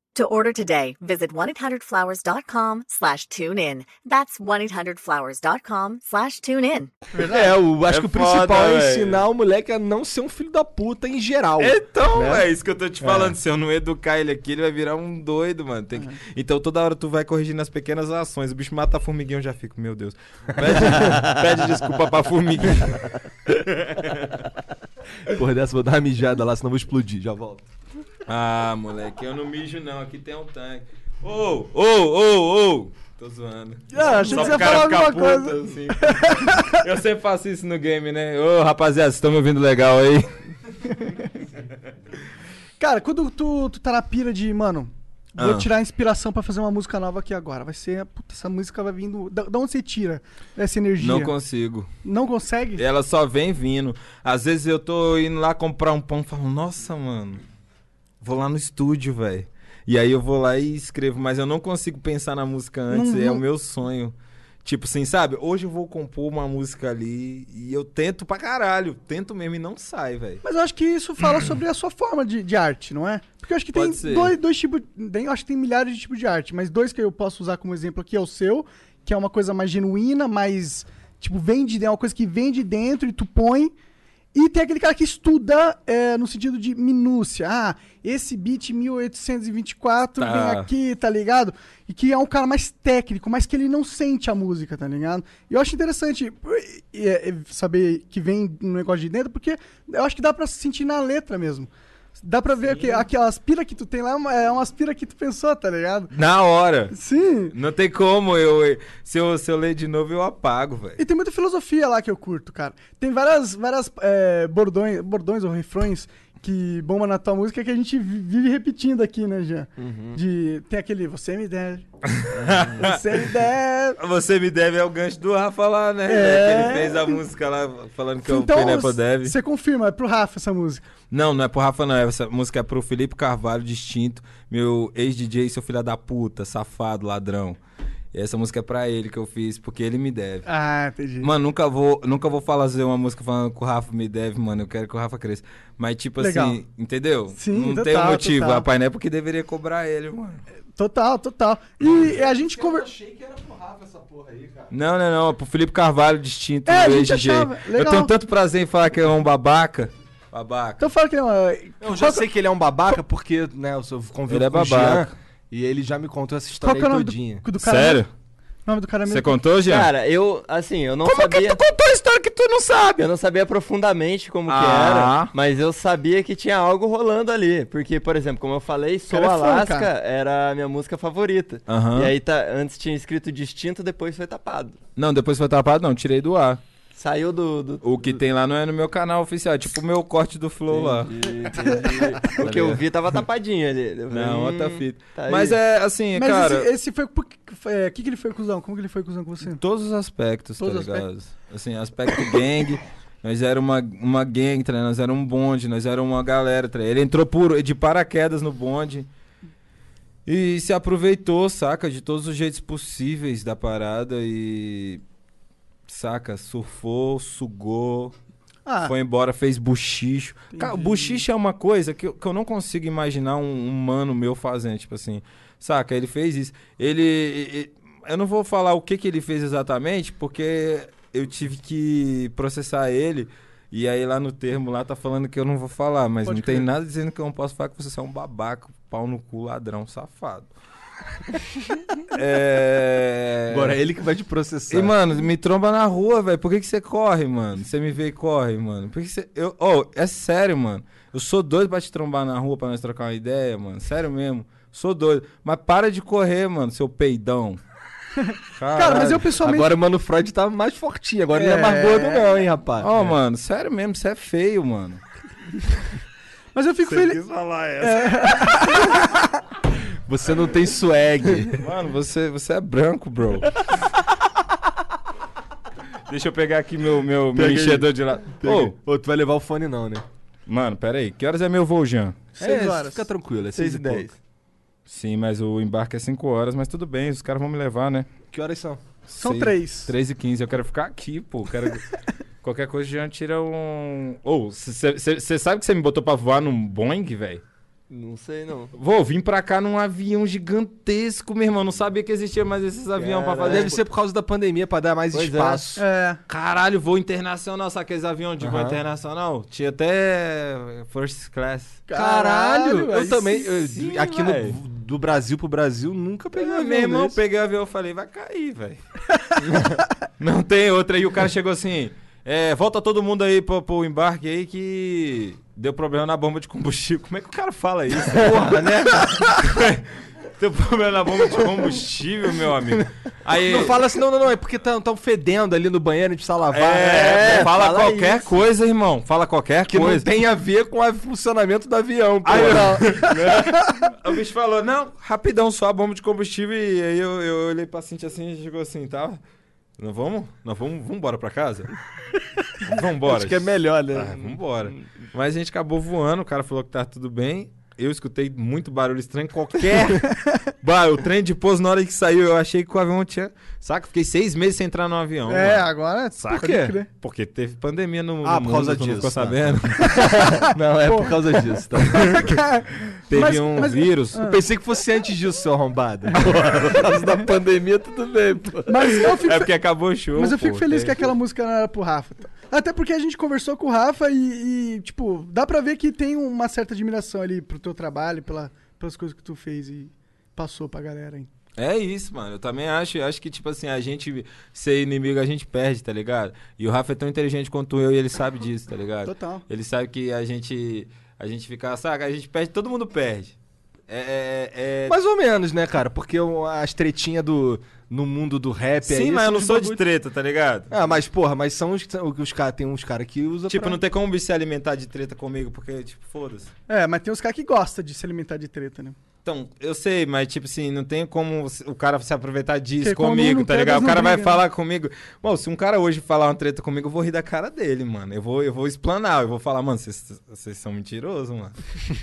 To order today, visit 1-800-Flowers.com slash tune in. That's 1-800-Flowers.com slash tune in. É, eu acho É que o principal foda, é velho. ensinar o moleque a não ser um filho da puta em geral. Então, né? é isso que eu tô te falando. Se eu não educar ele aqui, ele vai virar um doido, mano. Tem que- É. Então toda hora tu vai corrigindo as pequenas ações. O bicho mata a formiguinha, eu já fico, meu Deus. Pede, pede desculpa pra formiguinha. Porra, dessa eu vou dar uma mijada lá, senão eu vou explodir. Já volto. Ah, moleque, eu não mijo não. Aqui tem um tanque. Ô, ô, ô, ô. Tô zoando. Ah, achei Só que você pro ia cara falar ficar alguma puto, assim. eu sempre faço isso no game, né? Ô, rapaziada, vocês estão me ouvindo legal aí? Cara, quando tu, tu tá na pira de, mano, vou Ah. tirar a inspiração pra fazer uma música nova aqui agora. Vai ser, puta, essa música vai vindo. Da, da onde você tira essa energia? Não consigo. Não consegue? Ela só vem vindo. Às vezes eu tô indo lá comprar um pão e falo, nossa, mano, vou lá no estúdio, velho. E aí eu vou lá e escrevo, mas eu não consigo pensar na música antes, Não- é não- o meu sonho. Tipo assim, sabe? Hoje eu vou compor uma música ali e eu tento pra caralho, tento mesmo e não sai, velho. Mas eu acho que isso fala sobre a sua forma de, de arte, não é? Porque eu acho que tem Pode ser. dois, dois tipos. Tem, eu acho que tem milhares de tipos de arte, mas dois que eu posso usar como exemplo aqui é o seu, que é uma coisa mais genuína, mais. Tipo, vem de dentro, é uma coisa que vem de dentro e tu põe. E tem aquele cara que estuda é, no sentido de minúcia. Ah, esse beat 1824 Tá. vem aqui, tá ligado? E que é um cara mais técnico, mas que ele não sente a música, tá ligado? E eu acho interessante é, é, saber que vem um negócio de dentro, porque eu acho que dá pra sentir na letra mesmo. Dá pra ver que aquelas pira que tu tem lá é uma- é umas pira que tu pensou, tá ligado? Na hora. Sim. Não tem como, eu. Se eu, se eu ler de novo, eu apago, velho. E tem muita filosofia lá que eu curto, cara. Tem várias, várias é, bordões, bordões ou refrões que bomba na tua música que a gente vi- vive repetindo aqui, né, Jean? De, tem aquele, você me deve, você me deve. Você me deve é o gancho do Rafa lá, né? É. Que ele fez a música lá falando que é o Então, Pineapple deve. você confirma, é pro Rafa essa música. Não, não é pro Rafa, não. Essa música é pro Felipe Carvalho, distinto. Meu ex-DJ, seu filho da puta, safado, ladrão. E essa música é pra ele que eu fiz, porque ele me deve. Ah, entendi. Mano, nunca vou, nunca vou fazer uma música falando que o Rafa me deve, mano. Eu quero que o Rafa cresça. Mas, tipo Legal. assim, entendeu? Sim, tá não total, tem um motivo. total. A Pineapple que deveria cobrar ele, mano. Total, total. E a gente conversou. achei que era pro Rafa essa porra aí, cara. Não, não, não. É pro Felipe Carvalho, distinto, É, a meu gente ex-DJ. achava. Eu Legal. tenho tanto prazer em falar que é um babaca. Babaca. Então fala que não. Eu já sei que ele é um babaca porque, né, eu sou convido Ele é com o Jean, babaca. e ele já me contou essa história Qual que é o aí nome todinha. do, do cara? Sério? O nome do cara mesmo? Você contou, Jean? Cara, eu, assim, eu não é Como sabia. que tu contou a história que tu não sabe? Eu não sabia profundamente como que Ah. era, mas eu sabia que tinha algo rolando ali. Porque, por exemplo, como eu falei, Sou Cara, é fã, Alaska cara. era a minha música favorita. Aham. E aí tá, antes tinha escrito distinto, depois foi tapado. Não, depois foi atrapalhado, não, tirei do ar. Saiu do. do- O que tem lá não é no meu canal oficial, é tipo o meu corte do Flow lá. de- de- o que eu vi tava tapadinho ali. Eu falei, Não, É outra "Hum, fita. tá aí." Mas é assim, Mas cara, esse, esse foi. por que que foi- é, que, que ele foi cuzão? Como que ele foi cuzão com você? todos os aspectos, Todos os tá ligado? Assim, aspecto gangue. Nós era uma, uma gangue, tá ligado? nós era um bonde, nós era uma galera. tá ligado? Ele entrou por, de paraquedas no bonde. E se aproveitou, saca, de todos os jeitos possíveis da parada e. Saca, surfou, sugou, Ah. foi embora, fez buchicho. Cara, buchicho é uma coisa que eu, que eu não consigo imaginar um humano meu fazendo, tipo assim. Saca, ele fez isso. Ele. e- Eu não vou falar o que, que ele fez exatamente, porque eu tive que processar ele. E aí lá no termo lá tá falando que eu não vou falar, mas Pode não tem crer. nada dizendo que eu não posso falar que você é um babaca, pau no cu, ladrão, safado. É... Agora é ele que vai te processar. E, mano, me tromba na rua, velho. Por que que você corre, mano? Você me vê e corre, mano. Por que que você. Eu... Oh, é sério, mano. Eu sou doido pra te trombar na rua pra nós trocar uma ideia, mano. Sério mesmo. Sou doido. Mas para de correr, mano, seu peidão. Cara, mas eu pessoalmente- Agora o Mano Freud tá mais fortinho, agora ele não é mais gordo não, hein, rapaz. Ó, mano, sério mesmo, você é feio, mano. Mas eu fico feliz. falar essa. Você não tem swag. Mano, você, você é branco, bro. Deixa eu pegar aqui meu, meu, meu Pega aí. enchedor de lado. Pega aí. Ô, Ô, tu vai levar o fone não, né? mano, pera aí. Que horas é meu voo, Jean? Seis É, horas. Fica tranquilo, é Seis 6 e e dez. 10. Sim, mas o embarque é 5 horas, mas tudo bem, os caras vão me levar, né? Que horas são? São Seis- três. três e 15. Eu quero ficar aqui, pô. Quero... Qualquer coisa, Jean tira um. Ô, você sabe que você me botou pra voar num Boeing, velho? Não sei, não. Vou, vim pra cá num avião gigantesco, meu irmão. Não sabia que existia mais esses aviões pra fazer. Deve ser por causa da pandemia, pra dar mais Pois é. espaço. É. Caralho, voo internacional, sabe aqueles aviões de voo Aham. internacional? Tinha até first class. Caralho, eu velho. também. eu- sim, aqui no- véi. do Brasil pro Brasil, nunca peguei um Eu avião É mesmo eu desse. peguei o avião e falei, vai cair, velho. Não tem outra. E o cara chegou assim, é, volta todo mundo aí pro, pro embarque aí que deu problema na bomba de combustível. Como é que o cara fala isso? Porra, né? deu problema na bomba de combustível, meu amigo. Aí, Não fala assim, não, não, não, é porque estão fedendo ali no banheiro, a gente precisa lavar. é, É, fala, aí. qualquer coisa, irmão. Fala qualquer Que coisa. não tem a ver com o funcionamento do avião, pô. Aí eu- O bicho falou, não, rapidão, só a bomba de combustível. E aí eu, eu olhei pra Cintia assim e chegou assim, tá? Não vamos? Nós vamos, vamos embora pra casa? Vamos embora. Acho que é melhor, né? Ah, vamos embora. Mas a gente acabou voando, o cara falou que tá tudo bem. Eu escutei muito barulho estranho, qualquer. bah, o trem de pouso, na hora que saiu, eu achei que o avião tinha. Saca? Fiquei seis meses sem entrar no avião. É, mano. agora. Saca? Pode crer. Porque teve pandemia no, Ah, no por causa mundo, tu não Ficou disso, tá. sabendo? Não, é por causa disso, tá? Teve Mas- um mas- vírus. Eu pensei que fosse antes disso, seu arrombado. Porra, por causa da pandemia, tudo bem, pô. Mas eu fico É porque acabou o show. Mas eu pô, é fico feliz teve- que aquela música não era pro Rafa. tá? Até porque a gente conversou com o Rafa e, e, tipo, dá pra ver que tem uma certa admiração ali pro teu trabalho, pela, pelas coisas que tu fez e passou pra galera, hein? É isso, mano. Eu também acho. Eu acho que, tipo assim, a gente ser inimigo, a gente perde, tá ligado? E o Rafa é tão inteligente quanto eu e ele sabe disso, tá ligado? Total. Ele sabe que a gente. A gente fica, saca? A gente perde, todo mundo perde. É. é, é- Mais ou menos, né, cara? Porque o- as tretinhas do, no mundo do rap aí... tipo Sim, mas eu são não uns sou de bagulho- treta, tá ligado? Ah, mas porra, mas são os, são- os caras... Tem uns caras que usam Tipo, pra... não tem como o bicho se alimentar de treta comigo, porque, tipo, foda-se. É, mas tem uns caras que gostam de se alimentar de treta, né? Então, eu sei, mas tipo assim, não tem como o cara se aproveitar disso Porque quando comigo, não tá quer, ligado? mas O não cara vai briga, né? falar comigo. Bom, se um cara hoje falar uma treta comigo, eu vou rir da cara dele, mano. Eu vou, eu vou explanar, eu vou falar, mano, vocês vocês são mentirosos, mano.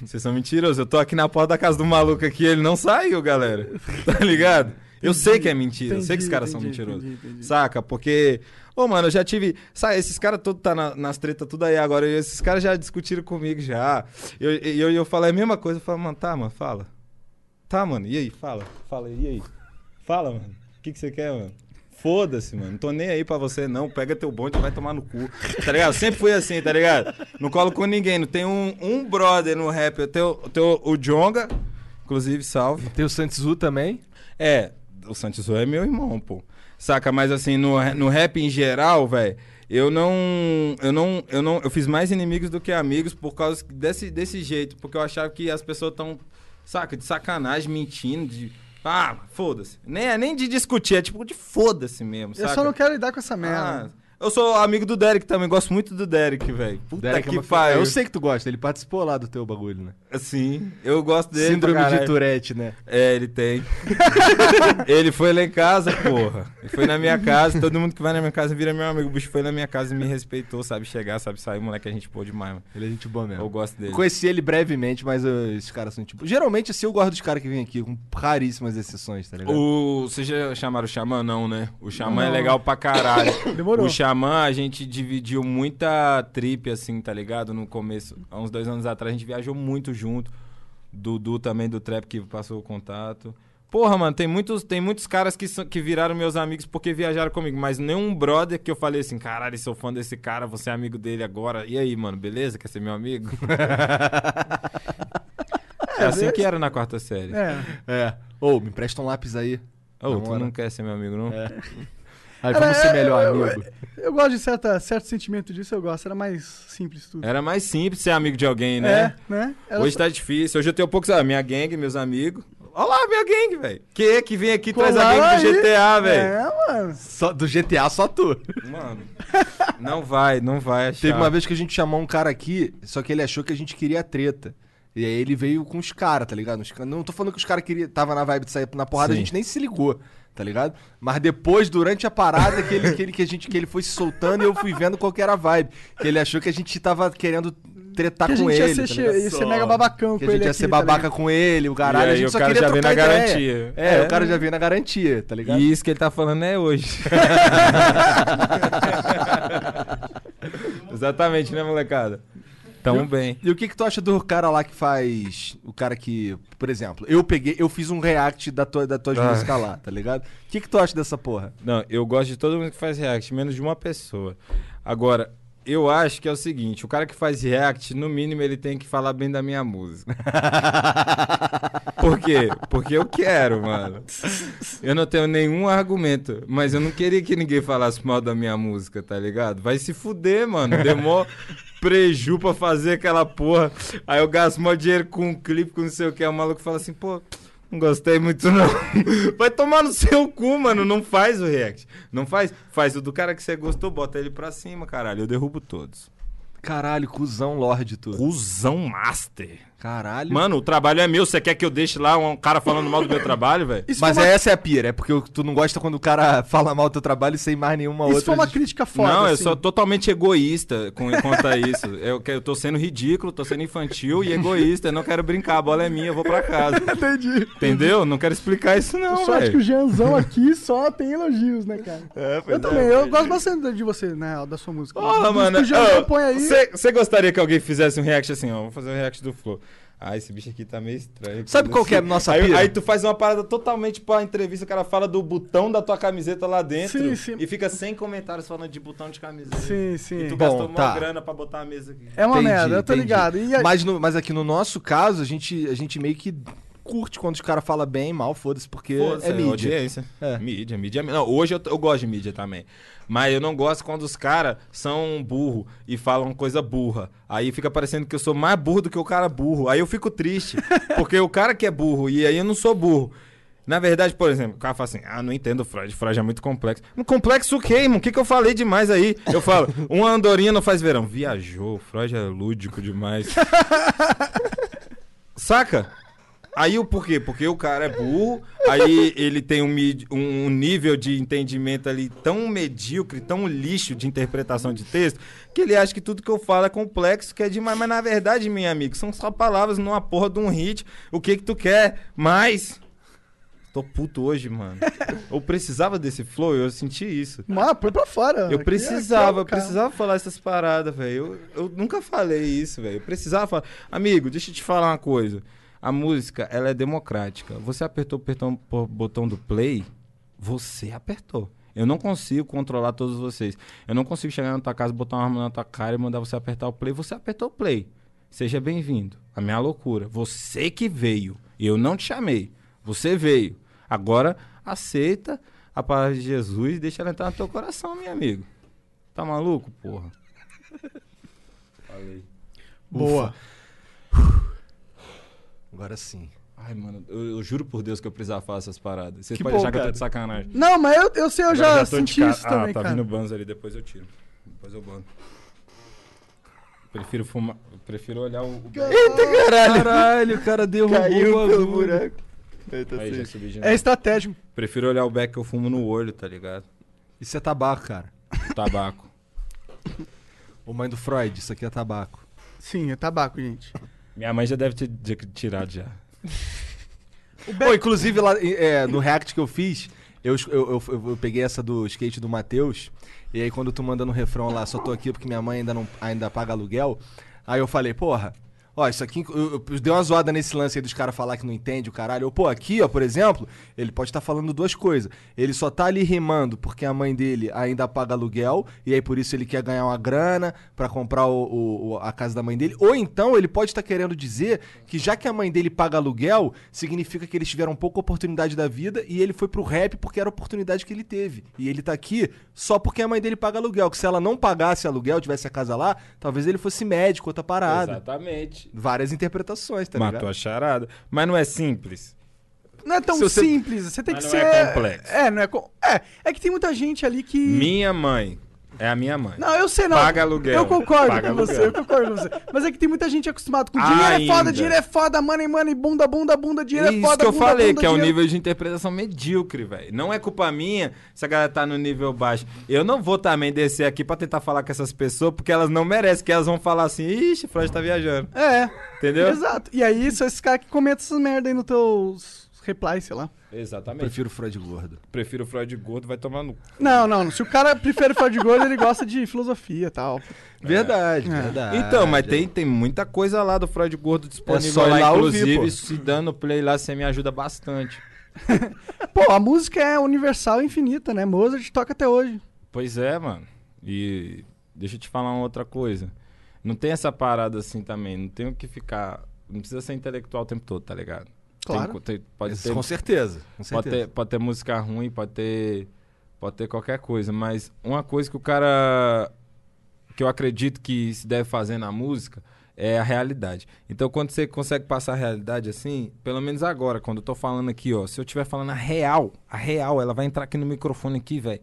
Vocês são mentirosos. Eu tô aqui na porta da casa do maluco aqui, ele não saiu, galera. Tá ligado? Eu sei que é mentira, eu sei que os Entendi, caras são entendi, mentirosos. entendi, entendi. Saca? Porque. Ô, mano, eu já tive. Sabe, esses caras todos tá na- nas tretas tudo aí agora. e Esses caras já discutiram comigo já. E eu, e eu, e eu falo é a mesma coisa. Eu falo, mano, tá, mano, fala. Tá, mano, e aí? Fala. Fala, e aí? Fala, mano. O que, que você quer, mano? Foda-se, mano. Não tô nem aí pra você, não. Pega teu bonde e vai tomar no cu. Tá ligado? Sempre fui assim, tá ligado? Não colo com ninguém. Não tem um, um brother no rap. Eu tenho, eu tenho o Jonga, inclusive, salve. Tem o Santos U também. É, o Santos Roy é meu irmão, pô. Saca, mas assim, no, no rap em geral, velho, eu não, eu não. Eu não. Eu fiz mais inimigos do que amigos por causa desse, desse jeito. Porque eu achava que as pessoas estão, saca, de sacanagem, mentindo, de. Ah, foda-se. Nem, é nem de discutir, é tipo de foda-se mesmo. Eu saca? só não quero lidar com essa merda. Ah, Eu sou amigo do Derek também, gosto muito do Derek, velho. Puta Derek é que uma fi- pariu. Eu sei que tu gosta, ele participou lá do teu bagulho, né? Sim, eu gosto dele. Síndrome pra de caralho. Tourette, né? É, ele tem. ele foi lá em casa, porra. Ele foi na minha casa, todo mundo que vai na minha casa vira meu amigo. O bicho foi na minha casa e me respeitou, sabe chegar, sabe sair. Moleque, a gente pô demais, mano. Ele é gente boa mesmo. Eu gosto dele. Conheci ele brevemente, mas uh, esses caras são tipo. Geralmente, assim, eu gosto dos caras que vêm aqui, com raríssimas exceções, tá ligado? O... Vocês já chamaram o Xamã, não, né? O Xamã é Não. legal pra caralho. Demorou. O Xamã, a gente dividiu muita trip, assim, tá ligado? No começo, há uns dois anos atrás, a gente viajou muito junto. Dudu também, do Trap, que passou o contato. Porra, mano, tem muitos, tem muitos caras que, são- que viraram meus amigos porque viajaram comigo, mas nenhum brother que eu falei assim, caralho, sou fã desse cara, você é amigo dele agora. E aí, mano, beleza? Quer ser meu amigo? é às assim que vezes- era na quarta série. É. É. Ô, me empresta um lápis aí. Ô, Na tu moral. não quer ser meu amigo, não? É. Aí vamos ser melhor eu- amigo. Eu, gosto de certa, certo sentimento disso, eu gosto. Era mais simples tudo. Era mais simples ser amigo de alguém, né? É, né? Era Hoje só- tá difícil. Hoje eu tenho poucos. Ah, minha gangue, meus amigos. Olha lá, minha gangue, velho. Quem é que vem aqui e traz a Colar gangue do aí. GTA, velho? É, mano. Só, do GTA, só tu. Mano. Não vai, não vai achar. Teve Tá. uma vez que a gente chamou um cara aqui, só que ele achou que a gente queria treta. E aí ele veio com os caras, tá ligado? Os ca- Não tô falando que os caras queriam. Tava na vibe de sair na porrada, a Sim. gente nem se ligou, tá ligado? Mas depois, durante a parada, que ele, que, ele, que, a gente, que ele foi se soltando, eu fui vendo qual que era a vibe. Que ele achou que a gente tava querendo tretar Que a com gente ia ele. ser tá che- ligado? ia ser Só. mega babacão que com a gente ele ia aqui, ser tá babaca ligado? com ele, o caralho. E a aí gente o só cara queria já vem trocar na ideia. garantia. É, É. o cara já veio na garantia, tá ligado? E isso que ele tá falando é hoje. Exatamente, né, molecada? Tamo E o- bem. E o que que tu acha do cara lá que faz... O cara que... Por exemplo, eu peguei... Eu fiz um react da tua, da tua Ah. música lá, tá ligado? O que que tu acha dessa porra? Não, eu gosto de todo mundo que faz react, menos de uma pessoa. Agora, eu acho que é o seguinte: o cara que faz react, no mínimo, ele tem que falar bem da minha música. Por quê? Porque eu quero, mano. Eu não tenho nenhum argumento, mas eu não queria que ninguém falasse mal da minha música, tá ligado? Vai se fuder, mano. Demor preju pra fazer aquela porra. Aí eu gasto mó dinheiro com um clipe, com não sei o que. Aí o maluco fala assim, pô. Não gostei muito, não. Vai tomar no seu cu, mano. Não faz o react. Não faz. Faz o do cara que você gostou, bota ele pra cima, caralho. Eu derrubo todos. Caralho, cuzão lorde tu. Cusão master. Caralho. Mano, o trabalho é meu. Você quer que eu deixe lá um cara falando mal do meu trabalho, velho? Mas é, essa é a pira. É porque o- tu não gosta quando o cara fala mal do teu trabalho sem mais nenhuma outra... des- crítica é Não, assim. eu sou totalmente egoísta com, quanto a isso. Eu, que- eu tô sendo ridículo, tô sendo infantil e egoísta. Eu não quero brincar, a bola é minha, eu vou pra casa. Entendi. Entendeu? Não quero explicar isso, não, Só acho que o velho. Jeanzão aqui só tem elogios, né, cara? eu também, é, eu gosto bastante de você, na real, da sua música. Porra, Dos mano. Que o Jeanzão ô, põe aí. Você você gostaria que alguém fizesse um react assim, ó? Vou fazer um react do Flow. Ah, esse bicho aqui tá meio estranho. Sabe qual que é a Assim. nossa aí, pira? aí tu faz uma parada totalmente pra entrevista, o cara fala do botão da tua camiseta lá dentro. Sim, sim. E fica sem comentários falando de botão de camiseta. Sim, sim. E tu Bom, gastou tá. uma grana pra botar a mesa aqui. É uma Entendi, merda, eu tô entendi. ligado. E aí- Mas, no- mas aqui no nosso caso, a gente, a gente meio que curte quando os caras falam bem, mal, foda-se, porque Foda-se, é mídia. Audiência. É. Mídia, mídia. Não, hoje eu, t- eu gosto de mídia também. Mas eu não gosto quando os caras são burro e falam coisa burra. Aí fica parecendo que eu sou mais burro do que o cara burro. Aí eu fico triste. porque o cara que é burro e aí eu não sou burro. Na verdade, por exemplo, o cara fala assim: Ah, não entendo Freud, Freud é muito complexo. Um complexo o quê, irmão? O que, que eu falei demais aí? Eu falo: Uma andorinha não faz verão. Viajou, Freud é lúdico demais. Saca? Aí o porquê? Porque o cara é burro, aí ele tem um, mid- um- um nível de entendimento ali tão medíocre, tão lixo de interpretação de texto, que ele acha que tudo que eu falo é complexo, que é demais. Mas na verdade, meu amigo, são só palavras numa porra de um hit. O que que tu quer mais? Tô puto hoje, mano. Eu precisava desse flow, eu senti isso. Mas põe pra fora. Eu Que- precisava, que é o eu cara. precisava falar essas paradas, velho. Eu, eu nunca falei isso, velho. Eu precisava falar. Amigo, deixa eu te falar uma coisa. A música, ela é democrática. Você apertou o botão, po- botão do play, você apertou. Eu não consigo controlar todos vocês. Eu não consigo chegar na tua casa, botar uma arma na tua cara e mandar você apertar o play. Você apertou o play. Seja bem-vindo. A minha loucura. Você que veio. Eu não te chamei. Você veio. Agora aceita a palavra de Jesus e deixa ela entrar no teu coração, meu amigo. Tá maluco, porra? Boa. Agora sim. Ai, mano, eu, eu juro por Deus que eu precisava falar essas paradas. Você Que pode bom, achar que eu tô cara. de sacanagem. Não, mas eu, eu sei, eu já, Agora tô de senti cara- isso também, Ah, tá cara. vindo banzo ali, depois eu tiro. Depois eu bando. Prefiro fumar. eu Prefiro olhar o. o- Eita, caralho! Caralho, o cara derrubou Caiu o pelo bagulho. buraco. Aí, Aí, já subi de novo. É estratégico. Prefiro olhar o beck que eu fumo no olho, tá ligado? Isso é tabaco, cara. Tabaco. Ô mãe do Freud, isso aqui é tabaco. Sim, é tabaco, gente. Minha mãe já deve ter de- tirado já. Pô, inclusive, lá é, no React que eu fiz, eu, es- eu, eu, eu- eu peguei essa do skate do Matheus. E aí, quando tu mandando um refrão lá, só tô aqui porque minha mãe ainda, não, ainda paga aluguel. Aí eu falei, porra. Ó, isso aqui. Eu, eu dei uma zoada nesse lance aí dos caras falar que não entende o caralho. Eu, pô, aqui, ó, por exemplo, ele pode estar falando duas coisas. Ele só tá ali rimando porque a mãe dele ainda paga aluguel. E aí por isso ele quer ganhar uma grana pra comprar o- o- o- a casa da mãe dele. Ou então ele pode estar querendo dizer que já que a mãe dele paga aluguel, significa que eles tiveram pouca oportunidade da vida e ele foi pro rap porque era a oportunidade que ele teve. E ele tá aqui só porque a mãe dele paga aluguel. Que se ela não pagasse aluguel, tivesse a casa lá, talvez ele fosse médico, outra parada. Exatamente. Várias interpretações, tá Matou ligado? a charada. Mas não é simples. Não é tão Se você- simples, você tem Mas que não ser... é complexo. É, não é... com- É, é que tem muita gente ali que... Minha mãe. É a minha mãe. Não, eu sei não. Paga aluguel. Eu concordo Paga com aluguel. você, eu concordo com você. Mas é que tem muita gente acostumada com dinheiro é foda, Ainda. dinheiro é foda, money, money, bunda, bunda, bunda, dinheiro é isso foda, que eu bunda, falei, bunda, que é um dinheiro- nível de interpretação medíocre, velho. Não é culpa minha se a galera tá no nível baixo. Eu não vou também descer aqui pra tentar falar com essas pessoas, porque elas não merecem, que elas vão falar assim, ixi, o Freud tá viajando. É. Entendeu? Exato. E aí, são esses caras que comentam essas merda aí nos teus replies, sei lá. Exatamente. Prefiro, Prefiro o Freud gordo. o Freud gordo, vai tomar no... Não, não. Se o cara prefere falar de gordo, ele gosta de filosofia e tal. Verdade, É. verdade. Então, mas tem, tem muita coisa lá do Freud gordo disponível Ah, É só ir lá, lá ouvir, inclusive, pô. se dando play lá, você me ajuda bastante. Pô, a música é universal e infinita, né? Mozart toca até hoje. Pois é, mano. E deixa eu te falar uma outra coisa. Não tem essa parada assim também. Não tem o que ficar. Não precisa ser intelectual o tempo todo, tá ligado? Tem Claro. co- tem- pode Isso, ter, com certeza. Com pode, certeza. ter, pode ter música ruim, pode ter. Pode ter qualquer coisa. Mas uma coisa que o cara. Que eu acredito que se deve fazer na música é a realidade. Então quando você consegue passar a realidade assim, pelo menos agora, quando eu tô falando aqui, ó, se eu estiver falando a real, a real, ela vai entrar aqui no microfone aqui, velho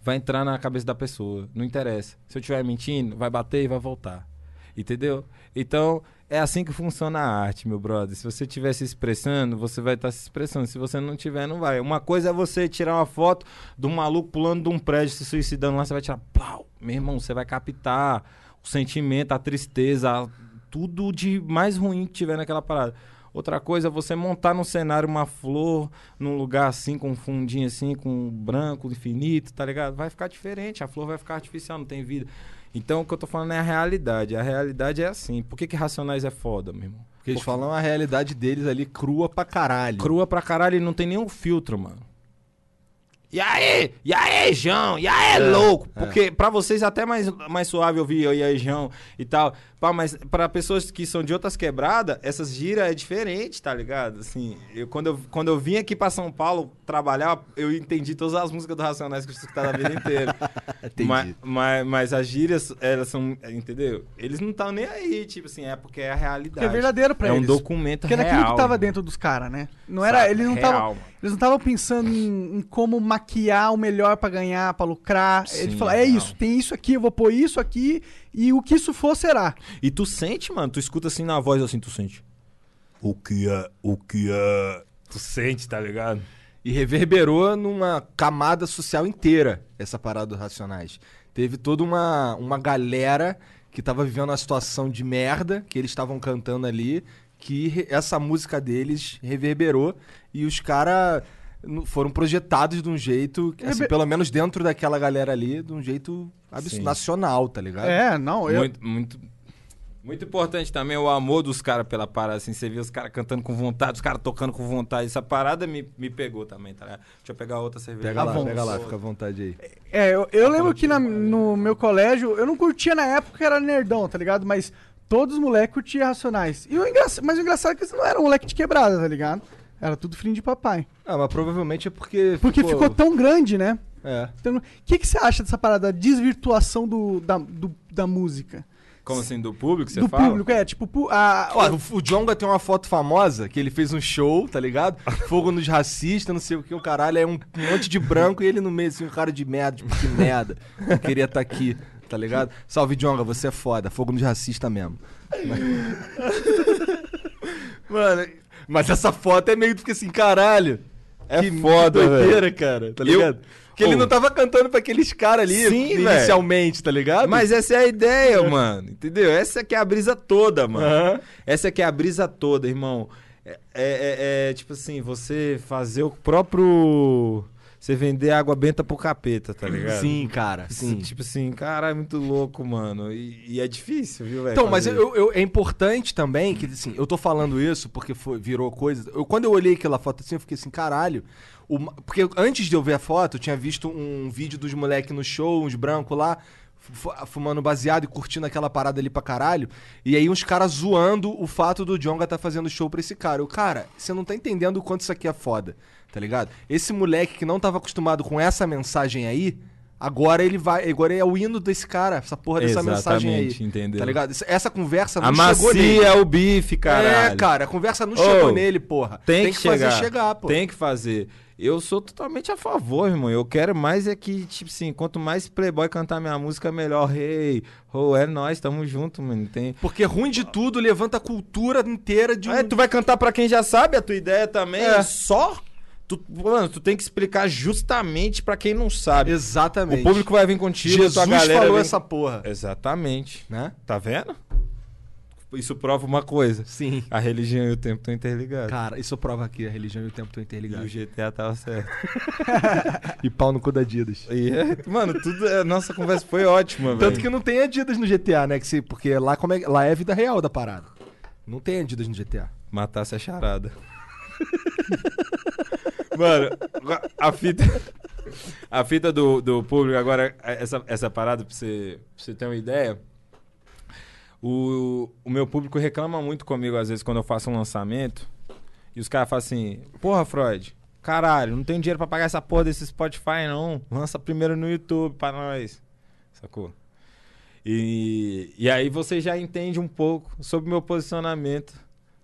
vai entrar na cabeça da pessoa. Não interessa. Se eu estiver mentindo, vai bater e vai voltar. Entendeu? Então, é assim que funciona a arte, meu brother. Se você estiver se expressando, você vai estar se expressando. Se você não tiver, não vai. Uma coisa é você tirar uma foto de um maluco pulando de um prédio, se suicidando lá, você vai tirar. Plau! Meu irmão, você vai captar o sentimento, a tristeza, a- tudo de mais ruim que tiver naquela parada. Outra coisa é você montar num cenário uma flor, num lugar assim, com um fundinho assim, com um branco infinito, tá ligado? Vai ficar diferente, a flor vai ficar artificial, não tem vida. Então o que eu tô falando é a realidade. A realidade é assim. Por que, que Racionais é foda, meu irmão? Porque eles falam a realidade deles ali crua pra caralho. Crua pra caralho e não tem nenhum filtro, mano. E aí? E aí, João? E aí, louco? Porque pra vocês é até mais, mais suave ouvir e aí, João e tal. Pá, mas pra pessoas que são de outras quebradas, essas giras é diferente, tá ligado? Assim, eu, quando, eu, quando eu vim aqui pra São Paulo trabalhar, eu entendi todas as músicas do Racionais que eu escutava a vida inteira. Entendi. Mas, mas, mas as gírias, elas são, entendeu? Eles não estão nem aí, tipo assim, é porque é a realidade. Que é verdadeiro pra É um eles. documento Porque era real. aquilo que tava dentro dos caras, né? Não era, Sabe? eles não Real, estavam, mano. eles não estavam pensando em, em como maquiar o melhor pra ganhar, pra lucrar. Ele Sim, falou, é não. isso, tem isso aqui, eu vou pôr isso aqui e o que isso for será. E tu sente, mano, tu escuta assim na voz assim, tu sente. O que é, o que é. Tu sente, tá ligado? E reverberou numa camada social inteira essa parada dos Racionais. Teve toda uma, uma galera que tava vivendo uma situação de merda que eles estavam cantando ali, que re- essa música deles reverberou e os caras foram projetados de um jeito, assim, Rever- pelo menos dentro daquela galera ali, de um jeito absurdo, Sim. nacional, tá ligado? É, não, eu, Muito, muito. Muito importante também o amor dos caras pela parada, assim, você vê os caras cantando com vontade, os caras tocando com vontade, essa parada me, me pegou também, tá ligado? Deixa eu pegar outra cerveja. Pega lá, bom. pega lá, fica à vontade aí. É, eu, eu lembro que na- no meu colégio, eu não curtia na época, era nerdão, tá ligado? Mas todos os moleques curtiam Racionais. E o engraçado, mas o engraçado é que eles não eram moleque de quebrada, tá ligado? Era tudo frio de papai. Ah, mas provavelmente é porque Porque ficou, tão grande, né? É. Então, O que, que você acha dessa parada, da desvirtuação do, da, do- da música? Como assim, do público, você do fala? público, é, tipo, pu- a, Ó, o, o Jonga tem uma foto famosa que ele fez um show, tá ligado? Fogo nos racistas, não sei o que, o caralho. É um monte de branco e ele no meio, assim, um cara de merda, tipo, que merda. Não queria estar aqui, tá ligado? Salve, Jonga, você é foda. Fogo nos racistas mesmo. Mano, mas essa foto é meio que assim, caralho. É que foda, doideira, velho. cara, tá Eu- ligado? Porque ele Ô. não tava cantando pra aqueles caras ali Sim, velho. inicialmente, tá ligado? Mas essa é a ideia, mano. Entendeu? Essa que é a brisa toda, mano. Aham. Essa que é a brisa toda, irmão. É, é- é- é, tipo assim, você fazer o próprio. Você vender água benta pro capeta, tá ligado? Sim, cara, sim. Tipo assim, cara, é muito louco, mano. E, e é difícil, viu, velho? Então, mas fazer. eu, eu- é importante também que, assim, eu tô falando isso porque foi, virou coisa. Eu, quando eu olhei aquela foto assim, eu fiquei assim, caralho. o ma- porque antes de eu ver a foto, eu tinha visto um vídeo dos moleques no show, uns brancos lá, fu- fumando baseado e curtindo aquela parada ali pra caralho. E aí uns caras zoando o fato do Jonga tá fazendo show pra esse cara. Eu, cara, você não tá entendendo o quanto isso aqui é foda, tá ligado? Esse moleque que não tava acostumado com essa mensagem aí. Agora ele vai. Agora é o hino desse cara, essa porra dessa mensagem aí. Exatamente, entendeu? Tá ligado? Essa- Essa conversa não A chegou nele. macia, é o bife, caralho. É, cara, a conversa não Ô, chegou nele, porra. Tem, que, chegar. fazer chegar, pô. Tem que fazer. Eu sou totalmente a favor, irmão. Eu quero mais é que, tipo assim, quanto mais playboy cantar minha música, melhor. Hey, oh, é nós, tamo junto, mano. Tem... Porque ruim de tudo levanta a cultura inteira de um. É, tu vai cantar pra quem já sabe a tua ideia também, É. só? Tu, mano, tu tem que explicar justamente pra quem não sabe. Exatamente. O público vai vir contigo, Jesus tua galera É. falou vem- essa porra. Exatamente. Né? Tá vendo? Isso prova uma coisa. Sim. A religião e o tempo estão interligados. Cara, isso prova que a religião e o tempo estão E o interligados. GTA tava certo. E pau no cu da Adidas. E é- mano, tudo. A nossa conversa foi ótima, velho. Tanto que não tem Adidas no GTA, né? Que se, porque lá, como é, lá é a vida real da parada. Não tem Adidas no GTA. Matasse a charada. Mano, a fita. A fita do, do público agora, essa, essa parada, pra você, pra você ter uma ideia. O, o meu público reclama muito comigo, às vezes, quando eu faço um lançamento. E os caras falam assim: Porra, Freud, caralho, não tenho dinheiro pra pagar essa porra desse Spotify, não. Lança primeiro no YouTube pra nós. Sacou? E, e aí você já entende um pouco sobre o meu posicionamento,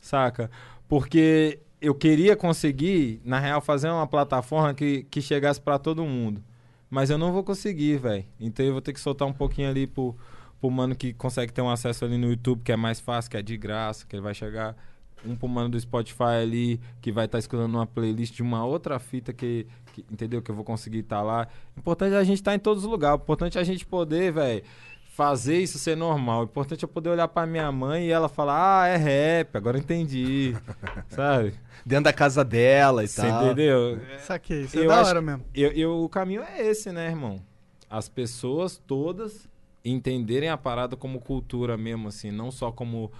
saca? Porque eu queria conseguir, na real, fazer uma plataforma que, que chegasse pra todo mundo. Mas eu não vou conseguir, velho. Então eu vou ter que soltar um pouquinho ali pro, pro mano que consegue ter um acesso ali no YouTube, que é mais fácil, que é de graça, que ele vai chegar. Um pro mano do Spotify ali, que vai estar escutando uma playlist de uma outra fita que, que- entendeu? Que eu vou conseguir estar lá. Importante é a gente estar em todos os lugares. Importante é a gente poder, velho, fazer isso ser normal. O importante é eu poder olhar pra minha mãe e ela falar, ah, é rap, agora eu entendi. Sabe? Dentro da casa dela e Você tal. entendeu? Saquei, isso é Eu da acho hora que- mesmo. Eu, eu- o caminho é esse, né, irmão? As pessoas todas entenderem a parada como cultura mesmo, assim, não só como.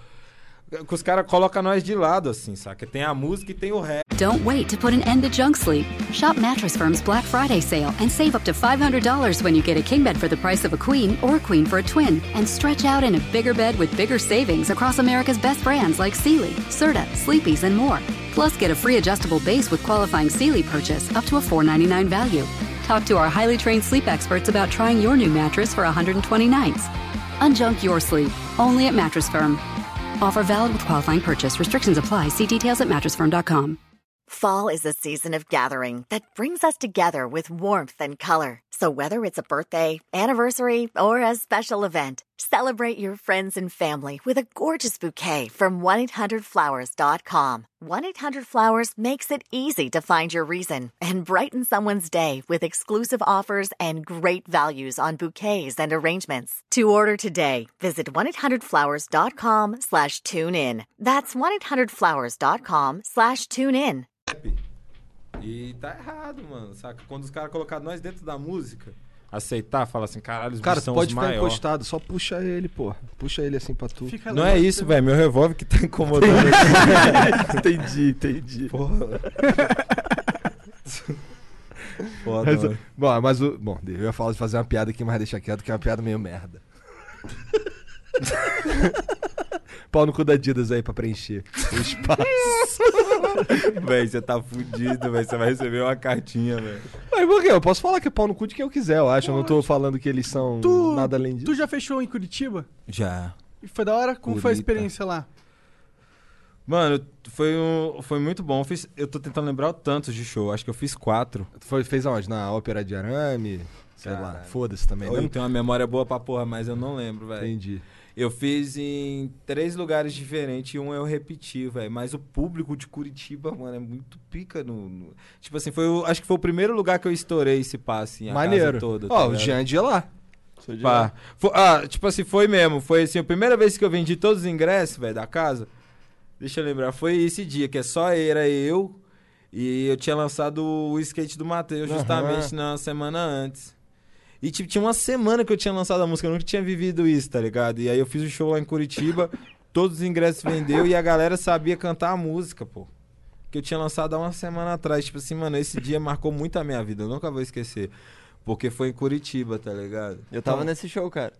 Que os caras colocam nós de lado, assim, saca? Tem a música e tem o rap. Don't wait to put an end to junk sleep. Shop Mattress Firm's Black Friday sale and save up to $500 when you get a king bed for the price of a queen or a queen for a twin and stretch out in a bigger bed with bigger savings across America's best brands like Sealy, Serta, Sleepy's, and more. Plus, get a free adjustable base with qualifying Sealy purchase up to a $499 value. Talk to our highly trained sleep experts about trying your new mattress for 120 nights. Unjunk your sleep only at Mattress Firm. Offer valid with qualifying purchase. Restrictions apply. See details at mattressfirm.com. Fall is a season of gathering that brings us together with warmth and color. So, whether it's a birthday, anniversary, or a special event, celebrate your friends and family with a gorgeous bouquet from 1-800-Flowers.com. 1-800-Flowers makes it easy to find your reason and brighten someone's day with exclusive offers and great values on bouquets and arrangements. To order today, visit 1-800-Flowers.com slash tune in. That's 1-800-Flowers.com slash tune in. E tá errado, mano, saca? Quando os caras colocaram nós dentro da música, aceitar, falar assim, caralho, os Cara, bichos tu são os pode ficar maior. encostado, só puxa ele, porra. Puxa ele assim pra tu. Fica Não lá. é isso, velho. Meu revólver que tá incomodando. entendi, entendi. Porra. Foda, Mas, mano. bom, mas o. Bom, eu ia falar de fazer uma piada aqui, mas deixa quieto, que é uma piada meio merda. Pau no cu da Adidas aí pra preencher o espaço. Véi, você tá fudido, velho. Você vai receber uma cartinha, velho. mas por quê? Eu posso falar que é pau no cu de quem eu quiser, eu acho. Eu não tô falando que eles são Tu- nada além disso. Tu já fechou em Curitiba? Já. E foi da hora? Como foi a Curita. experiência lá? Mano, foi, um, foi muito bom. Eu, fiz- eu tô tentando lembrar o tanto de show. Acho que eu fiz quatro. Foi, fez aonde? Na Ópera de Arame? Sei lá. Foda-se também. Eu né? tenho uma memória boa pra porra, mas eu não lembro, velho. Entendi. Eu fiz em três lugares diferentes e um eu repeti, velho. Mas o público de Curitiba, mano, é muito pica no. no- Tipo assim, foi o- acho que foi o primeiro lugar que eu estourei esse passe, assim, a Maneiro. casa toda. Ó, o ligado? Jean é de lá. Pá. Fo- ah, tipo assim, foi mesmo. Foi assim, a primeira vez que eu vendi todos os ingressos, velho, da casa. Deixa eu lembrar, foi esse dia, que é só era eu. E eu tinha lançado o skate do Matheus Aham. justamente na semana antes. E tipo, tinha uma semana que eu tinha lançado a música, eu nunca tinha vivido isso, tá ligado? E aí eu fiz o show lá em Curitiba, todos os ingressos vendeu e a galera sabia cantar a música, pô. Que eu tinha lançado há uma semana atrás. Tipo assim, mano, esse dia marcou muito a minha vida, eu nunca vou esquecer. Porque foi em Curitiba, tá ligado? Eu tava nesse show, cara.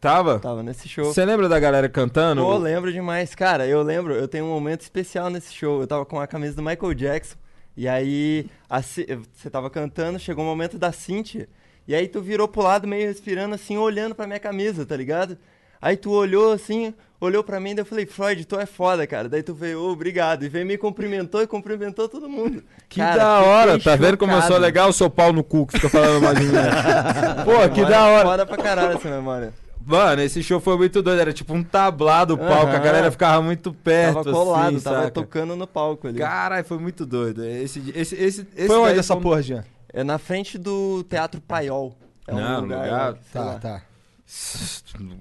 Tava? Tava nesse show. Você lembra da galera cantando? Tá. Pô, lembro demais. Cara, eu lembro, eu tenho um momento especial nesse show. Eu tava com a camisa do Michael Jackson. E aí, a Ci- você tava cantando, chegou o momento da Cintia. E aí tu virou pro lado, meio respirando, assim, olhando pra minha camisa, tá ligado? Aí tu olhou assim, olhou pra mim, daí eu falei, Freud, tu é foda, cara. Daí tu veio, "Ô, obrigado. E veio me cumprimentou e cumprimentou todo mundo. Que da hora, tá vendo como eu sou legal, seu pau no cu que fica falando mais de mim. Pô, que da hora. é Foda pra caralho essa memória. Mano, esse show foi muito doido, era tipo um tablado o palco, a Aham. galera ficava muito perto, Tava colado, assim, tava saca? tocando no palco ali. Caralho, foi muito doido. Esse, di- esse, esse, esse Foi onde daí essa um- porra, Jean? É na frente do Teatro Paiol. É Não, um lugar. lugar- lá, sei Tá, lá. tá.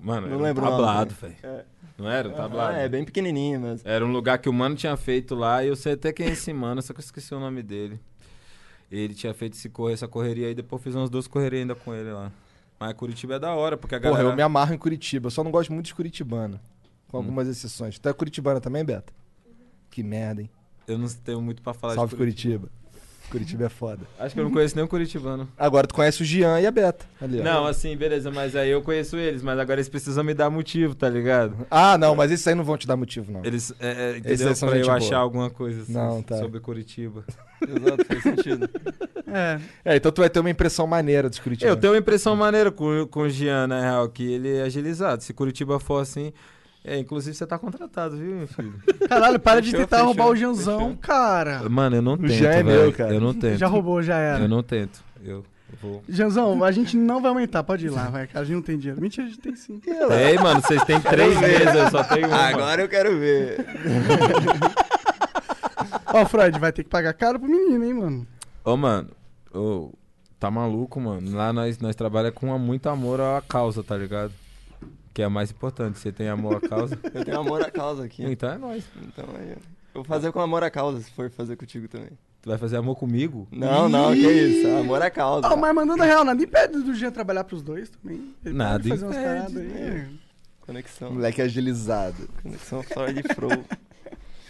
Mano, Não era um lembro o nome, tablado, né? velho. Não era um tablado? Ah, é bem pequenininho mesmo. Era um lugar que o mano tinha feito lá, e eu sei até quem é esse mano, só que eu esqueci o nome dele. Ele tinha feito esse corre, essa correria aí, depois fiz umas duas correrias ainda com ele lá. Mas Curitiba é da hora, porque a Porra, galera. Hum. eu me amarro em Curitiba. Eu só não gosto muito de curitibano. Com algumas exceções. Tu é curitibana também, Beto? Que merda, hein? Eu não tenho muito pra falar Salve de Curitiba. Curitiba. Curitiba é foda. Acho que eu não conheço nenhum curitibano. Agora tu conhece o Jean e a Beta. Ali, ó. Não, assim, beleza, mas aí eu conheço eles, mas agora eles precisam me dar motivo, tá ligado? Ah, não, mas esses aí não vão te dar motivo, não. Eles, é, é, Esses entendeu? aí são pra eu gente boa. achar alguma coisa assim, Não, tá. sobre Curitiba. Exato, faz sentido. É. É, então tu vai ter uma impressão maneira dos Curitiba. É, Eu tenho uma impressão maneira com, com o Jean, na real, que ele é agilizado. Se Curitiba for assim. É, inclusive você tá contratado, viu, meu filho? Caralho, para de Fechou, tentar fechou, roubar o Janzão, cara. Mano, eu não tento. Jean é velho. meu, cara. Eu não tento. Já roubou, já Eu era. não tento. Eu vou. Janzão, a gente não vai aumentar, pode ir lá, vai, cara. A gente não tem dinheiro. Mentira, a gente tem sim. Ei, mano, vocês têm três meses, eu só tenho uma. Agora eu quero ver. Ó, Freud, vai ter que pagar caro pro menino, hein, mano. Ô, mano, ô, tá maluco, mano. Lá nós, nós trabalhamos com muito amor à causa, tá ligado? Que é mais importante. Você tem amor à causa? Eu tenho amor à causa aqui. então é nóis. Então aí. eu- Eu vou fazer com amor à causa, se for fazer contigo também. Tu vai fazer amor comigo? Não, não, que isso. É Amor à causa. Ó, mas mandando a real, nada impede do Jean trabalhar pros dois também. Ele Nada pode fazer umas impede, paradas aí. Conexão. Moleque agilizado. Conexão Freud e Fro.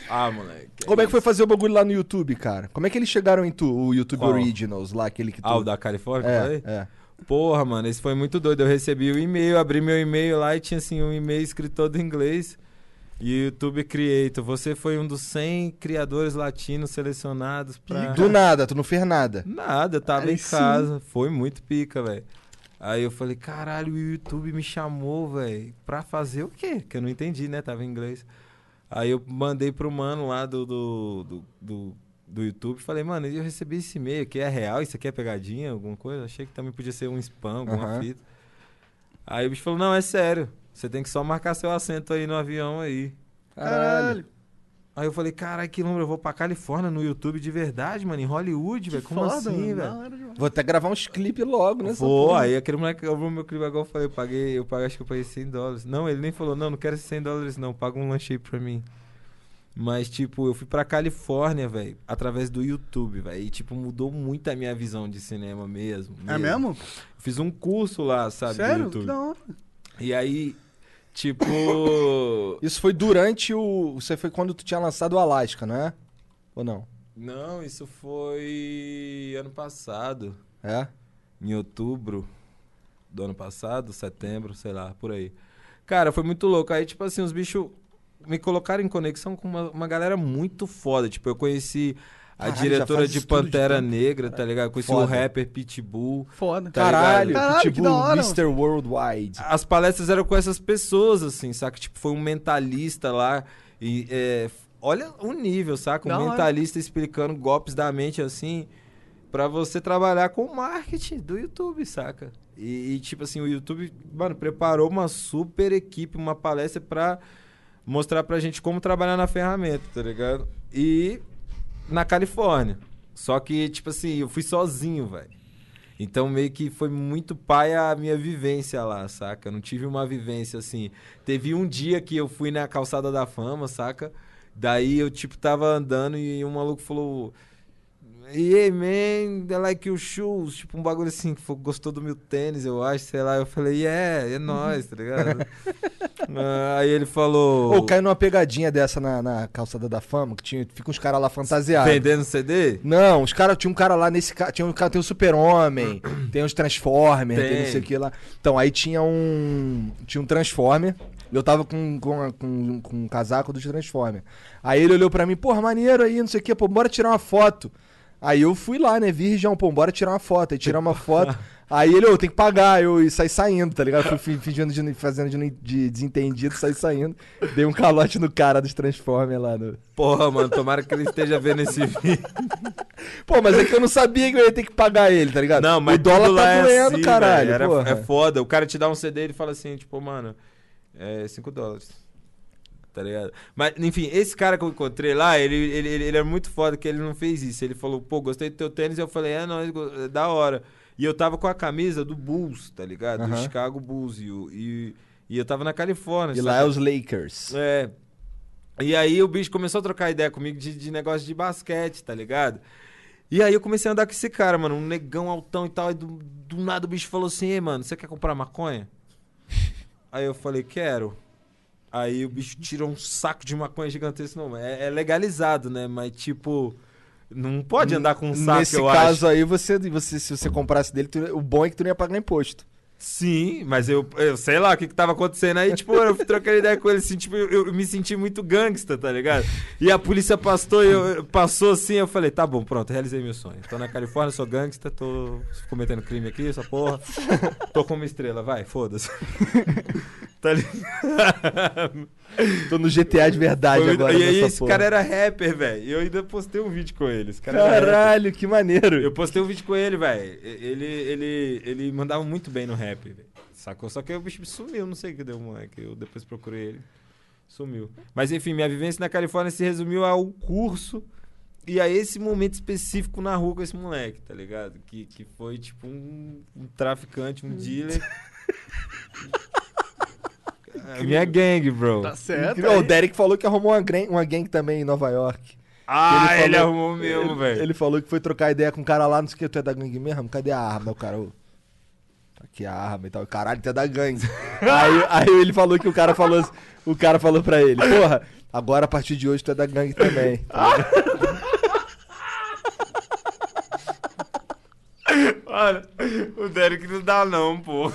Ah, moleque. Como é que foi fazer o bagulho lá no YouTube, cara? Como é que eles chegaram em tu, o YouTube Qual? Originals, lá, aquele que tu... Ah, o da Califórnia? que eu falei? É, é. Porra, mano, esse foi muito doido. Eu recebi o e-mail, abri meu e-mail lá e tinha assim um e-mail escrito todo em inglês. E YouTube Creator. Você foi um dos 100 criadores latinos selecionados pra. Do nada, tu não fez nada. Nada, eu tava Aí em sim. casa. Foi muito pica, velho. Aí eu falei, caralho, o YouTube me chamou, velho, pra fazer o quê? Que eu não entendi, né? Tava em inglês. Aí eu mandei pro mano lá do, do, do, do, do YouTube, falei, mano, eu recebi esse e-mail aqui, é real? Isso aqui é pegadinha, alguma coisa? Achei que também podia ser um spam, alguma Aham. fita. Aí o bicho falou, não, é sério. Você tem que só marcar seu assento aí no avião aí. Caralho. Aí eu falei, caralho, que número, eu vou pra Califórnia no YouTube de verdade, mano, em Hollywood, velho. Como Foda, assim, mano, da velho? hora demais. Vou até gravar uns clipes logo, né? Pô, aí aquele moleque que ouviu meu clipe agora, eu falei, eu paguei, eu paguei, acho que eu paguei 100 dólares. Não, ele nem falou, não, não quero esses 100 dólares não, paga um lanche aí pra mim. Mas, tipo, eu fui pra Califórnia, velho, através do YouTube, velho. E, tipo, mudou muito a minha visão de cinema mesmo. É mesmo? Fiz um curso lá, sabe, do Sério? Que YouTube. da hora. E aí, tipo... Isso foi durante o... Você foi quando tu tinha lançado o Alaska, não é? Ou não? não, isso foi ano passado. É? em outubro do ano passado, setembro, sei lá, por aí. Cara, foi muito louco. Aí, tipo assim, os bichos me colocaram em conexão com uma, uma galera muito foda. Tipo, eu conheci A Caralho, já diretora faz de isso tudo de Pantera Negra, tá ligado? Conheci o Foda. rapper Pitbull. Foda. tá ligado? Tipo, Pitbull, Mr. Worldwide. As palestras eram com essas pessoas, assim, saca? Tipo, foi um mentalista lá. E, é, olha o nível, saca? Um Da hora. mentalista explicando golpes da mente, assim, pra você trabalhar com o marketing do YouTube, saca? E, e, tipo assim, o YouTube, mano, preparou uma super equipe, uma palestra pra mostrar pra gente como trabalhar na ferramenta, tá ligado? E na Califórnia. Só que, tipo assim, eu fui sozinho, velho. Então meio que foi muito pai a minha vivência lá, saca? Eu não tive uma vivência assim. Teve um dia que eu fui na calçada da fama, saca? Daí eu tipo tava andando e um maluco falou: "Hey man, I like your shoes", tipo um bagulho assim, que foi- gostou do meu tênis, eu acho, sei lá. Eu falei: "Yeah, é nóis", tá ligado? Ah, aí ele falou: Ou caiu numa pegadinha dessa na, na calçada da fama, que tinha, fica uns caras lá fantasiados. Vendendo CD? Não, os caras, tinha um cara lá nesse ca- tinha um cara, tem o Super-Homem, tem os Transformers, tem. não Tem. sei o que lá. Então, aí tinha um, tinha um Transformer, eu tava com, com, a- com, com um casaco dos Transformers. Aí ele olhou pra mim, porra, maneiro aí, não sei o que, pô, bora tirar uma foto. Aí eu fui lá, né, virgão, pô, bora tirar uma foto. Aí tirar uma foto, aí ele, ô, tem que pagar, eu e saí saindo, tá ligado? Fui fi- fingindo, de, fazendo de, de desentendido, saí saindo. Dei um calote no cara dos Transformers lá no... "Porra, mano, tomara que ele esteja vendo esse vídeo". Pô, mas é que eu não sabia que eu ia ter que pagar ele, tá ligado? Não, mas o dólar tudo lá tá é doendo, assim, caralho. velho. Era- porra. é foda. O cara te dá um CD e ele fala assim, tipo, mano, é 5 dólares. Tá ligado? Mas, enfim, esse cara que eu encontrei lá, ele, ele, ele, ele era muito foda que ele não fez isso. Ele falou, pô, gostei do teu tênis. Eu falei, é, não, ele go- é da hora. E eu tava com a camisa do Bulls, tá ligado? Do Aham. Chicago Bulls. E, o- e, e eu tava na Califórnia. E sabe? lá é os Lakers. É. E aí o bicho começou a trocar ideia comigo de, de negócio de basquete, tá ligado? E aí eu comecei a andar com esse cara, mano, um negão altão e tal. E do, do nada o bicho falou assim, Ei, mano, você quer comprar maconha? aí eu falei, quero. Aí o bicho tirou um saco de maconha gigantesco. Não, é, é legalizado, né? Mas tipo, não pode andar com um saco, Nesse eu acho. caso aí, você, você, se você comprasse dele, tu- o bom é que tu não ia pagar imposto. Sim, mas eu, eu sei lá o que, que tava acontecendo aí, tipo, eu fui trocando ideia com ele, assim, tipo, eu, eu me senti muito gangsta, tá ligado? E a polícia passou, e eu, eu- passou assim, eu falei, tá bom, pronto, realizei meu sonho. Tô na Califórnia, sou gangsta, tô cometendo crime aqui, essa porra. Tô com uma estrela, vai, foda-se. tá ligado? Tô no GTA de verdade Foi- agora. E aí, nessa esse porra. cara era rapper, velho. E eu ainda postei um vídeo com ele. Esse cara era rapper. Caralho, que maneiro. Eu postei um vídeo com ele, velho. Ele, ele, ele mandava muito bem no rap, velho. Sacou? Só que aí o bicho sumiu, não sei o que deu, moleque. Eu depois procurei ele. Sumiu. Mas enfim, minha vivência na Califórnia se resumiu ao curso e a esse momento específico na rua com esse moleque, tá ligado? Que, que foi tipo um, um traficante, um dealer. A minha gangue, bro. Tá certo. Incrível. aí. O Derek falou que arrumou uma, gran- uma gang também em Nova York. Ah, ele, falou- arrumou mesmo, ele- velho. Ele falou que foi trocar ideia com um cara lá, não sei o que, tu é da gangue mesmo? Cadê a arma? Aí O cara, ô, tá aqui a arma e tal. Caralho, tu é da gangue. aí, aí ele falou que o cara falou assim- o cara falou pra ele, porra, agora a partir de hoje tu é da gangue também. Olha, o Derek não dá não, pô.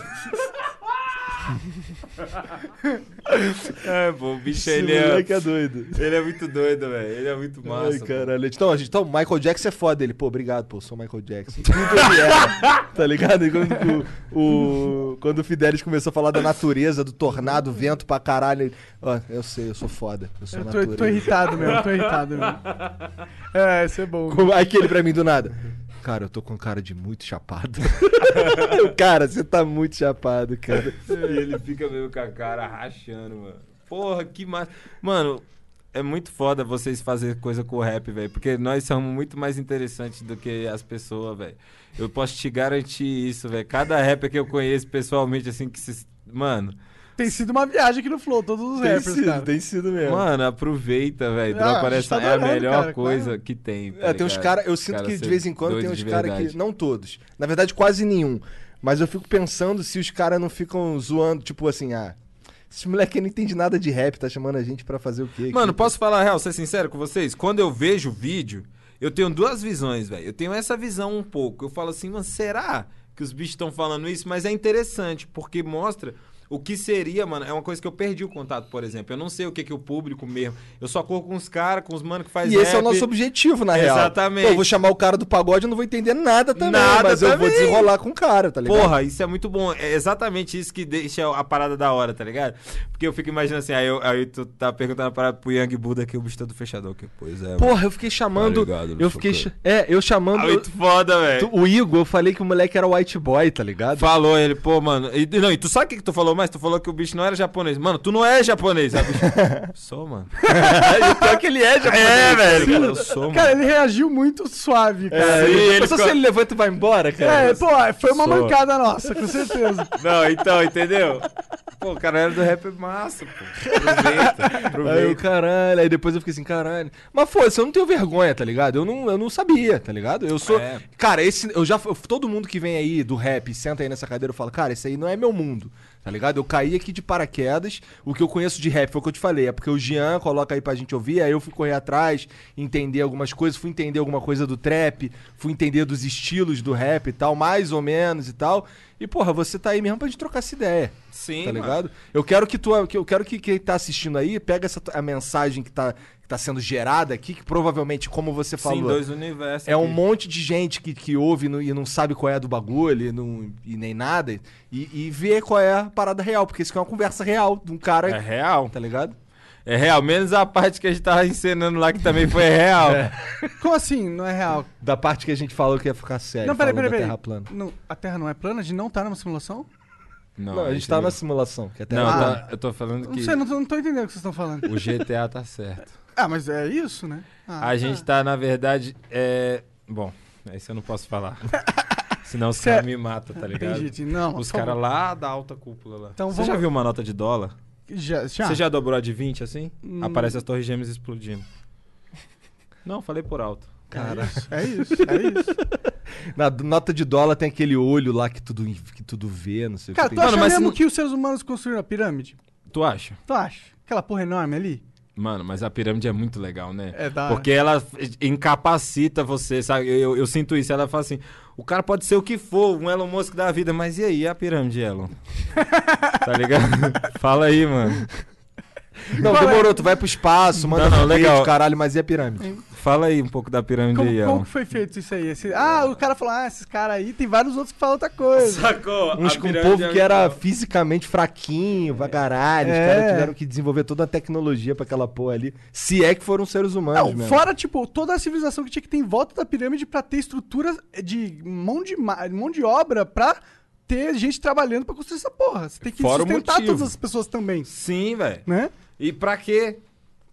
é, pô, o bicho, Esse ele é... moleque é doido. Ele é muito doido, velho. Ele é muito massa. Ai, pô. caralho. Então, a gente, então, Michael Jackson é foda ele. Pô, obrigado, pô, sou Michael Jackson. Tudo ele era, tá ligado? E quando o, o- quando o Fidelis começou a falar da natureza, do tornado, vento pra caralho. ele, Ó, eu sei, eu sou foda. Tá Eu sou Eu tô, natureza. tô irritado mesmo, tô irritado mesmo. É, isso é bom. Como- Aquele pra mim do nada. Cara, eu tô com cara de muito chapado. Eu, cara, você tá muito chapado, cara. E ele fica meio com a cara rachando, mano. Porra, que massa. Mano, é muito foda vocês fazerem coisa com o rap, velho. Porque nós somos muito mais interessantes do que as pessoas, velho. Eu posso te garantir isso, velho. Cada rapper que eu conheço pessoalmente, assim, que se... Mano... Tem sido uma viagem aqui no Flow, todos os Tem rappers, sido, cara. tem sido mesmo. Mano, aproveita, velho. Ah, Dropa a gente nessa tá é a adorando, melhor cara, coisa claro. que tem. tá É, tem uns ligado? caras. Eu sinto Cara que de ser vez em quando tem doido uns de caras que. verdade. Não todos. Na verdade, quase nenhum. Mas eu fico pensando se os caras não ficam zoando, tipo assim, ah. Esse moleque aí não entende nada de rap, tá chamando a gente pra fazer o quê? aqui?" Mano, posso falar a real, ser sincero com vocês? Quando eu vejo o vídeo, eu tenho duas visões, velho. Eu tenho essa visão um pouco. Eu falo assim, mano, será que os bichos estão falando isso? Mas é interessante, porque mostra O que seria, mano, é uma coisa que eu perdi o contato, por exemplo. Eu não sei o que, que o público mesmo. Eu só corro com os caras, com os manos que faz E esse é o rap. nosso objetivo, na real. Exatamente. Pô, Eu vou chamar o cara do pagode, eu não vou entender nada também, Nada mas eu vou também. desenrolar com o cara, tá ligado? Porra, isso é muito bom. É exatamente isso que deixa a parada da hora, tá ligado? Porque eu fico imaginando assim, aí, eu- aí tu tá perguntando a parada pro Young Buda aqui, o bicho tá do fechador. Que, pois é. Porra, mano. eu fiquei chamando. Tá ligado, eu não fiquei. sei o cha- É, eu chamando. Ah, muito foda, velho. Tu- O Igor, eu falei que o moleque era white boy, tá ligado? Falou ele, pô, mano. E, não, e tu sabe o que, que tu falou mais? Tu falou que o bicho não era japonês. Mano, tu não é japonês, sabe? Sou, mano. E o pior que ele é japonês. tá É, velho. Cara, eu sou, mano. Cara, ele reagiu muito suave, cara. É, sim, ele Só ficou- se ele- levanta e vai embora, É, pô, foi uma Sou. mancada nossa, com certeza. Não, então, entendeu? Pô, o cara era do rap massa, pô. Aproveita, Aí eu, aproveita. caralho, aí depois eu fiquei assim, caralho. Mas foda-se, eu não tenho vergonha, tá ligado? Eu não, eu não sabia, tá ligado? Eu sou. É. Cara, esse. Eu já. eu- todo mundo que vem aí do rap, senta aí nessa cadeira, eu falo, cara, esse aí não é meu mundo, tá ligado? Eu caí aqui de paraquedas. O que eu conheço de rap foi o que eu te falei. É porque o Jean coloca aí pra gente ouvir, aí eu fui correr atrás, entender algumas coisas, fui entender alguma coisa do trap, fui entender dos estilos do rap e tal, mais ou menos e tal. E, porra, você tá aí mesmo pra gente trocar essa ideia. Sim, Tá mano. ligado? Eu quero que tu, que eu quero que quem tá assistindo aí pega essa tu- a mensagem que tá, que tá sendo gerada aqui, que provavelmente, como você falou, dois universos é um aqui. monte de gente que, que ouve no- e não sabe qual é do bagulho e, não- e nem nada, e, e vê qual é a parada real, porque isso aqui é uma conversa real de um cara. É real. Tá ligado? É real, menos a parte que a gente tava encenando lá que também foi real. Como assim? Não é real? Da parte que a gente falou que ia ficar sério. não, peraí, falou peraí, da peraí. Terra plana. Não, a Terra não é plana? A gente não tá numa simulação? Não, a gente tá na simulação. Que a Terra Não, é tá- plana. eu tô falando Não que sei, não tô, não tô entendendo o que vocês estão falando. o GTA tá certo. Ah, mas é isso, né? Ah, a gente tá, na verdade, é... Bom, isso eu não posso falar. Senão os Cê- caras me matam, tá ligado? Entendi, entendi. Não, Os por caras favor. lá da alta cúpula lá. Então Você vamos- já viu uma nota de dólar? Já, já. Você já dobrou a de 20 assim? Hum. Aparece as torres gêmeas explodindo. Não, falei por alto. Cara, é isso, é isso. Na d- nota de dólar tem aquele olho lá que tudo, que tudo vê, não sei Cara, o que. tu tem- acha Mano, mas mesmo se- que os seres humanos construíram a pirâmide? Tu acha? Tu acha? Aquela porra enorme ali? Mano, mas a pirâmide é muito legal, né? É da hora. Porque ela incapacita você, sabe? Eu, eu sinto isso. Ela fala assim: o cara pode ser o que for, um Elon Musk da vida, mas e aí, e a pirâmide, Elon? tá ligado? Fala aí, mano. Não, demorou, tu vai pro espaço, manda é? Não, não, foguete, legal. caralho, mas e a pirâmide? Fala aí um pouco da pirâmide Como, aí, como Elon. que foi feito isso aí? Esse- ah, o cara falou, ah, esses caras aí, tem vários outros que falam outra coisa. Sacou? Uns com um é povo que era fisicamente fraquinho, pra caralho. É. Os caras tiveram que desenvolver toda a tecnologia pra aquela porra ali. Se é que foram seres humanos Não, mesmo. fora, tipo, toda a civilização que tinha que ter em volta da pirâmide pra ter estruturas de mão de, ma- mão de obra pra ter gente trabalhando pra construir essa porra. Você tem que Fora o sustentar motivo. todas as pessoas também, Sim, velho. né? E pra quê?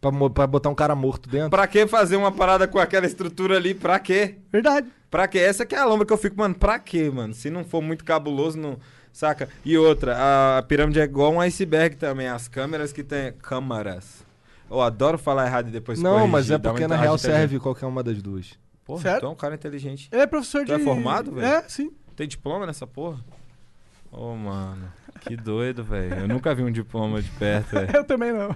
Pra, mo- pra botar um cara morto dentro. Pra que fazer uma parada com aquela estrutura ali? Pra quê? Verdade. Pra quê? Essa que é a lombra que eu fico, mano, pra quê, mano? Se não for muito cabuloso, não. Saca? E outra, a pirâmide é igual um iceberg também. As câmeras que tem. Câmaras. Eu adoro falar errado e depois não, corrigir, mas é dá uma porque na enta- real agitada. serve qualquer uma das duas. Porra, Sério? então o cara é inteligente. Ele é professor Tu de... é formado, velho? É, sim. Tem diploma nessa porra? Ô, mano. Que doido, velho. Eu nunca vi um diploma de perto, velho. Eu também não.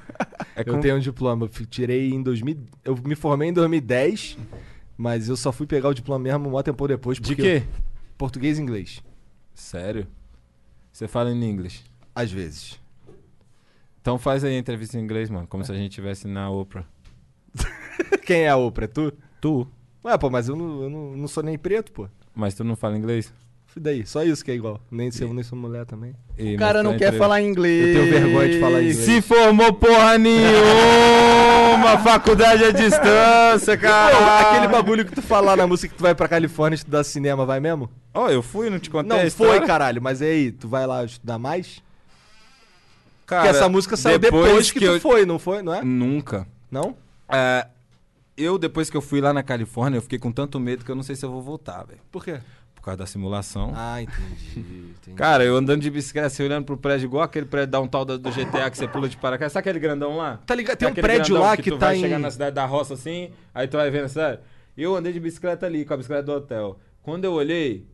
É Eu com- tenho um diploma, eu fi- tirei em 2000. Eu me formei em 2010, mas eu só fui pegar o diploma mesmo um tempo depois. De porque quê? eu- Português e inglês, Sério? Você fala em inglês. às vezes. Então faz aí a entrevista em inglês, mano. Como se a gente estivesse na Oprah. Quem é a Oprah? É tu? Tu? Ué, pô, mas eu não, eu não, não sou nem preto, pô. Mas tu não fala inglês? Fui daí, só isso que é igual. Nem sou, nem sou mulher também. E O cara mostra não a quer entrevista. falar inglês. Eu tenho vergonha de falar inglês. Se formou porra nenhuma! Faculdade à distância, Pô, cara! aquele bagulho que tu falar na música que tu vai pra Califórnia estudar cinema, vai mesmo? Ó, eu fui, não te contei Não, a história? foi, caralho. Mas aí, tu vai lá estudar mais? Cara, Porque essa música saiu depois, que, tu eu... foi, não foi? Não é? Nunca. Não? É, eu, depois que eu fui lá na Califórnia, eu fiquei com tanto medo que eu não sei se eu vou voltar, velho. Por quê? Por causa da simulação. Ah, entendi. entendi. Cara, eu andando de bicicleta, assim, olhando pro prédio igual aquele prédio downtown da- do GTA que você pula de paracaídas. Sabe aquele grandão lá? Tá ligado? Tem um aquele prédio grandão lá que tu tá vai em- chegar na cidade da roça assim, aí tu vai vendo a cidade. Eu andei de bicicleta ali, com a bicicleta do hotel. Quando eu olhei,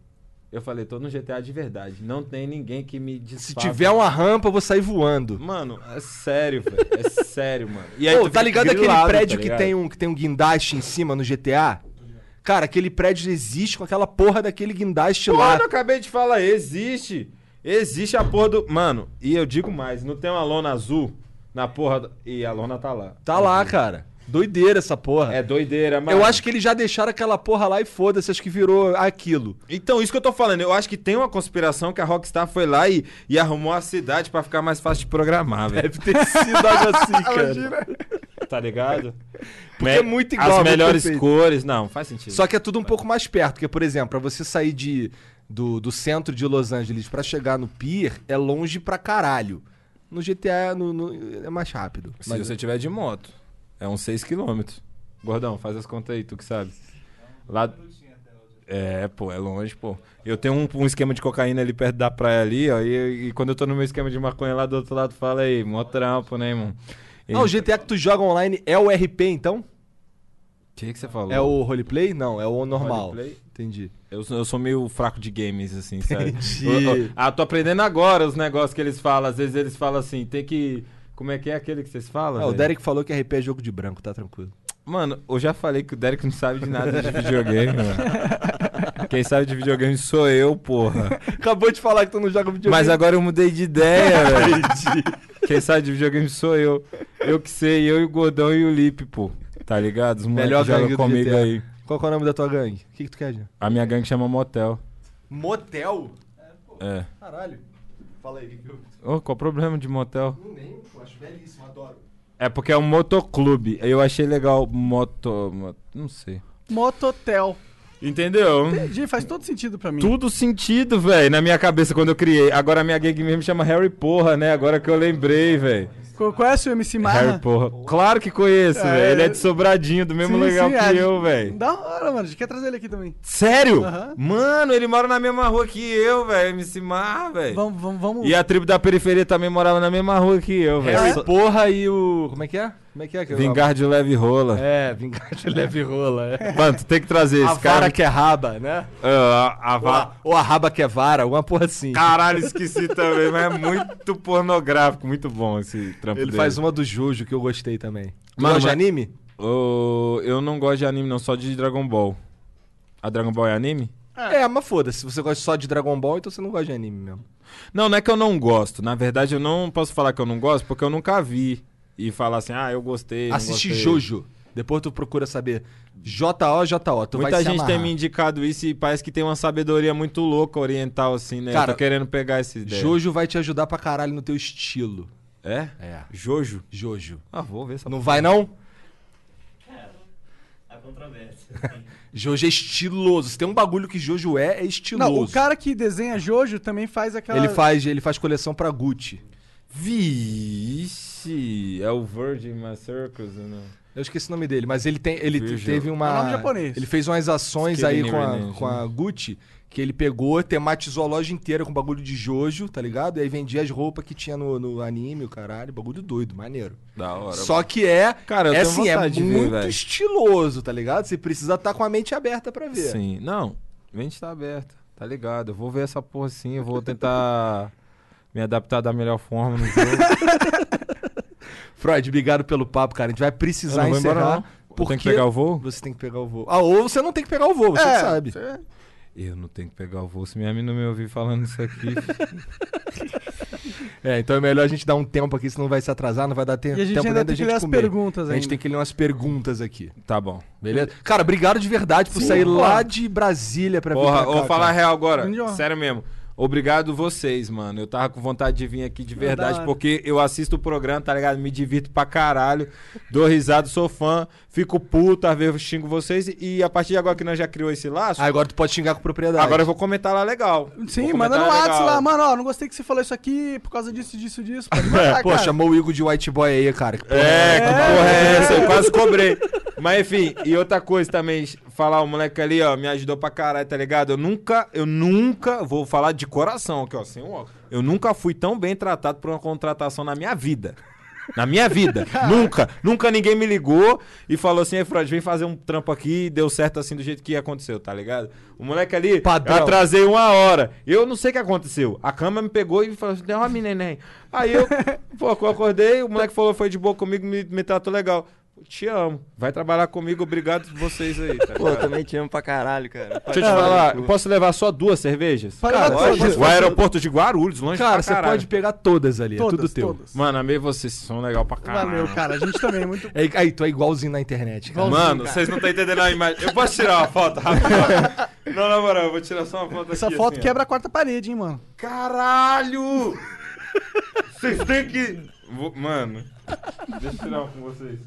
eu falei, tô no GTA de verdade. Não tem ninguém que me Se desfaça. tiver uma rampa, eu vou sair voando. Mano, é sério, velho. É sério, mano. E Pô, tu tá fica ligado aquele grilado, prédio tá que, ligado? tem um, que tem um guindaste em cima no GTA? Cara, aquele prédio existe com aquela porra daquele guindaste Mano, lá. eu acabei de falar, existe. Existe a porra do. Mano, e eu digo mais, não tem uma lona azul na porra. do- E a lona tá lá. Tá lá, cara. Doideira essa porra. É doideira, mano. Eu acho que eles já deixaram aquela porra lá e foda-se, acho que virou aquilo. Então, isso que eu tô falando, eu acho que tem uma conspiração que a Rockstar foi lá e, e arrumou a cidade pra ficar mais fácil de programar, velho. Deve ter sido algo assim, cara. Tá ligado? Porque é muito igual, As muito melhores perfeito. cores, não, faz sentido. Só que é tudo um pouco mais perto, porque, por exemplo, pra você sair de, do, do centro de Los Angeles pra chegar no pier, é longe pra caralho. No GTA no- no- é mais rápido. Se Mas- você tiver de moto, é uns 6km. Gordão, faz as contas aí, tu que sabe. Lá... É, pô, é longe, pô. Eu tenho um, um esquema de cocaína ali perto da praia ali, ó. E, e quando eu tô no meu esquema de maconha lá do outro lado, fala aí, mó trampo, né, irmão? E- Ah, o GTA que tu joga online é o RP, então? que que você falou? É o roleplay? Não, é o normal. Roleplay? Entendi. Eu, sou- eu sou meio fraco de games, assim, sabe? Entendi. Eu- eu- ah, tô aprendendo agora os negócios que eles falam. Às vezes eles falam assim, tem que. Como é que é aquele que vocês falam? Ah, o velho? Derek falou que RP é jogo de branco, tá tranquilo. Mano, eu já falei que o Derek não sabe de nada de videogame, mano. Quem sabe de videogame sou eu, porra. Acabou de falar que tu não joga videogame. Mas agora eu mudei de ideia, velho. Quem sabe de videogame sou eu. Eu que sei, eu e o Godão e o Lipe, pô. Tá ligado? Os Melhor moleques gangue jogam do comigo GTA. aí. Qual que é o nome da tua gangue? O que, que tu quer, Jean? A minha gangue chama Motel. Motel? É. Caralho. Fala aí, que eu... Ô, qual o problema de motel? Não lembro, pô, acho belíssimo, adoro. É porque é um motoclube. Eu achei legal moto. mo- Não sei. Mototel. Entendeu? Entendi, faz todo sentido pra mim. Tudo sentido, velho, na minha cabeça quando eu criei. Agora a minha gig mesmo chama Harry Porra, né? Agora que eu lembrei, velho. Co- Conhece o MC Marra? Harry Porra. Claro que conheço, É. velho. Ele é de Sobradinho, do mesmo Sim, legal sim, que é. eu, velho. Da hora, mano. A gente quer trazer ele aqui também. Sério? Aham. Mano, ele mora na mesma rua que eu, velho. MC Mar, É. velho. Vamos, vamos, vamos. E a tribo da periferia também morava na mesma rua que eu, Harry velho. Porra e o... É, Como é que é? Como é que é? que eu- Vingar de leve rola. É, vingar de leve rola. É. Mano, tu tem que trazer A esse cara. vara que é raba, né? Ah, a, a Ou va- a, ou a raba que é vara, alguma porra assim. Caralho, esqueci também, mas é muito pornográfico, muito bom esse trampo Ele dele. faz uma do Jojo que eu gostei também. Mano, Mano, de mas- anime? Ô, eu não gosto de anime, não, só de Dragon Ball. A Dragon Ball é anime? É, mas foda-se. Se você gosta só de Dragon Ball, então você não gosta de anime mesmo. Não, não é que eu não gosto. Na verdade, eu não posso falar que eu não gosto, porque eu nunca vi. E falar assim, ah, eu gostei. não Assiste gostei. Jojo. Depois tu procura saber. J-O-J-O. Tu Muita vai se gente tem amarrar. me indicado isso e parece que tem uma sabedoria muito louca oriental, assim, né? Cara, eu tô querendo pegar esse ideia. Jojo vai te ajudar pra caralho no teu estilo. É? É. Jojo? Jojo. Então Ah, vou ver essa Não vai, não? A controvérsia. Jojo é estiloso. Se tem um bagulho que Jojo é, é estiloso. Não, o cara que desenha Jojo também faz aquela. ele, faz, ele faz coleção pra Gucci. Vixe! É o Virgin My Circus, né? Eu esqueci o nome dele, mas ele tem. Ele Virgil. teve uma. É um nome japonês. Ele fez umas ações Skinny aí com a, Renegade, com a Gucci que ele pegou, tematizou a loja inteira com bagulho de Jojo, tá ligado? E aí vendia as roupas que tinha no, no anime, o caralho. Bagulho doido, maneiro. Da hora. Só que é. Cara, eu é tenho assim, é vontade de ver, muito velho. estiloso, tá ligado? Você precisa estar com a mente aberta pra ver. Sim, não, mente tá aberta, tá ligado? Eu vou ver essa porra sim, eu vou tentar me adaptar da melhor forma no jogo. Freud, obrigado pelo papo, cara. A gente vai Eu precisar não vou embora, encerrar. não. Eu tenho que pegar o voo? É, Você tem que pegar o voo. Ah, ou você não tem que pegar o voo, você que sabe. Eu não tenho que pegar o voo se minha mina não me ouvir falando isso aqui. É, então é melhor a gente dar um tempo aqui, senão vai se atrasar, não vai dar te- tempo E a gente nem ainda da tem que ler as comer. perguntas A gente ainda. tem que ler umas perguntas aqui, tá bom. beleza? Cara, obrigado de verdade por sair porra. lá de Brasília pra vir Porra, pra cá, vou falar cara. real agora. Melhor. Sério mesmo. Obrigado vocês, mano. Eu tava com vontade de vir aqui de verdade, hora. porque eu assisto o programa, tá ligado? Me divirto pra caralho. Dou risada, sou fã, fico puto, às vezes eu xingo vocês. E a partir de agora que nós já criou esse laço, Ah, agora tu pode xingar com propriedade. agora eu vou comentar lá legal. Sim, Vou manda no comentar é WhatsApp legal. lá, mano, ó, não gostei que você falou isso aqui por causa disso, disso, disso. Pode É, mandar, Pô, cara. chamou o Igor de white boy aí, cara. Que porra É, que porra é essa? Eu quase cobrei. Mas enfim, e outra coisa também, falar o moleque ali, ó, me ajudou pra caralho, tá ligado? Eu nunca, eu nunca, vou falar de coração aqui, ó, sem o óculos. Eu nunca fui tão bem tratado por uma contratação na minha vida. Na minha vida. nunca. Nunca ninguém me ligou e falou assim, ei, Freud, vem fazer um trampo aqui e deu certo assim do jeito que aconteceu, tá ligado? O moleque ali, Padrão. eu atrasei uma hora. Eu não sei o que aconteceu. A câmera me pegou e falou assim, deu uma neném. Aí eu, pô, eu acordei, o moleque falou, foi de boa comigo, me, me tratou legal. Te amo. Vai trabalhar comigo, obrigado vocês aí. Tá Pô, eu também te amo pra caralho, cara. Deixa eu te falar, eu posso levar só duas cervejas? Pode levar lógico. todas. o aeroporto de Guarulhos, longe Cara, pra você caralho. pode pegar todas ali, é tudo Todas, teu. todas. Mano, amei vocês, vocês são legal pra caralho. Valeu, cara. A gente também é muito. É, aí, tu é igualzinho na internet, cara. Mano, vocês não estão entendendo a imagem. Eu posso tirar uma foto rapidão? não, na moral, eu vou tirar só uma foto Essa aqui, foto assim, ó. quebra a quarta parede, hein, mano. Caralho! Vocês têm que. Vou- Mano, deixa eu tirar uma com vocês.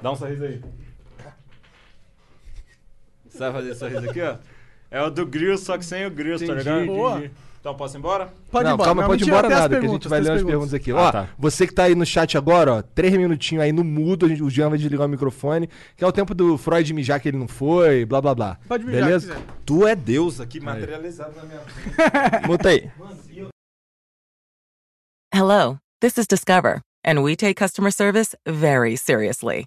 Dá um sorriso aí. Você vai fazer esse sorriso aqui, ó? É o do grill, só que sem o grill, tá Entendi, ligado? entendi. Então posso ir embora? Pode ir não, embora. calma, Não, pode ir mentira, embora tem as nada, que a gente vai tem ler as as perguntas aqui. Ah, ó, tá. você que tá aí no chat agora, ó, três minutinhos aí no mudo, a gente- o Jean vai desligar o microfone, que é o tempo do Freud mijar que ele não foi, blá blá blá. Pode mijar, Beleza? se quiser. Tu é Deus aqui materializado na minha frente. Muta aí. Hello, this is Discover, and we take customer service very seriously.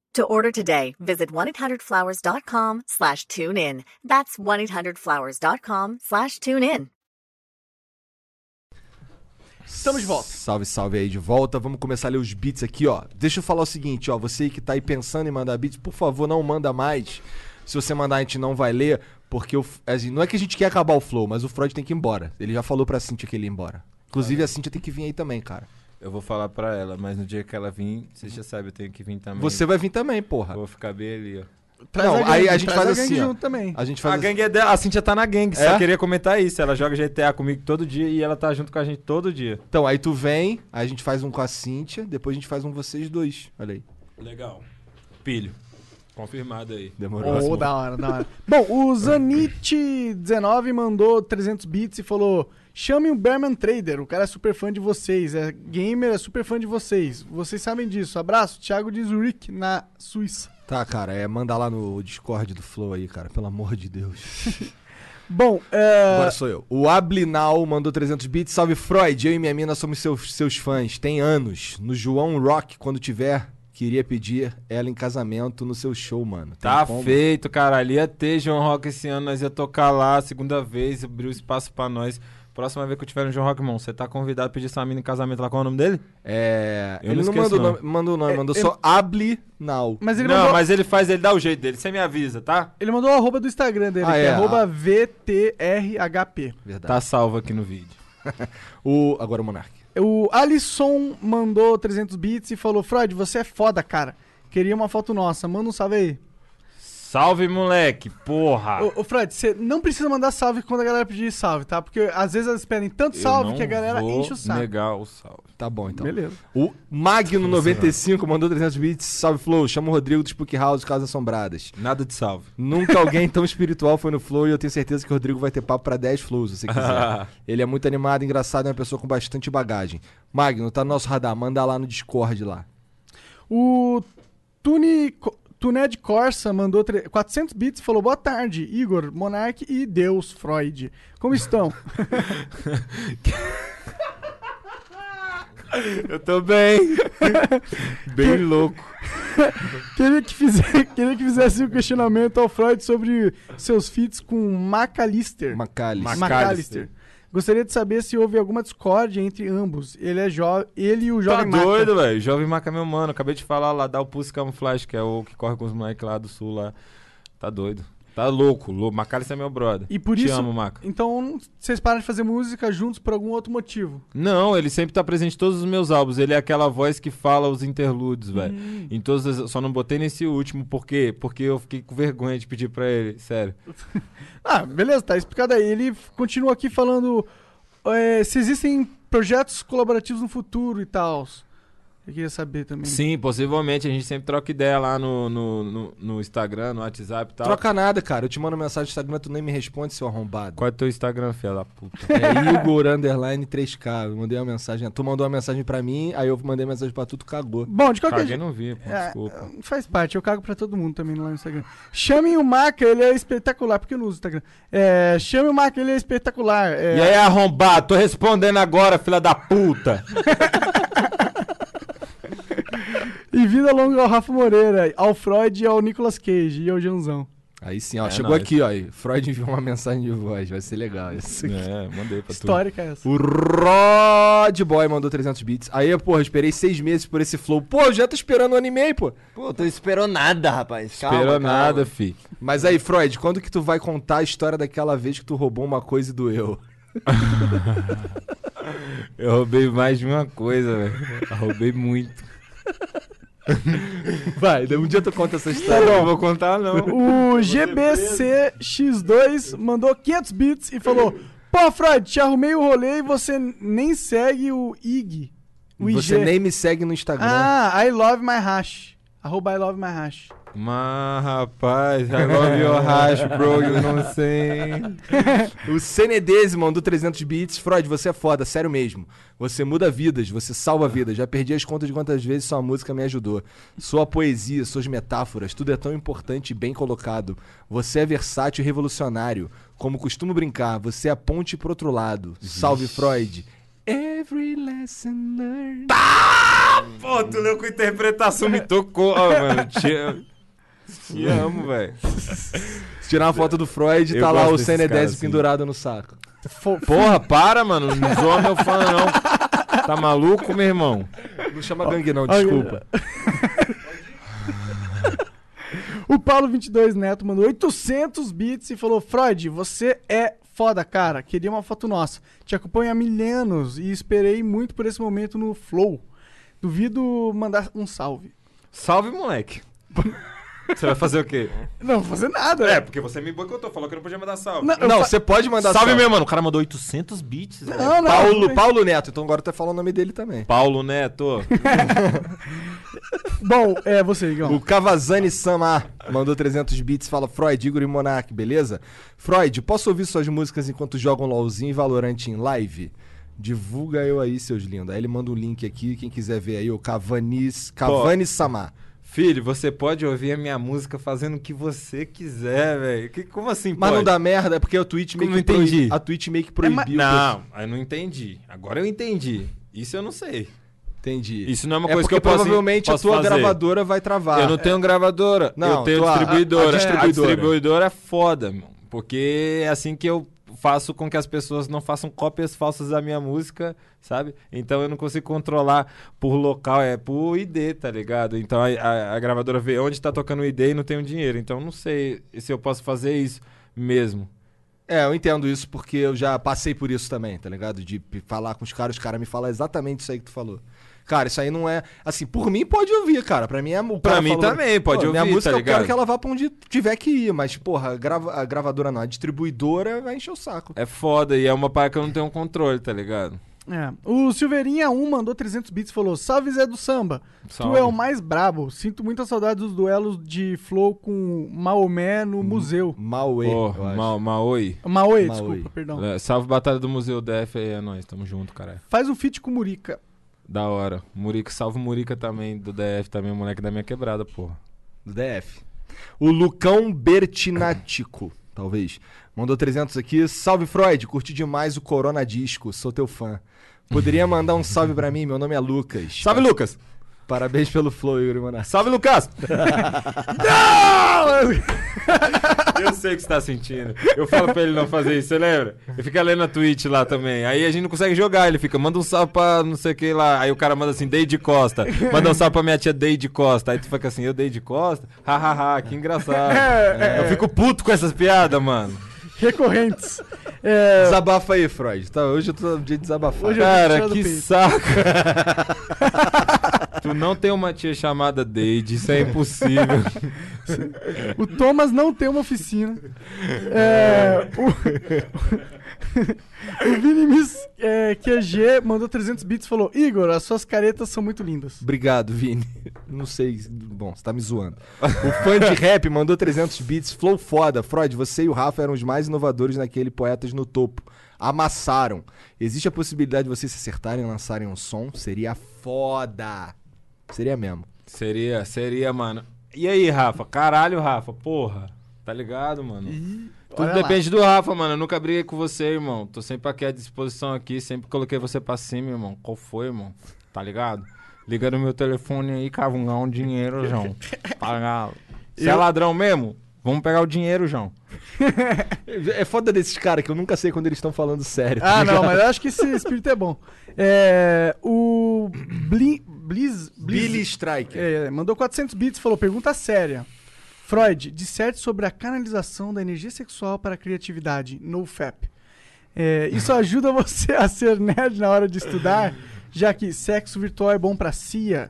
To order today, visit 1-800-Flowers.com slash tune in. That's 1-800-Flowers.com slash tune in. Estamos de volta. Salve, salve aí de volta. Vamos começar a ler os beats aqui, ó. Deixa eu falar o seguinte, ó. Você que tá aí pensando em mandar beats, por favor, não manda mais. Se você mandar, a gente não vai ler, porque o, assim, não é que a gente quer acabar o flow, mas o Freud tem que ir embora. Ele já falou pra Cintia que ele ia embora. Inclusive, a Cintia tem que vir aí também, cara. Eu vou falar pra ela, mas no dia que ela vir, você já sabe, eu tenho que vir também. Você vai vir também, porra. Vou ficar bem ali, ó. Traz não, a aí gangue, a gente traz faz a gangue assim, ó. junto também. A gente faz A assim. gangue é dela, a Cintia tá na gangue, É? só queria comentar isso. Ela joga GTA comigo todo dia e ela tá junto com a gente todo dia. é Então, aí tu vem, aí a gente faz um com a Cintia, depois a gente faz um vocês dois. Olha aí. Legal. Pilho. Confirmado aí. Demorou. Ô, da hora, da hora. Bom, o Zanit19 mandou 300 bits e falou: chame o Berman Trader, o cara é super fã de vocês, é gamer, é super fã de vocês. Vocês sabem disso. Abraço, Thiago de Zurich, na Suíça. Tá, cara, é manda lá no Discord do Flow aí, cara, pelo amor de Deus. Bom, é, Agora sou eu. O Ablinal mandou 300 bits. Salve Freud, eu e minha mina somos seus, seus fãs. Tem anos. No João Rock, quando tiver, queria pedir ela em casamento no seu show, mano. Tem Tá como? feito, caralho. Ia ter João Rock esse ano, nós ia tocar lá, segunda vez, abriu espaço pra nós. Próxima vez que eu tiver no João Rock, irmão, você tá convidado a pedir essa mina em casamento lá. Qual é o nome dele? É. Eu ele não esqueço, não, mandou não. o nome, mandou, o nome, É, mandou eu- só Ablinal. mas ele não, mandou, mas ele faz, ele dá o jeito dele. Você me avisa, tá? ele mandou o arroba do Instagram dele, Ah, que é, é, arroba ah. VTRHP. Verdade. Tá salvo aqui no vídeo. O... Agora o Monark. O Alisson mandou 300 bits e falou: Freud, você é foda, cara. Queria uma foto nossa, manda um salve aí. Salve, moleque, porra. Ô, ô, Fred, você não precisa mandar salve quando a galera pedir salve, tá? Porque às vezes elas pedem tanto Eu salve não que a galera vou enche o saco. Negar o salve. Tá bom, então. Beleza. O Tá Magno95 mandou 300 bits. Salve Flow, chama o Rodrigo do Spook House Casas Assombradas. Nada de salve. Nunca alguém tão espiritual foi no Flow e eu tenho certeza que o Rodrigo vai ter papo pra 10 Flows, se você quiser. Ele é muito animado, engraçado, é uma pessoa com bastante bagagem. Magno, tá no nosso radar, manda lá no Discord lá. O Tuni... Tuned Corsa mandou tre- 400 bits e falou: Boa tarde, Igor, Monark e Deus, Freud. Como estão? Eu tô bem. bem louco. queria, que fizer... queria que fizesse um questionamento ao Freud sobre seus feats com Macalister. Macallis. Mac- Macalister. Gostaria de saber se houve alguma discórdia entre ambos. Ele é jo... ele e o Tá jovem Maca. doido, velho. Jovem Maca é meu mano. Acabei de falar lá, dá o pulso camuflagem, que é o que corre com os moleques lá do sul lá. Tá doido. Tá louco, louco. Macalis é meu brother. E por Te isso- amo, Maca. Então, vocês param de fazer música juntos por algum outro motivo. Não, ele sempre tá presente em todos os meus álbuns. Ele é aquela voz que fala os interludes, velho. Hum. Em todas as... Só não botei nesse último, por quê? Porque eu fiquei com vergonha de pedir pra ele, sério. Ah, beleza, tá explicado aí. Ele f- continua aqui falando é, se existem projetos colaborativos no futuro e tal. Eu queria saber também. Sim, possivelmente. A gente sempre troca ideia lá no, no, no, no Instagram, no WhatsApp e tal. Troca nada, cara. Eu te mando mensagem no Instagram, tu nem me responde, seu arrombado. Qual é o teu Instagram, filha da puta? É Igor Underline 3K. Eu mandei uma mensagem. Tu mandou uma mensagem pra mim, aí eu mandei mensagem pra tu, tu cagou. Bom, de qualquer Caguei, jeito- não vi, pô, É, desculpa. Faz parte, eu cago pra todo mundo também lá no Instagram. Chamem o Maca, ele é espetacular, porque eu não uso Instagram. É, chame o Maca, ele é espetacular. é- E aí, arrombado? Tô respondendo agora, filha da puta. E vida longa ao Rafa Moreira, ao Freud e ao Nicolas Cage e ao Janzão. Aí sim, ó. É chegou nóis. aqui, ó. aí. Freud enviou uma mensagem de voz. Vai ser legal isso aqui. É, mandei pra tu. Histórica é essa. O Rod Boy mandou 300 bits. Aí, porra, eu esperei seis meses por esse flow. Pô, eu já tô esperando um ano e meio, pô. Pô, tu esperou nada, rapaz. Calma, Esperou calma. nada, fi. Mas aí, Freud, quando que tu vai contar a história daquela vez que tu roubou uma coisa e doeu? Eu roubei mais de uma coisa, velho. Eu Roubei muito. Vai, um dia tu conta essa história. Não, vou contar não. O GBCX2 mandou 500 bits e falou: Pô, Freud, te arrumei o rolê e você nem segue o IG. O IG. Você nem me segue no Instagram. Um Ah, I love my hash. Arroba I love my hash. Mas, rapaz, agora viu o racho, bro, eu não sei. o Cenedese mandou 300 bits. Freud, você é foda, sério mesmo. Você muda vidas, você salva vidas. Já perdi as contas de quantas vezes sua música me ajudou. Sua poesia, suas metáforas, tudo é tão importante e bem colocado. Você é versátil e revolucionário. Como costumo brincar, você é a ponte pro outro lado. Salve, Freud. Every lesson learned. Pô, tu leu com interpretação, me tocou. Ó, mano, te amo. Te amo, velho. Se tirar uma foto do Freud, Eu tá lá gosto o desses Cenedese caras, assim. pendurado no saco. Porra, para, mano. Não zoa meu fã, não. Tá maluco, meu irmão? Não chama gangue, não, Ó, desculpa. O Paulo22 Neto mandou 800 bits e falou: Freud, você é foda, cara. Queria uma foto nossa. Te acompanho há milhanos e esperei muito por esse momento no Flow. Duvido mandar um salve. Salve, moleque. Você vai fazer o quê? Não vou fazer nada. É, porque você me boicotou, falou que eu não podia mandar salve. Não, eu Não, fa- você pode mandar Salve, só. meu mano. O cara mandou 800 bits. velho. Não, não, tudo Paulo, bem. Paulo Neto, então agora tu fala o nome dele também. Paulo Neto. Bom, é você, Igão. O Cavazani Samar mandou 300 bits, fala Freud, Igor e Monark, beleza? Freud, posso ouvir suas músicas enquanto jogam LOLzinho e Valorant em live? Divulga eu aí, seus lindos. Aí ele manda um link aqui, quem quiser ver aí, o Cavanis, Cavani Samar. Filho, você pode ouvir a minha música fazendo o que você quiser, velho. Que- Como assim, Mas não pode? dá merda, é porque a Twitch meio Como que não entendi? É proibi- a Twitch meio que proibiu. Não, eu não entendi. Agora eu entendi. Isso eu não sei. Entendi. Isso não é uma é coisa que porque eu posso provavelmente posso a tua fazer. gravadora vai travar. Eu não tenho gravadora, Não, eu tenho tua- a- a distribuidora. A distribuidora. distribuidora. é foda, meu, porque é assim que eu faço com que as pessoas não façam cópias falsas da minha música, sabe? Então eu não consigo controlar por local, é por ID, tá ligado? Então a, a- a gravadora vê onde tá tocando o ID e não tem o dinheiro. Então eu não sei se eu posso fazer isso mesmo. É, eu entendo isso porque eu já passei por isso também, tá ligado? De p- falar com os caras, os caras me falam exatamente isso aí que tu falou. Cara, isso aí não é. Assim, por mim pode ouvir, cara. Pra mim é. o Pra cara mim também, pode "Pô, Minha ouvir, música tá eu quero ligado?" que ela vá pra onde tiver que ir, mas, porra, a, grava- a gravadora não, a distribuidora vai encher o saco. É foda e é uma parada que eu não tenho controle, tá ligado? É. O Silveirinha 1 mandou 300 bits e falou: Salve Zé do Samba, Salve. tu é o mais brabo. Sinto muita saudade dos duelos de Flow com Maomé no museu. Mauê. Pô, eu acho. ma Maoi. Maoê, Maoê. desculpa, perdão. É, salve Batalha do Museu DF aí, é nóis, tamo junto, caralho. Faz um feat com Murica. Da hora. Murica, salve Murica também, do DF também, moleque da minha quebrada, porra. Do DF. O Lucão Bertinatico, talvez. Mandou 300 aqui. Salve, Freud. Curti demais o Corona Disco. Sou teu fã. Poderia mandar um salve pra mim? Meu nome é Lucas. Salve, Lucas! Parabéns pelo flow, Igor Monarca. Salve, Lucas! não! Eu sei o que você tá sentindo. Eu falo pra ele não fazer isso, você lembra? Ele fica lendo a tweet lá também. Aí a gente não consegue jogar, ele fica, manda um salve pra não sei o que lá. Aí o cara manda assim, Deide Costa. Manda um salve pra minha tia Deide Costa. Aí tu fica assim, eu Deide Costa? Hahaha, que engraçado. É, É. Eu fico puto com essas piadas, mano. Recorrentes. É, Desabafa aí, Freud. Tá, hoje eu tô no dia de desabafar. Hoje eu- Cara, tirando que peito. saco. tu não tem uma tia chamada Deide, isso é impossível. o Thomas não tem uma oficina. É, o Vini Miss é, QG mandou 300 bits e falou: Igor, as suas caretas são muito lindas. Obrigado, Vini. Não sei. Bom, você tá me zoando. O fã de rap mandou 300 bits. Flow foda. Freud, você e o Rafa eram os mais inovadores naquele Poetas no Topo. Amassaram. Existe a possibilidade de vocês se acertarem e lançarem um som? Seria foda. Seria mesmo. Seria, seria, mano. E aí, Rafa? Caralho, Rafa, porra. Tá ligado, mano? Tudo olha lá. depende do Rafa, mano. Eu nunca briguei com você, irmão. Tô sempre aqui à disposição aqui, sempre coloquei você pra cima, irmão. Qual foi, irmão? Tá ligado? Liga no meu telefone aí, cavungar um dinheiro, João. Tá ligado? Você é Eu- ladrão mesmo? Vamos pegar o dinheiro, João. É foda desses caras que eu nunca sei quando eles estão falando sério. tá Ah, não, ligado? mas eu acho que esse espírito é bom. É, o Blin, Blizz, Blizz- Billy Striker. É, mandou 400 bits e falou: pergunta séria. Freud, disserte sobre a canalização da energia sexual para a criatividade, no FAP. É, isso ajuda você a ser nerd na hora de estudar, já que sexo virtual é bom para CIA.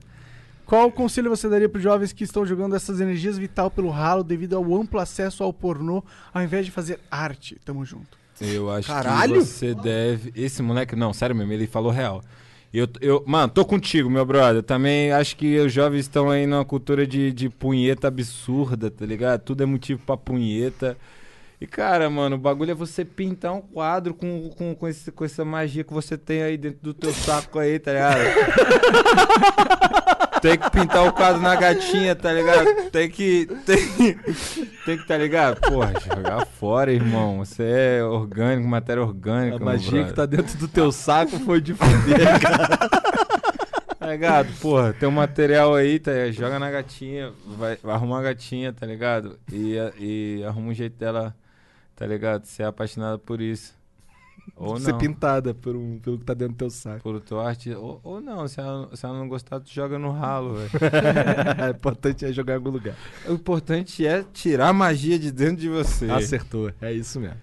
Qual conselho você daria para os jovens que estão jogando essas energias vital pelo ralo devido ao amplo acesso ao pornô, ao invés de fazer arte? Tamo junto. Eu acho Caralho! que você deve. Esse moleque, não, sério mesmo, ele falou real. Eu, eu, mano, tô contigo, meu brother. Também acho que os jovens estão aí numa cultura de, de punheta absurda, tá ligado? Tudo é motivo pra punheta. E, cara, mano, o bagulho é você pintar um quadro com, com, com, esse- com essa magia que você tem aí dentro do teu saco aí, tá ligado? tem que pintar o quadro na gatinha, tá ligado? Tem que. Tem, que- tem que, tá ligado? Porra, jogar fora, irmão. Você é orgânico, matéria orgânica. A meu magia que brother. tá dentro do teu saco foi de fuder, cara. Tá ligado? Porra, tem um material aí, tá ligado? Joga na gatinha, vai, vai arrumar a gatinha, tá ligado? E, a- e arruma um jeito dela, tá ligado? Ser apaixonada por isso. Ou Ser não. pintada por um- pelo que tá dentro do teu saco. Por tua arte. Ou, ou não, se ela, se ela não gostar, tu joga no ralo, velho. o importante é jogar em algum lugar. O importante é tirar a magia de dentro de você. Acertou, é isso mesmo.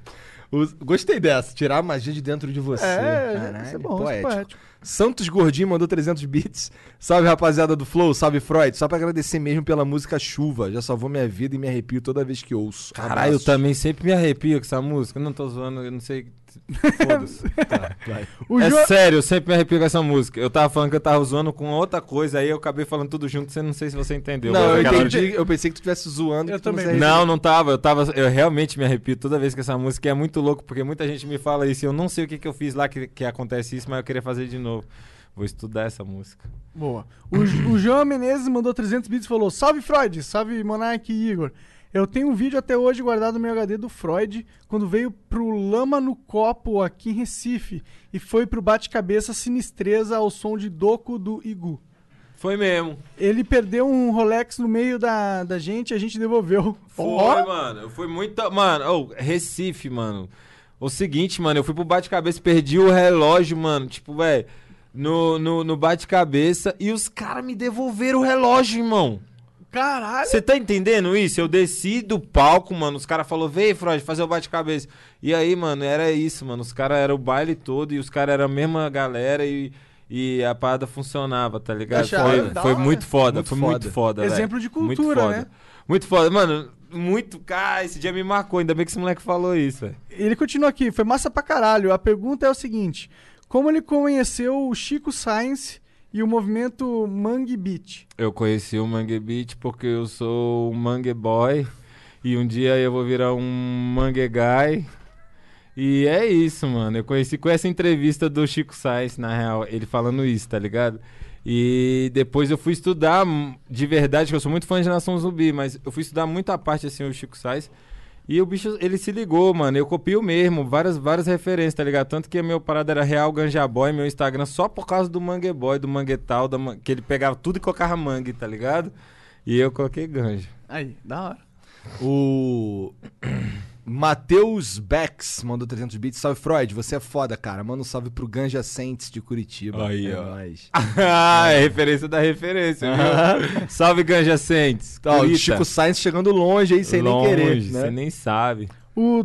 Os- Gostei dessa, tirar a magia de dentro de você. É, isso é bom, isso é poético. Santos Gordinho mandou 300 bits. Salve, rapaziada do Flow, salve, Freud. Só pra agradecer mesmo pela música Chuva. Já salvou minha vida e me arrepio toda vez que ouço. Caralho, eu também sempre me arrepio com essa música. Eu Não tô zoando, eu não sei. Foda-se. O é Jo- sério, eu sempre me arrepio com essa música. Eu tava falando que eu tava zoando com outra coisa, aí eu acabei falando tudo junto, você não sei se você entendeu. Não, Mas eu aquela- entendi, eu pensei que tu estivesse zoando. Eu Não, não tava. Eu tava. Eu realmente me arrepio toda vez que essa música e é muito louco, porque muita gente me fala isso. e Eu não sei o que, que eu fiz lá que, que acontece isso, mas eu queria fazer de novo. Vou estudar essa música. Boa. O, Jo- o João Menezes mandou 300 bits e falou: Salve Freud, salve Monark e Igor. Eu tenho um vídeo até hoje guardado no meu HD do Freud, quando veio pro Lama no Copo aqui em Recife e foi pro bate-cabeça sinistreza ao som de Doco do Igu. Foi mesmo. Ele perdeu um Rolex no meio da, da gente e a gente devolveu. Foi, Ó, mano. Eu fui muito. Mano, ô, Recife, mano. O seguinte, mano, eu fui pro bate-cabeça, perdi o relógio, mano. Tipo, velho, no, no, no bate-cabeça e os caras me devolveram o relógio, irmão. Caralho! Você tá entendendo isso? Eu desci do palco, mano. Os caras falaram, vem, Freud, fazer o bate-cabeça. E aí, mano, era isso, mano. Os caras eram o baile todo e os caras eram a mesma galera e, e a parada funcionava, tá ligado? Acharam Foi, é da foi hora. muito foda, Muito foi foda. muito foda. velho. Exemplo de Muito cultura, foda. né? Muito foda, mano. Muito, cara, esse dia me marcou. Ainda bem que esse moleque falou isso, velho. Ele continua aqui, foi massa pra caralho. A pergunta é o seguinte: como ele conheceu o Chico Science e o movimento Mangue Beat? Eu conheci o Mangue Beat porque eu sou um Mangue Boy e um dia eu vou virar um Mangue Guy. E é isso, mano. Eu conheci com essa entrevista do Chico Sainz, na real, ele falando isso, tá ligado? E depois eu fui estudar hum, de verdade, que eu sou muito fã de Nação Zumbi, mas eu fui estudar muita parte assim o Chico Sainz. E o bicho, ele se ligou, mano. Eu copio mesmo, várias, várias referências, tá ligado? Tanto que a minha parada era Real Ganja Boy, meu Instagram, só por causa do Mangue Boy, do Manguetal, da man- que ele pegava tudo e colocava mangue, tá ligado? E eu coloquei ganja. Aí, da hora. O Matheus Becks mandou 300 bits. Salve, Freud. Você é foda, cara. Manda um salve pro Ganja Saints de Curitiba. Aí, é ó. nóis. ah, é referência da referência, viu? Salve, Ganja Sentes. Tá, o Curita. Chico Sainz chegando longe aí, sem Longe, nem querer. Você Né? nem sabe. O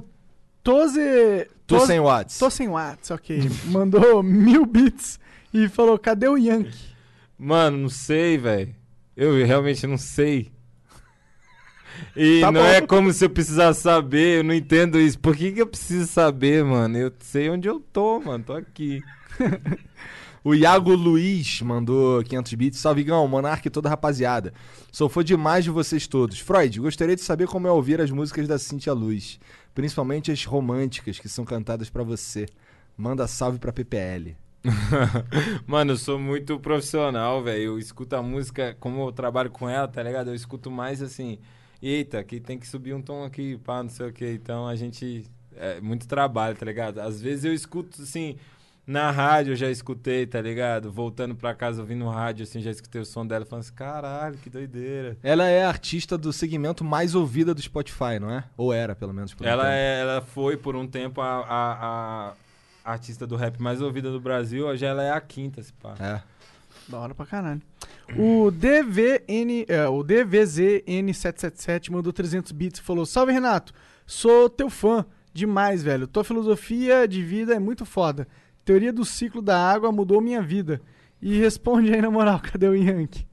Toze. Tô Toze- sem watts. Tô sem watts, ok. Mandou mil bits e falou: cadê o Yankee? Mano, não sei, velho. Eu realmente não sei. E Tá não bom. é como se eu precisasse saber, eu não entendo isso. Por que, que eu preciso saber, mano? Eu sei onde eu tô, mano. Tô aqui. O Iago Luiz mandou 500 bits. Salve, Gão, Monark e toda a rapaziada. Sou fã demais de vocês todos. Freud, gostaria de saber como é ouvir as músicas da Cintia Luz, principalmente as românticas que são cantadas pra você. Manda salve pra PPL. Mano, eu sou muito profissional, velho. Eu escuto a música, como eu trabalho com ela, tá ligado? Eu escuto mais assim, eita, aqui tem que subir um tom aqui, pá, não sei o que. Então a gente. É muito trabalho, tá ligado? Às vezes eu escuto assim. Na rádio eu já escutei, tá ligado? Voltando pra casa ouvindo rádio, assim, já escutei o som dela falando assim, caralho, que doideira. Ela é a artista do segmento mais ouvida do Spotify, não é? Ou era, pelo menos. por um Ela, tempo. é- ela foi por um tempo a, a- a artista do rap mais ouvida do Brasil, hoje ela é a quinta, se pá. Tá Da hora pra caralho. O DVN, é, o DVZN777 mandou 300 bits e falou: "Salve Renato, sou teu fã demais, velho. Tua filosofia de vida é muito foda. Teoria do ciclo da água mudou minha vida." E responde aí na moral, cadê o Yankee?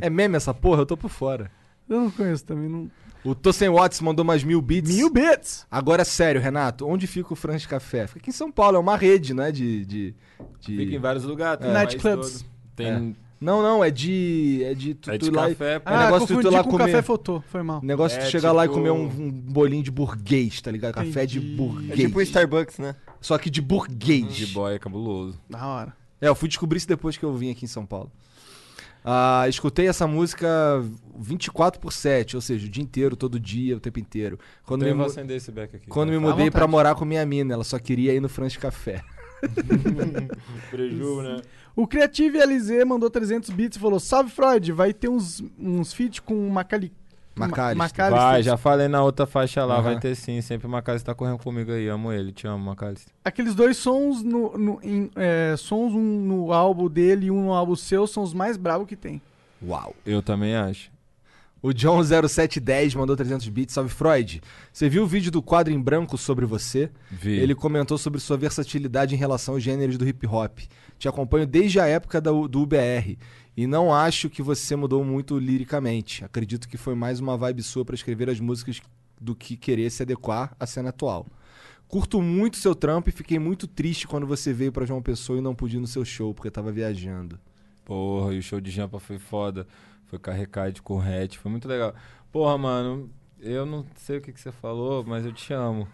É meme essa porra? Eu tô por fora. Eu não conheço também, não. O Tossen Watts mandou mais mil bits. Mil bits! Agora, sério, Renato, onde fica o Franz Café? Fica aqui em São Paulo, é uma rede, né? De, de, de- Fica em vários lugares, tem É. no país Nightclubs. todo. Tem- É. Não, não, é de. É de tu, É de tu ir lá café, e... pô. é Ah, negócio de tu ir lá confundi com comer. café fotô, foi mal. Negócio de É, tu chegar lá e tipo- comer um, um bolinho de burguês, tá ligado? Café de burguês. É tipo Starbucks, né? Só que de burguês. De boy é cabuloso. Da hora. É, eu fui descobrir isso depois que eu vim aqui em São Paulo. Ah, escutei essa música 24 por 7, ou seja, o dia inteiro, todo dia, o tempo inteiro. Quando Então eu me vou mu- acender esse beck aqui. tá? Quando me Vai, fica à mudei pra vontade. morar com minha mina, ela só queria ir no Franz Café. Preju, né? O Creative LZ mandou 300 bits e falou: Salve Freud, vai ter uns, uns feat com o Macali. Ma- Macalester. Vai, já falei na outra faixa lá, Aham. vai ter sim. Sempre o Macalester tá correndo comigo aí. Amo ele, te amo, Macalester. Aqueles dois sons, no, no- em- é, sons um no álbum dele e um no álbum seu, são os mais bravos que tem. Uau. Eu também acho. O John0710 mandou 300 bits. Salve, Freud. Você viu o vídeo do quadro em branco sobre você? Vi. Ele comentou sobre sua versatilidade em relação aos gêneros do hip hop. Te acompanho desde a época da U- do UBR. E não acho que você mudou muito liricamente. Acredito que foi mais uma vibe sua para escrever as músicas do que querer se adequar à cena atual. Curto muito seu trampo e fiquei muito triste quando você veio para João Pessoa e não pude ir no seu show porque tava viajando. Porra, e o show de Jampa foi foda. Foi carrecade com o hatch, foi muito legal. Porra, mano, eu não sei o que, que você falou, mas eu te amo.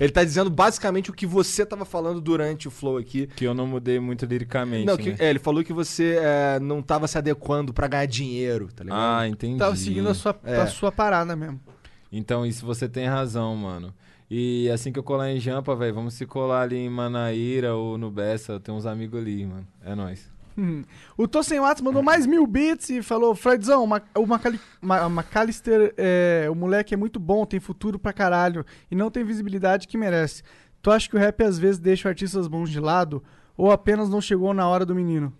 Ele tá dizendo basicamente o que você tava falando durante o flow aqui. Que eu não mudei muito liricamente. Não, que- né? é, ele falou que você é, não tava se adequando pra ganhar dinheiro, tá ligado? Ah, entendi. Tava seguindo a sua, É. a sua parada mesmo. Então, isso você tem razão, mano. E assim que eu colar em Jampa, velho, vamos se colar ali em Manaíra ou no Bessa. Eu tenho uns amigos ali, mano. É nóis. Hum. O Tossen Watts mandou mais mil bits e falou: Freudzão, o Ma- o Macali- Ma- Macalister, é, o moleque é muito bom, tem futuro pra caralho e não tem visibilidade que merece. Tu acha que o rap às vezes deixa artistas bons de lado ou apenas não chegou na hora do menino?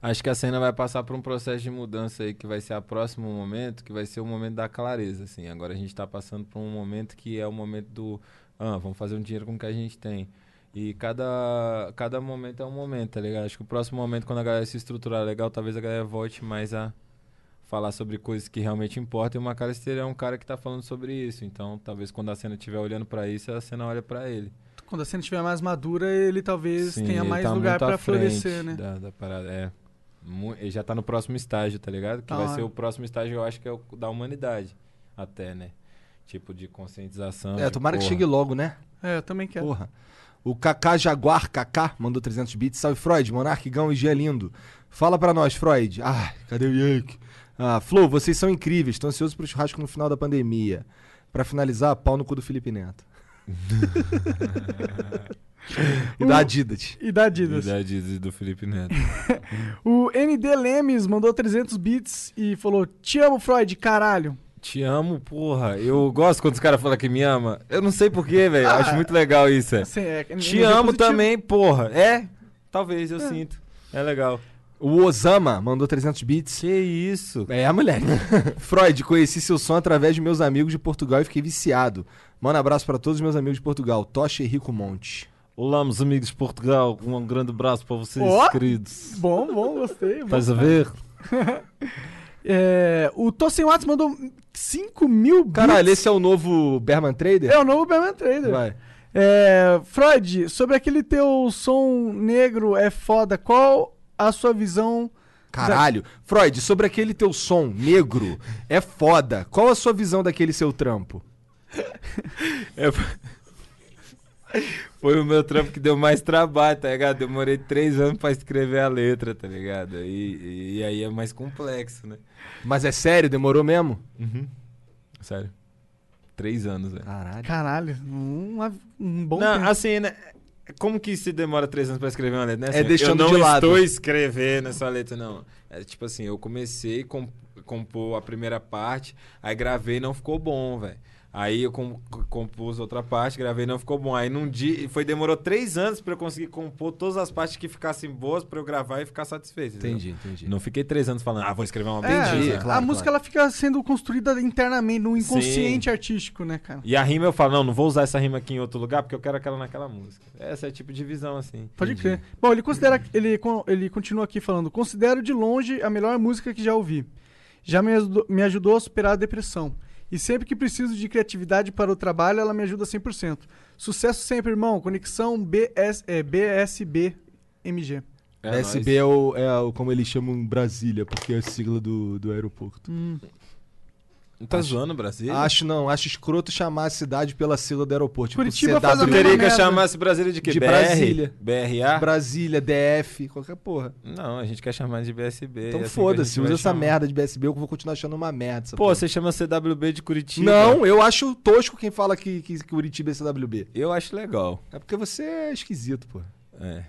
Acho que a cena vai passar por um processo de mudança aí, que vai ser a próximo momento, que vai ser o momento da clareza, assim. Agora a gente tá passando por um momento que é o momento do, ah, vamos fazer um dinheiro com o que a gente tem. E cada, cada momento é um momento, tá ligado? Acho que o próximo momento, quando a galera se estruturar legal, talvez a galera volte mais a falar sobre coisas que realmente importam. E o Macalister é um cara que tá falando sobre isso. Então, talvez quando a cena estiver olhando pra isso, a cena olha pra ele. Quando a cena estiver mais madura, ele talvez Sim, tenha ele mais tá lugar muito à pra florescer, frente né? Da, da parada, é. Mu- Ele já tá no próximo estágio, tá ligado? Que Da vai hora. ser o próximo estágio, eu acho que é o da humanidade, até, né? Tipo de conscientização. É, de tomara que porra. chegue logo, né? É, eu também quero. Porra. O Kaká Jaguar Kaká mandou 300 bits. Salve, Freud, Monark, Gão e Gia Lindo. Fala pra nós, Freud. Ah, cadê o Yank? Ah, Flo, vocês são incríveis. Tô ansioso pro churrasco no final da pandemia. Pra finalizar, pau no cu do Felipe Neto. e da Adidas. E da Adidas. E da Adidas e do Felipe Neto. O ND Lemes mandou 300 bits e falou: Te amo, Freud, caralho. Te amo, porra. Eu gosto quando os caras falam que me ama. Eu não sei porquê, velho. Eu Acho muito legal isso. é. Assim, Ah. é- Te é amo positivo. também, porra. É? Talvez, eu sinto. É legal. O Osama mandou 300 bits. Que isso? É, moleque. Freud, conheci seu som através de meus amigos de Portugal e fiquei viciado. Manda abraço pra todos os meus amigos de Portugal. Tocha e Rico Monte. Olá, meus amigos de Portugal. Um grande abraço pra vocês, Ó! queridos. Bom, bom, gostei. bom. Estás a ver? É, o Tosin Watts mandou 5 mil bits. Caralho, esse é o novo Berman Trader? É o novo Berman Trader. Vai. É, Freud, sobre aquele teu som negro é foda, qual a sua visão? Caralho. Freud, sobre aquele teu som negro, é foda. Qual a sua visão daquele seu trampo? Foi o meu trampo que deu mais trabalho, tá ligado? Demorei três anos pra escrever a letra, tá ligado? E, e aí é mais complexo, né? Mas é sério, demorou mesmo? Uhum. Sério. Três anos, velho. Caralho. Caralho, um, um bom Não, tempo. assim, né? Como que se demora três anos pra escrever uma letra, né? É Assim, deixando eu não de lado. estou escrevendo essa letra, não. É tipo assim, eu comecei a com, compor a primeira parte, aí gravei e não ficou bom, velho. Aí eu com- compus outra parte, gravei e não ficou bom. Aí num dia. Foi, demorou três anos pra eu conseguir compor todas as partes que ficassem boas pra eu gravar e ficar satisfeito. entendeu? Entendi, entendi. Não fiquei três anos falando, ah, vou escrever uma É, música. a música ela fica sendo construída internamente, no inconsciente artístico, né, cara? E a rima eu falo, não, não vou usar essa rima aqui em outro lugar porque eu quero aquela naquela música. Essa é tipo de visão, assim. Pode crer. Bom, ele considera. Ele, con- ele continua aqui falando: considero de longe a melhor música que já ouvi. Já me ajudou, me ajudou a superar a depressão. E sempre que preciso de criatividade para o trabalho, ela me ajuda 100%. Sucesso sempre, irmão. Conexão BS, é, BSBMG. É SB é o, é o- como eles chamam Brasília, porque é a sigla do, do aeroporto. Hum. Não tá zoando o Brasil? Acho não, acho escroto chamar a cidade pela sigla do aeroporto. Tipo, Curitiba faz a CW. Eu queria que eu chamasse Brasília é de quê? De BR? Brasília. BRA? Brasília, DF, qualquer porra. Não, a gente quer chamar de BSB. Então é assim que a gente foda-se, vai usa essa chamar. merda de BSB, eu vou continuar achando uma merda. essa Pô, porra. você chama CWB de Curitiba. Não, eu acho tosco quem fala que, que, que Curitiba é CWB. Eu acho legal. É porque você é esquisito, pô. É.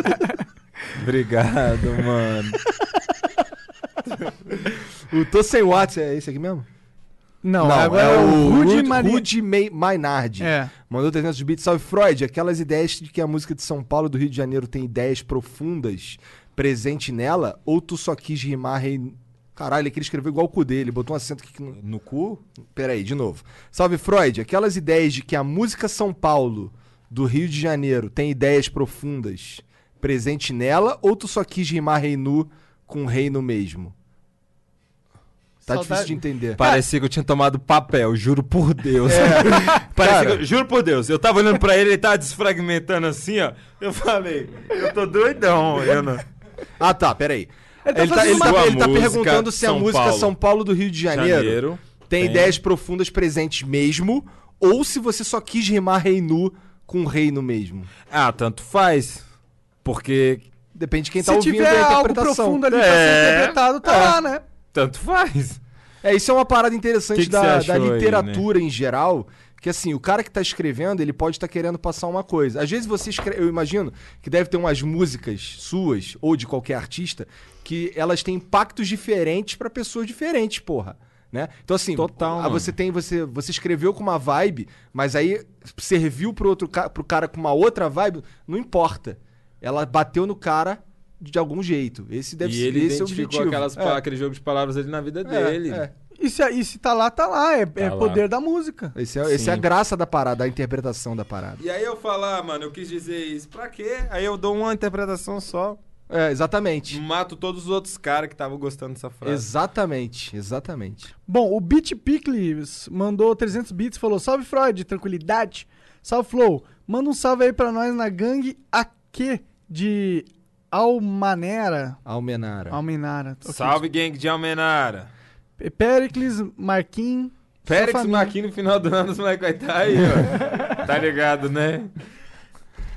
Obrigado, mano. O Tô Sem Watts é esse aqui mesmo? Não, agora é o Rudy Mari- Rudy Mei- Mainardi. É. Mandou 300 bits. Salve, Freud. Aquelas ideias de que a música de São Paulo e do Rio de Janeiro tem ideias profundas presente nela? Ou tu só quis rimar... Rei... Caralho, ele escreveu igual o cu dele. Botou um acento aqui que não... No cu? Peraí, de novo. Salve, Freud. Aquelas ideias de que a música São Paulo do Rio de Janeiro tem ideias profundas presente nela? Ou tu só quis rimar reinu com reino mesmo? Tá Saudade- difícil de entender. é. Parecia que eu tinha tomado papel, juro por Deus. Parecia Cara. que eu- juro por Deus. Eu tava olhando pra ele, ele tava desfragmentando assim, ó. Eu falei, eu tô doidão olhando. Ah, tá, peraí. Ele tá ele, tá, fazendo ele tá- uma ele tá música perguntando se a São música Paulo. São Paulo do Rio de Janeiro, Janeiro, tem, tem. ideias profundas presentes mesmo, ou se você só quis rimar reinu com reino mesmo. Ah, tanto faz. Porque Depende de quem Se tá ouvindo tiver a algo interpretação. profundo ali pra É. ser interpretado, tá lá, né? tanto faz. É, isso é uma parada interessante Que que da, você da achou aí, literatura em geral. Que assim, o cara que tá escrevendo, ele pode estar querendo passar uma coisa. Às vezes você escreve, eu imagino que deve ter umas músicas suas ou de qualquer artista que elas têm impactos diferentes pra pessoas diferentes, porra, né? Então assim, Total, ah, mano. você tem você você escreveu com uma vibe, mas aí serviu pro outro ca- pro cara com uma outra vibe, não importa. Ela bateu no cara de algum jeito. Esse deve e ser ele esse é o identificou objetivo. aquelas É, pa- aquele jogo de palavras ali na vida é, dele. é. E se, e se tá lá, tá lá. É, é lá. poder da música. Esse é, esse é a Sim. graça da parada, a interpretação da parada. E aí eu falar, mano, eu quis dizer isso. Pra quê? Aí eu dou uma interpretação só. É, exatamente. Mato todos os outros caras que estavam gostando dessa Hum, frase. Exatamente, exatamente. Bom, o Beat Pickles mandou 300 bits e falou: Salve Freud, tranquilidade. Salve Flow, manda um salve aí pra nós na gangue AQ de Almanera. Almenara. Almenara. ok. É. Salve, gang de Almenara. Pe- Pericles, Marquinhos. Félix família. Maqui no final do ano, os moleques vai estar aí, ó. Tá ligado, né?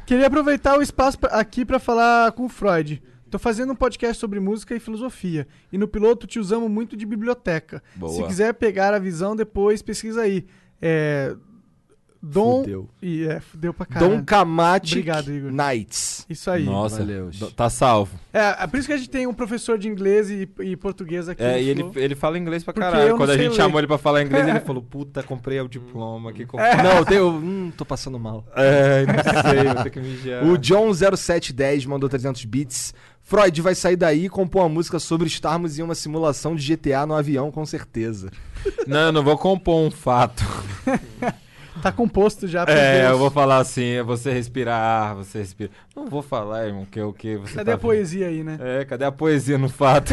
Queria aproveitar o espaço pra- aqui pra falar com o Freud. Tô fazendo um podcast sobre música e filosofia. E no piloto te usamos muito de biblioteca. Boa. Se quiser pegar a visão depois, pesquisa aí. É. Dom. Fudeu. E é, fudeu pra caralho. Dom Kamati Obrigado, Igor. Knights. Isso aí. Nossa, valeu. do- tá salvo. É, é por isso que a gente tem um professor de inglês e, e português aqui. É, no e ele, Flow. ele fala inglês pra Porque eu caralho. não Quando a sei gente ler. chamou ele pra falar inglês, ele falou: Puta, comprei o diploma. Que comprei. Não, eu tenho- eu hum, tô passando mal. É, não sei, vou ter que mijar. O John0710 mandou 300 bits. Freud vai sair daí e compor uma música sobre estarmos em uma simulação de GTA no avião, com certeza. Não, eu não vou compor um fato. Tá composto já. É, Deus. eu vou falar assim: é você respirar, você respira. Não vou falar, irmão, que é o que você Cadê tá a poesia aí, né? É, cadê a poesia no fato?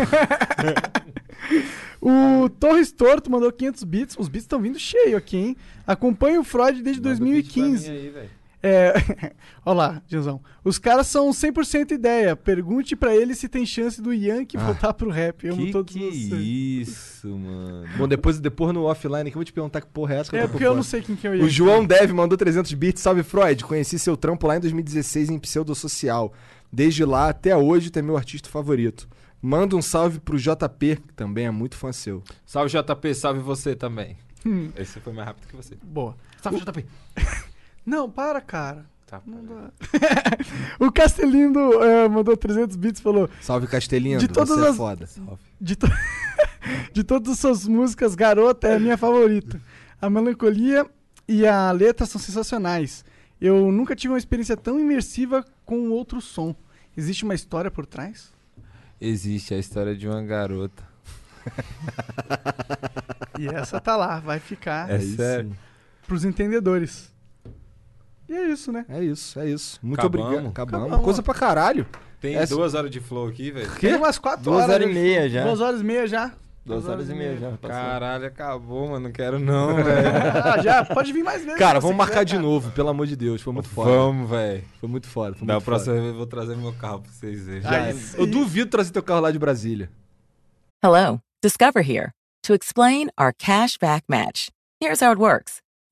O Torres Torto mandou 500 bits. Os bits estão vindo cheio aqui, hein? Acompanha o Freud desde 2015. É, olha lá, Janzão. Os caras são 100% ideia. Pergunte pra ele se tem chance do Yankee Ah, voltar pro rap. Eu amo que todos que vocês. é Isso, mano. Bom, depois, depois no offline aqui eu vou te perguntar que porra é essa que É, eu tô por porque eu fora. não sei quem que é o O Yankee. João Dev mandou 300 bits. Salve, Freud. Conheci seu trampo lá em 2016 em Pseudo Social. Desde lá até hoje, tu é meu artista favorito. Manda um salve pro JP, que também é muito fã seu. Salve JP, salve você também. Hum. Esse foi mais rápido que você. Boa. Salve, JP. Não, para, cara. Tá, Não dá. o Castelindo eh, mandou 300 bits e falou: Salve, Castelhinho. De todas você as- é foda. de, to- de todas as suas músicas, Garota é a minha favorita. A melancolia e a letra são sensacionais. Eu nunca tive uma experiência tão imersiva com outro som. Existe uma história por trás? Existe a história de uma garota. E essa tá lá, vai ficar É sério? pros entendedores. E é isso, né? É isso, é isso. Muito Acabamos? obrigado. Acabamos. Acabamos. Coisa pra caralho. Tem Essa- duas horas de flow aqui, velho. Tem umas quatro Duas horas. horas e né? meia já. Duas horas e meia já. Duas horas e meia já. Passou. Caralho, acabou, mano. Não quero não, velho. Ah, já. Pode vir mais vezes. Cara, se você vamos quiser, marcar de cara. novo, pelo amor de Deus. Foi muito foda. Vamos, velho. Foi muito foda. Foi Da muito próxima vez eu vou trazer meu carro pra vocês verem. foda. Já era. Eu duvido trazer teu carro lá de Brasília. Hello, Discover here to explain our cash back match. Here's how it works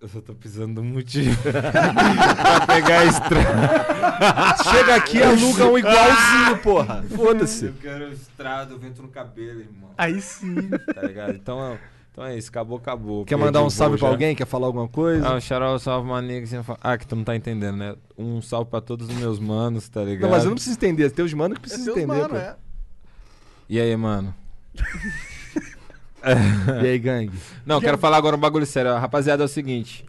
Eu só tô precisando do motivo pra pegar a estrada. Chega aqui, aluga um igualzinho, porra. Foda-se. Eu quero estrada, vento no cabelo, irmão. Aí sim. Tá ligado? Então, é- então é isso, acabou, acabou. Quer Perdi mandar o um voo salve pra já. alguém? Quer falar alguma coisa? Ah, o Xarol, salve, maninho. que você não fala- Ah, que tu não tá entendendo, né? Um salve pra todos os meus manos, tá ligado? Não, mas eu não preciso entender. Tem os manos que precisam Seus entender, mano, pô. é. E aí, mano? é. E aí, gangue? Não, eu quero falar agora um bagulho sério. Rapaziada, é o seguinte.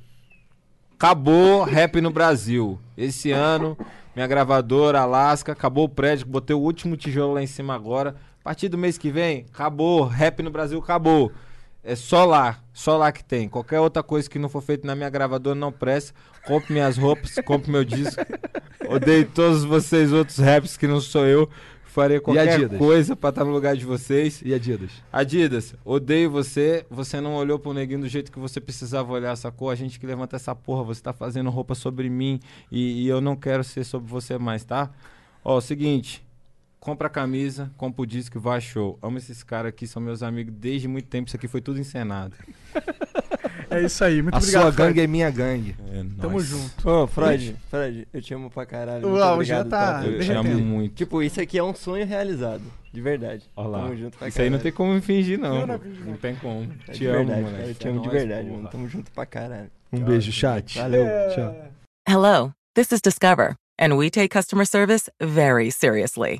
Acabou rap no Brasil. Esse ano, minha gravadora, Alaska, acabou o prédio, botei o último tijolo lá em cima agora. A partir do mês que vem, acabou. Rap no Brasil acabou. É só lá, só lá que tem. Qualquer outra coisa que não for feita na minha gravadora, não presta. Compre minhas roupas, compre meu disco. Odeio todos vocês outros raps que não sou eu. Farei qualquer Adidas? coisa pra estar no lugar de vocês. E Adidas? Adidas, odeio você. Você não olhou pro neguinho do jeito que você precisava olhar, sacou? A gente que levanta essa porra, você tá fazendo roupa sobre mim e, e eu não quero ser sobre você mais, tá? Ó, seguinte. Compra a camisa, compra o disco e vai ao show. Amo esses caras aqui, são meus amigos desde muito tempo. Isso aqui foi tudo encenado. É isso aí. Muito a obrigado. sua Fred. gangue é minha gangue. É Tamo nóis. junto. Ô, Freud, Freud, eu te amo pra caralho. Muito Uau, já obrigado, tá. Eu te derretendo. amo muito. Tipo, isso aqui é um sonho realizado. De verdade. Ó lá. Tamo junto pra Isso aí não tem caralho. como fingir, não. Eu não pô. fingi, Não tem como. É Te de amo, verdade, cara, moleque. Eu te amo É de nóis, verdade, porra. mano. Tamo junto pra caralho. Um beijo, chat. Valeu. Tchau. Hello, this is Discover, and we take customer service very seriously.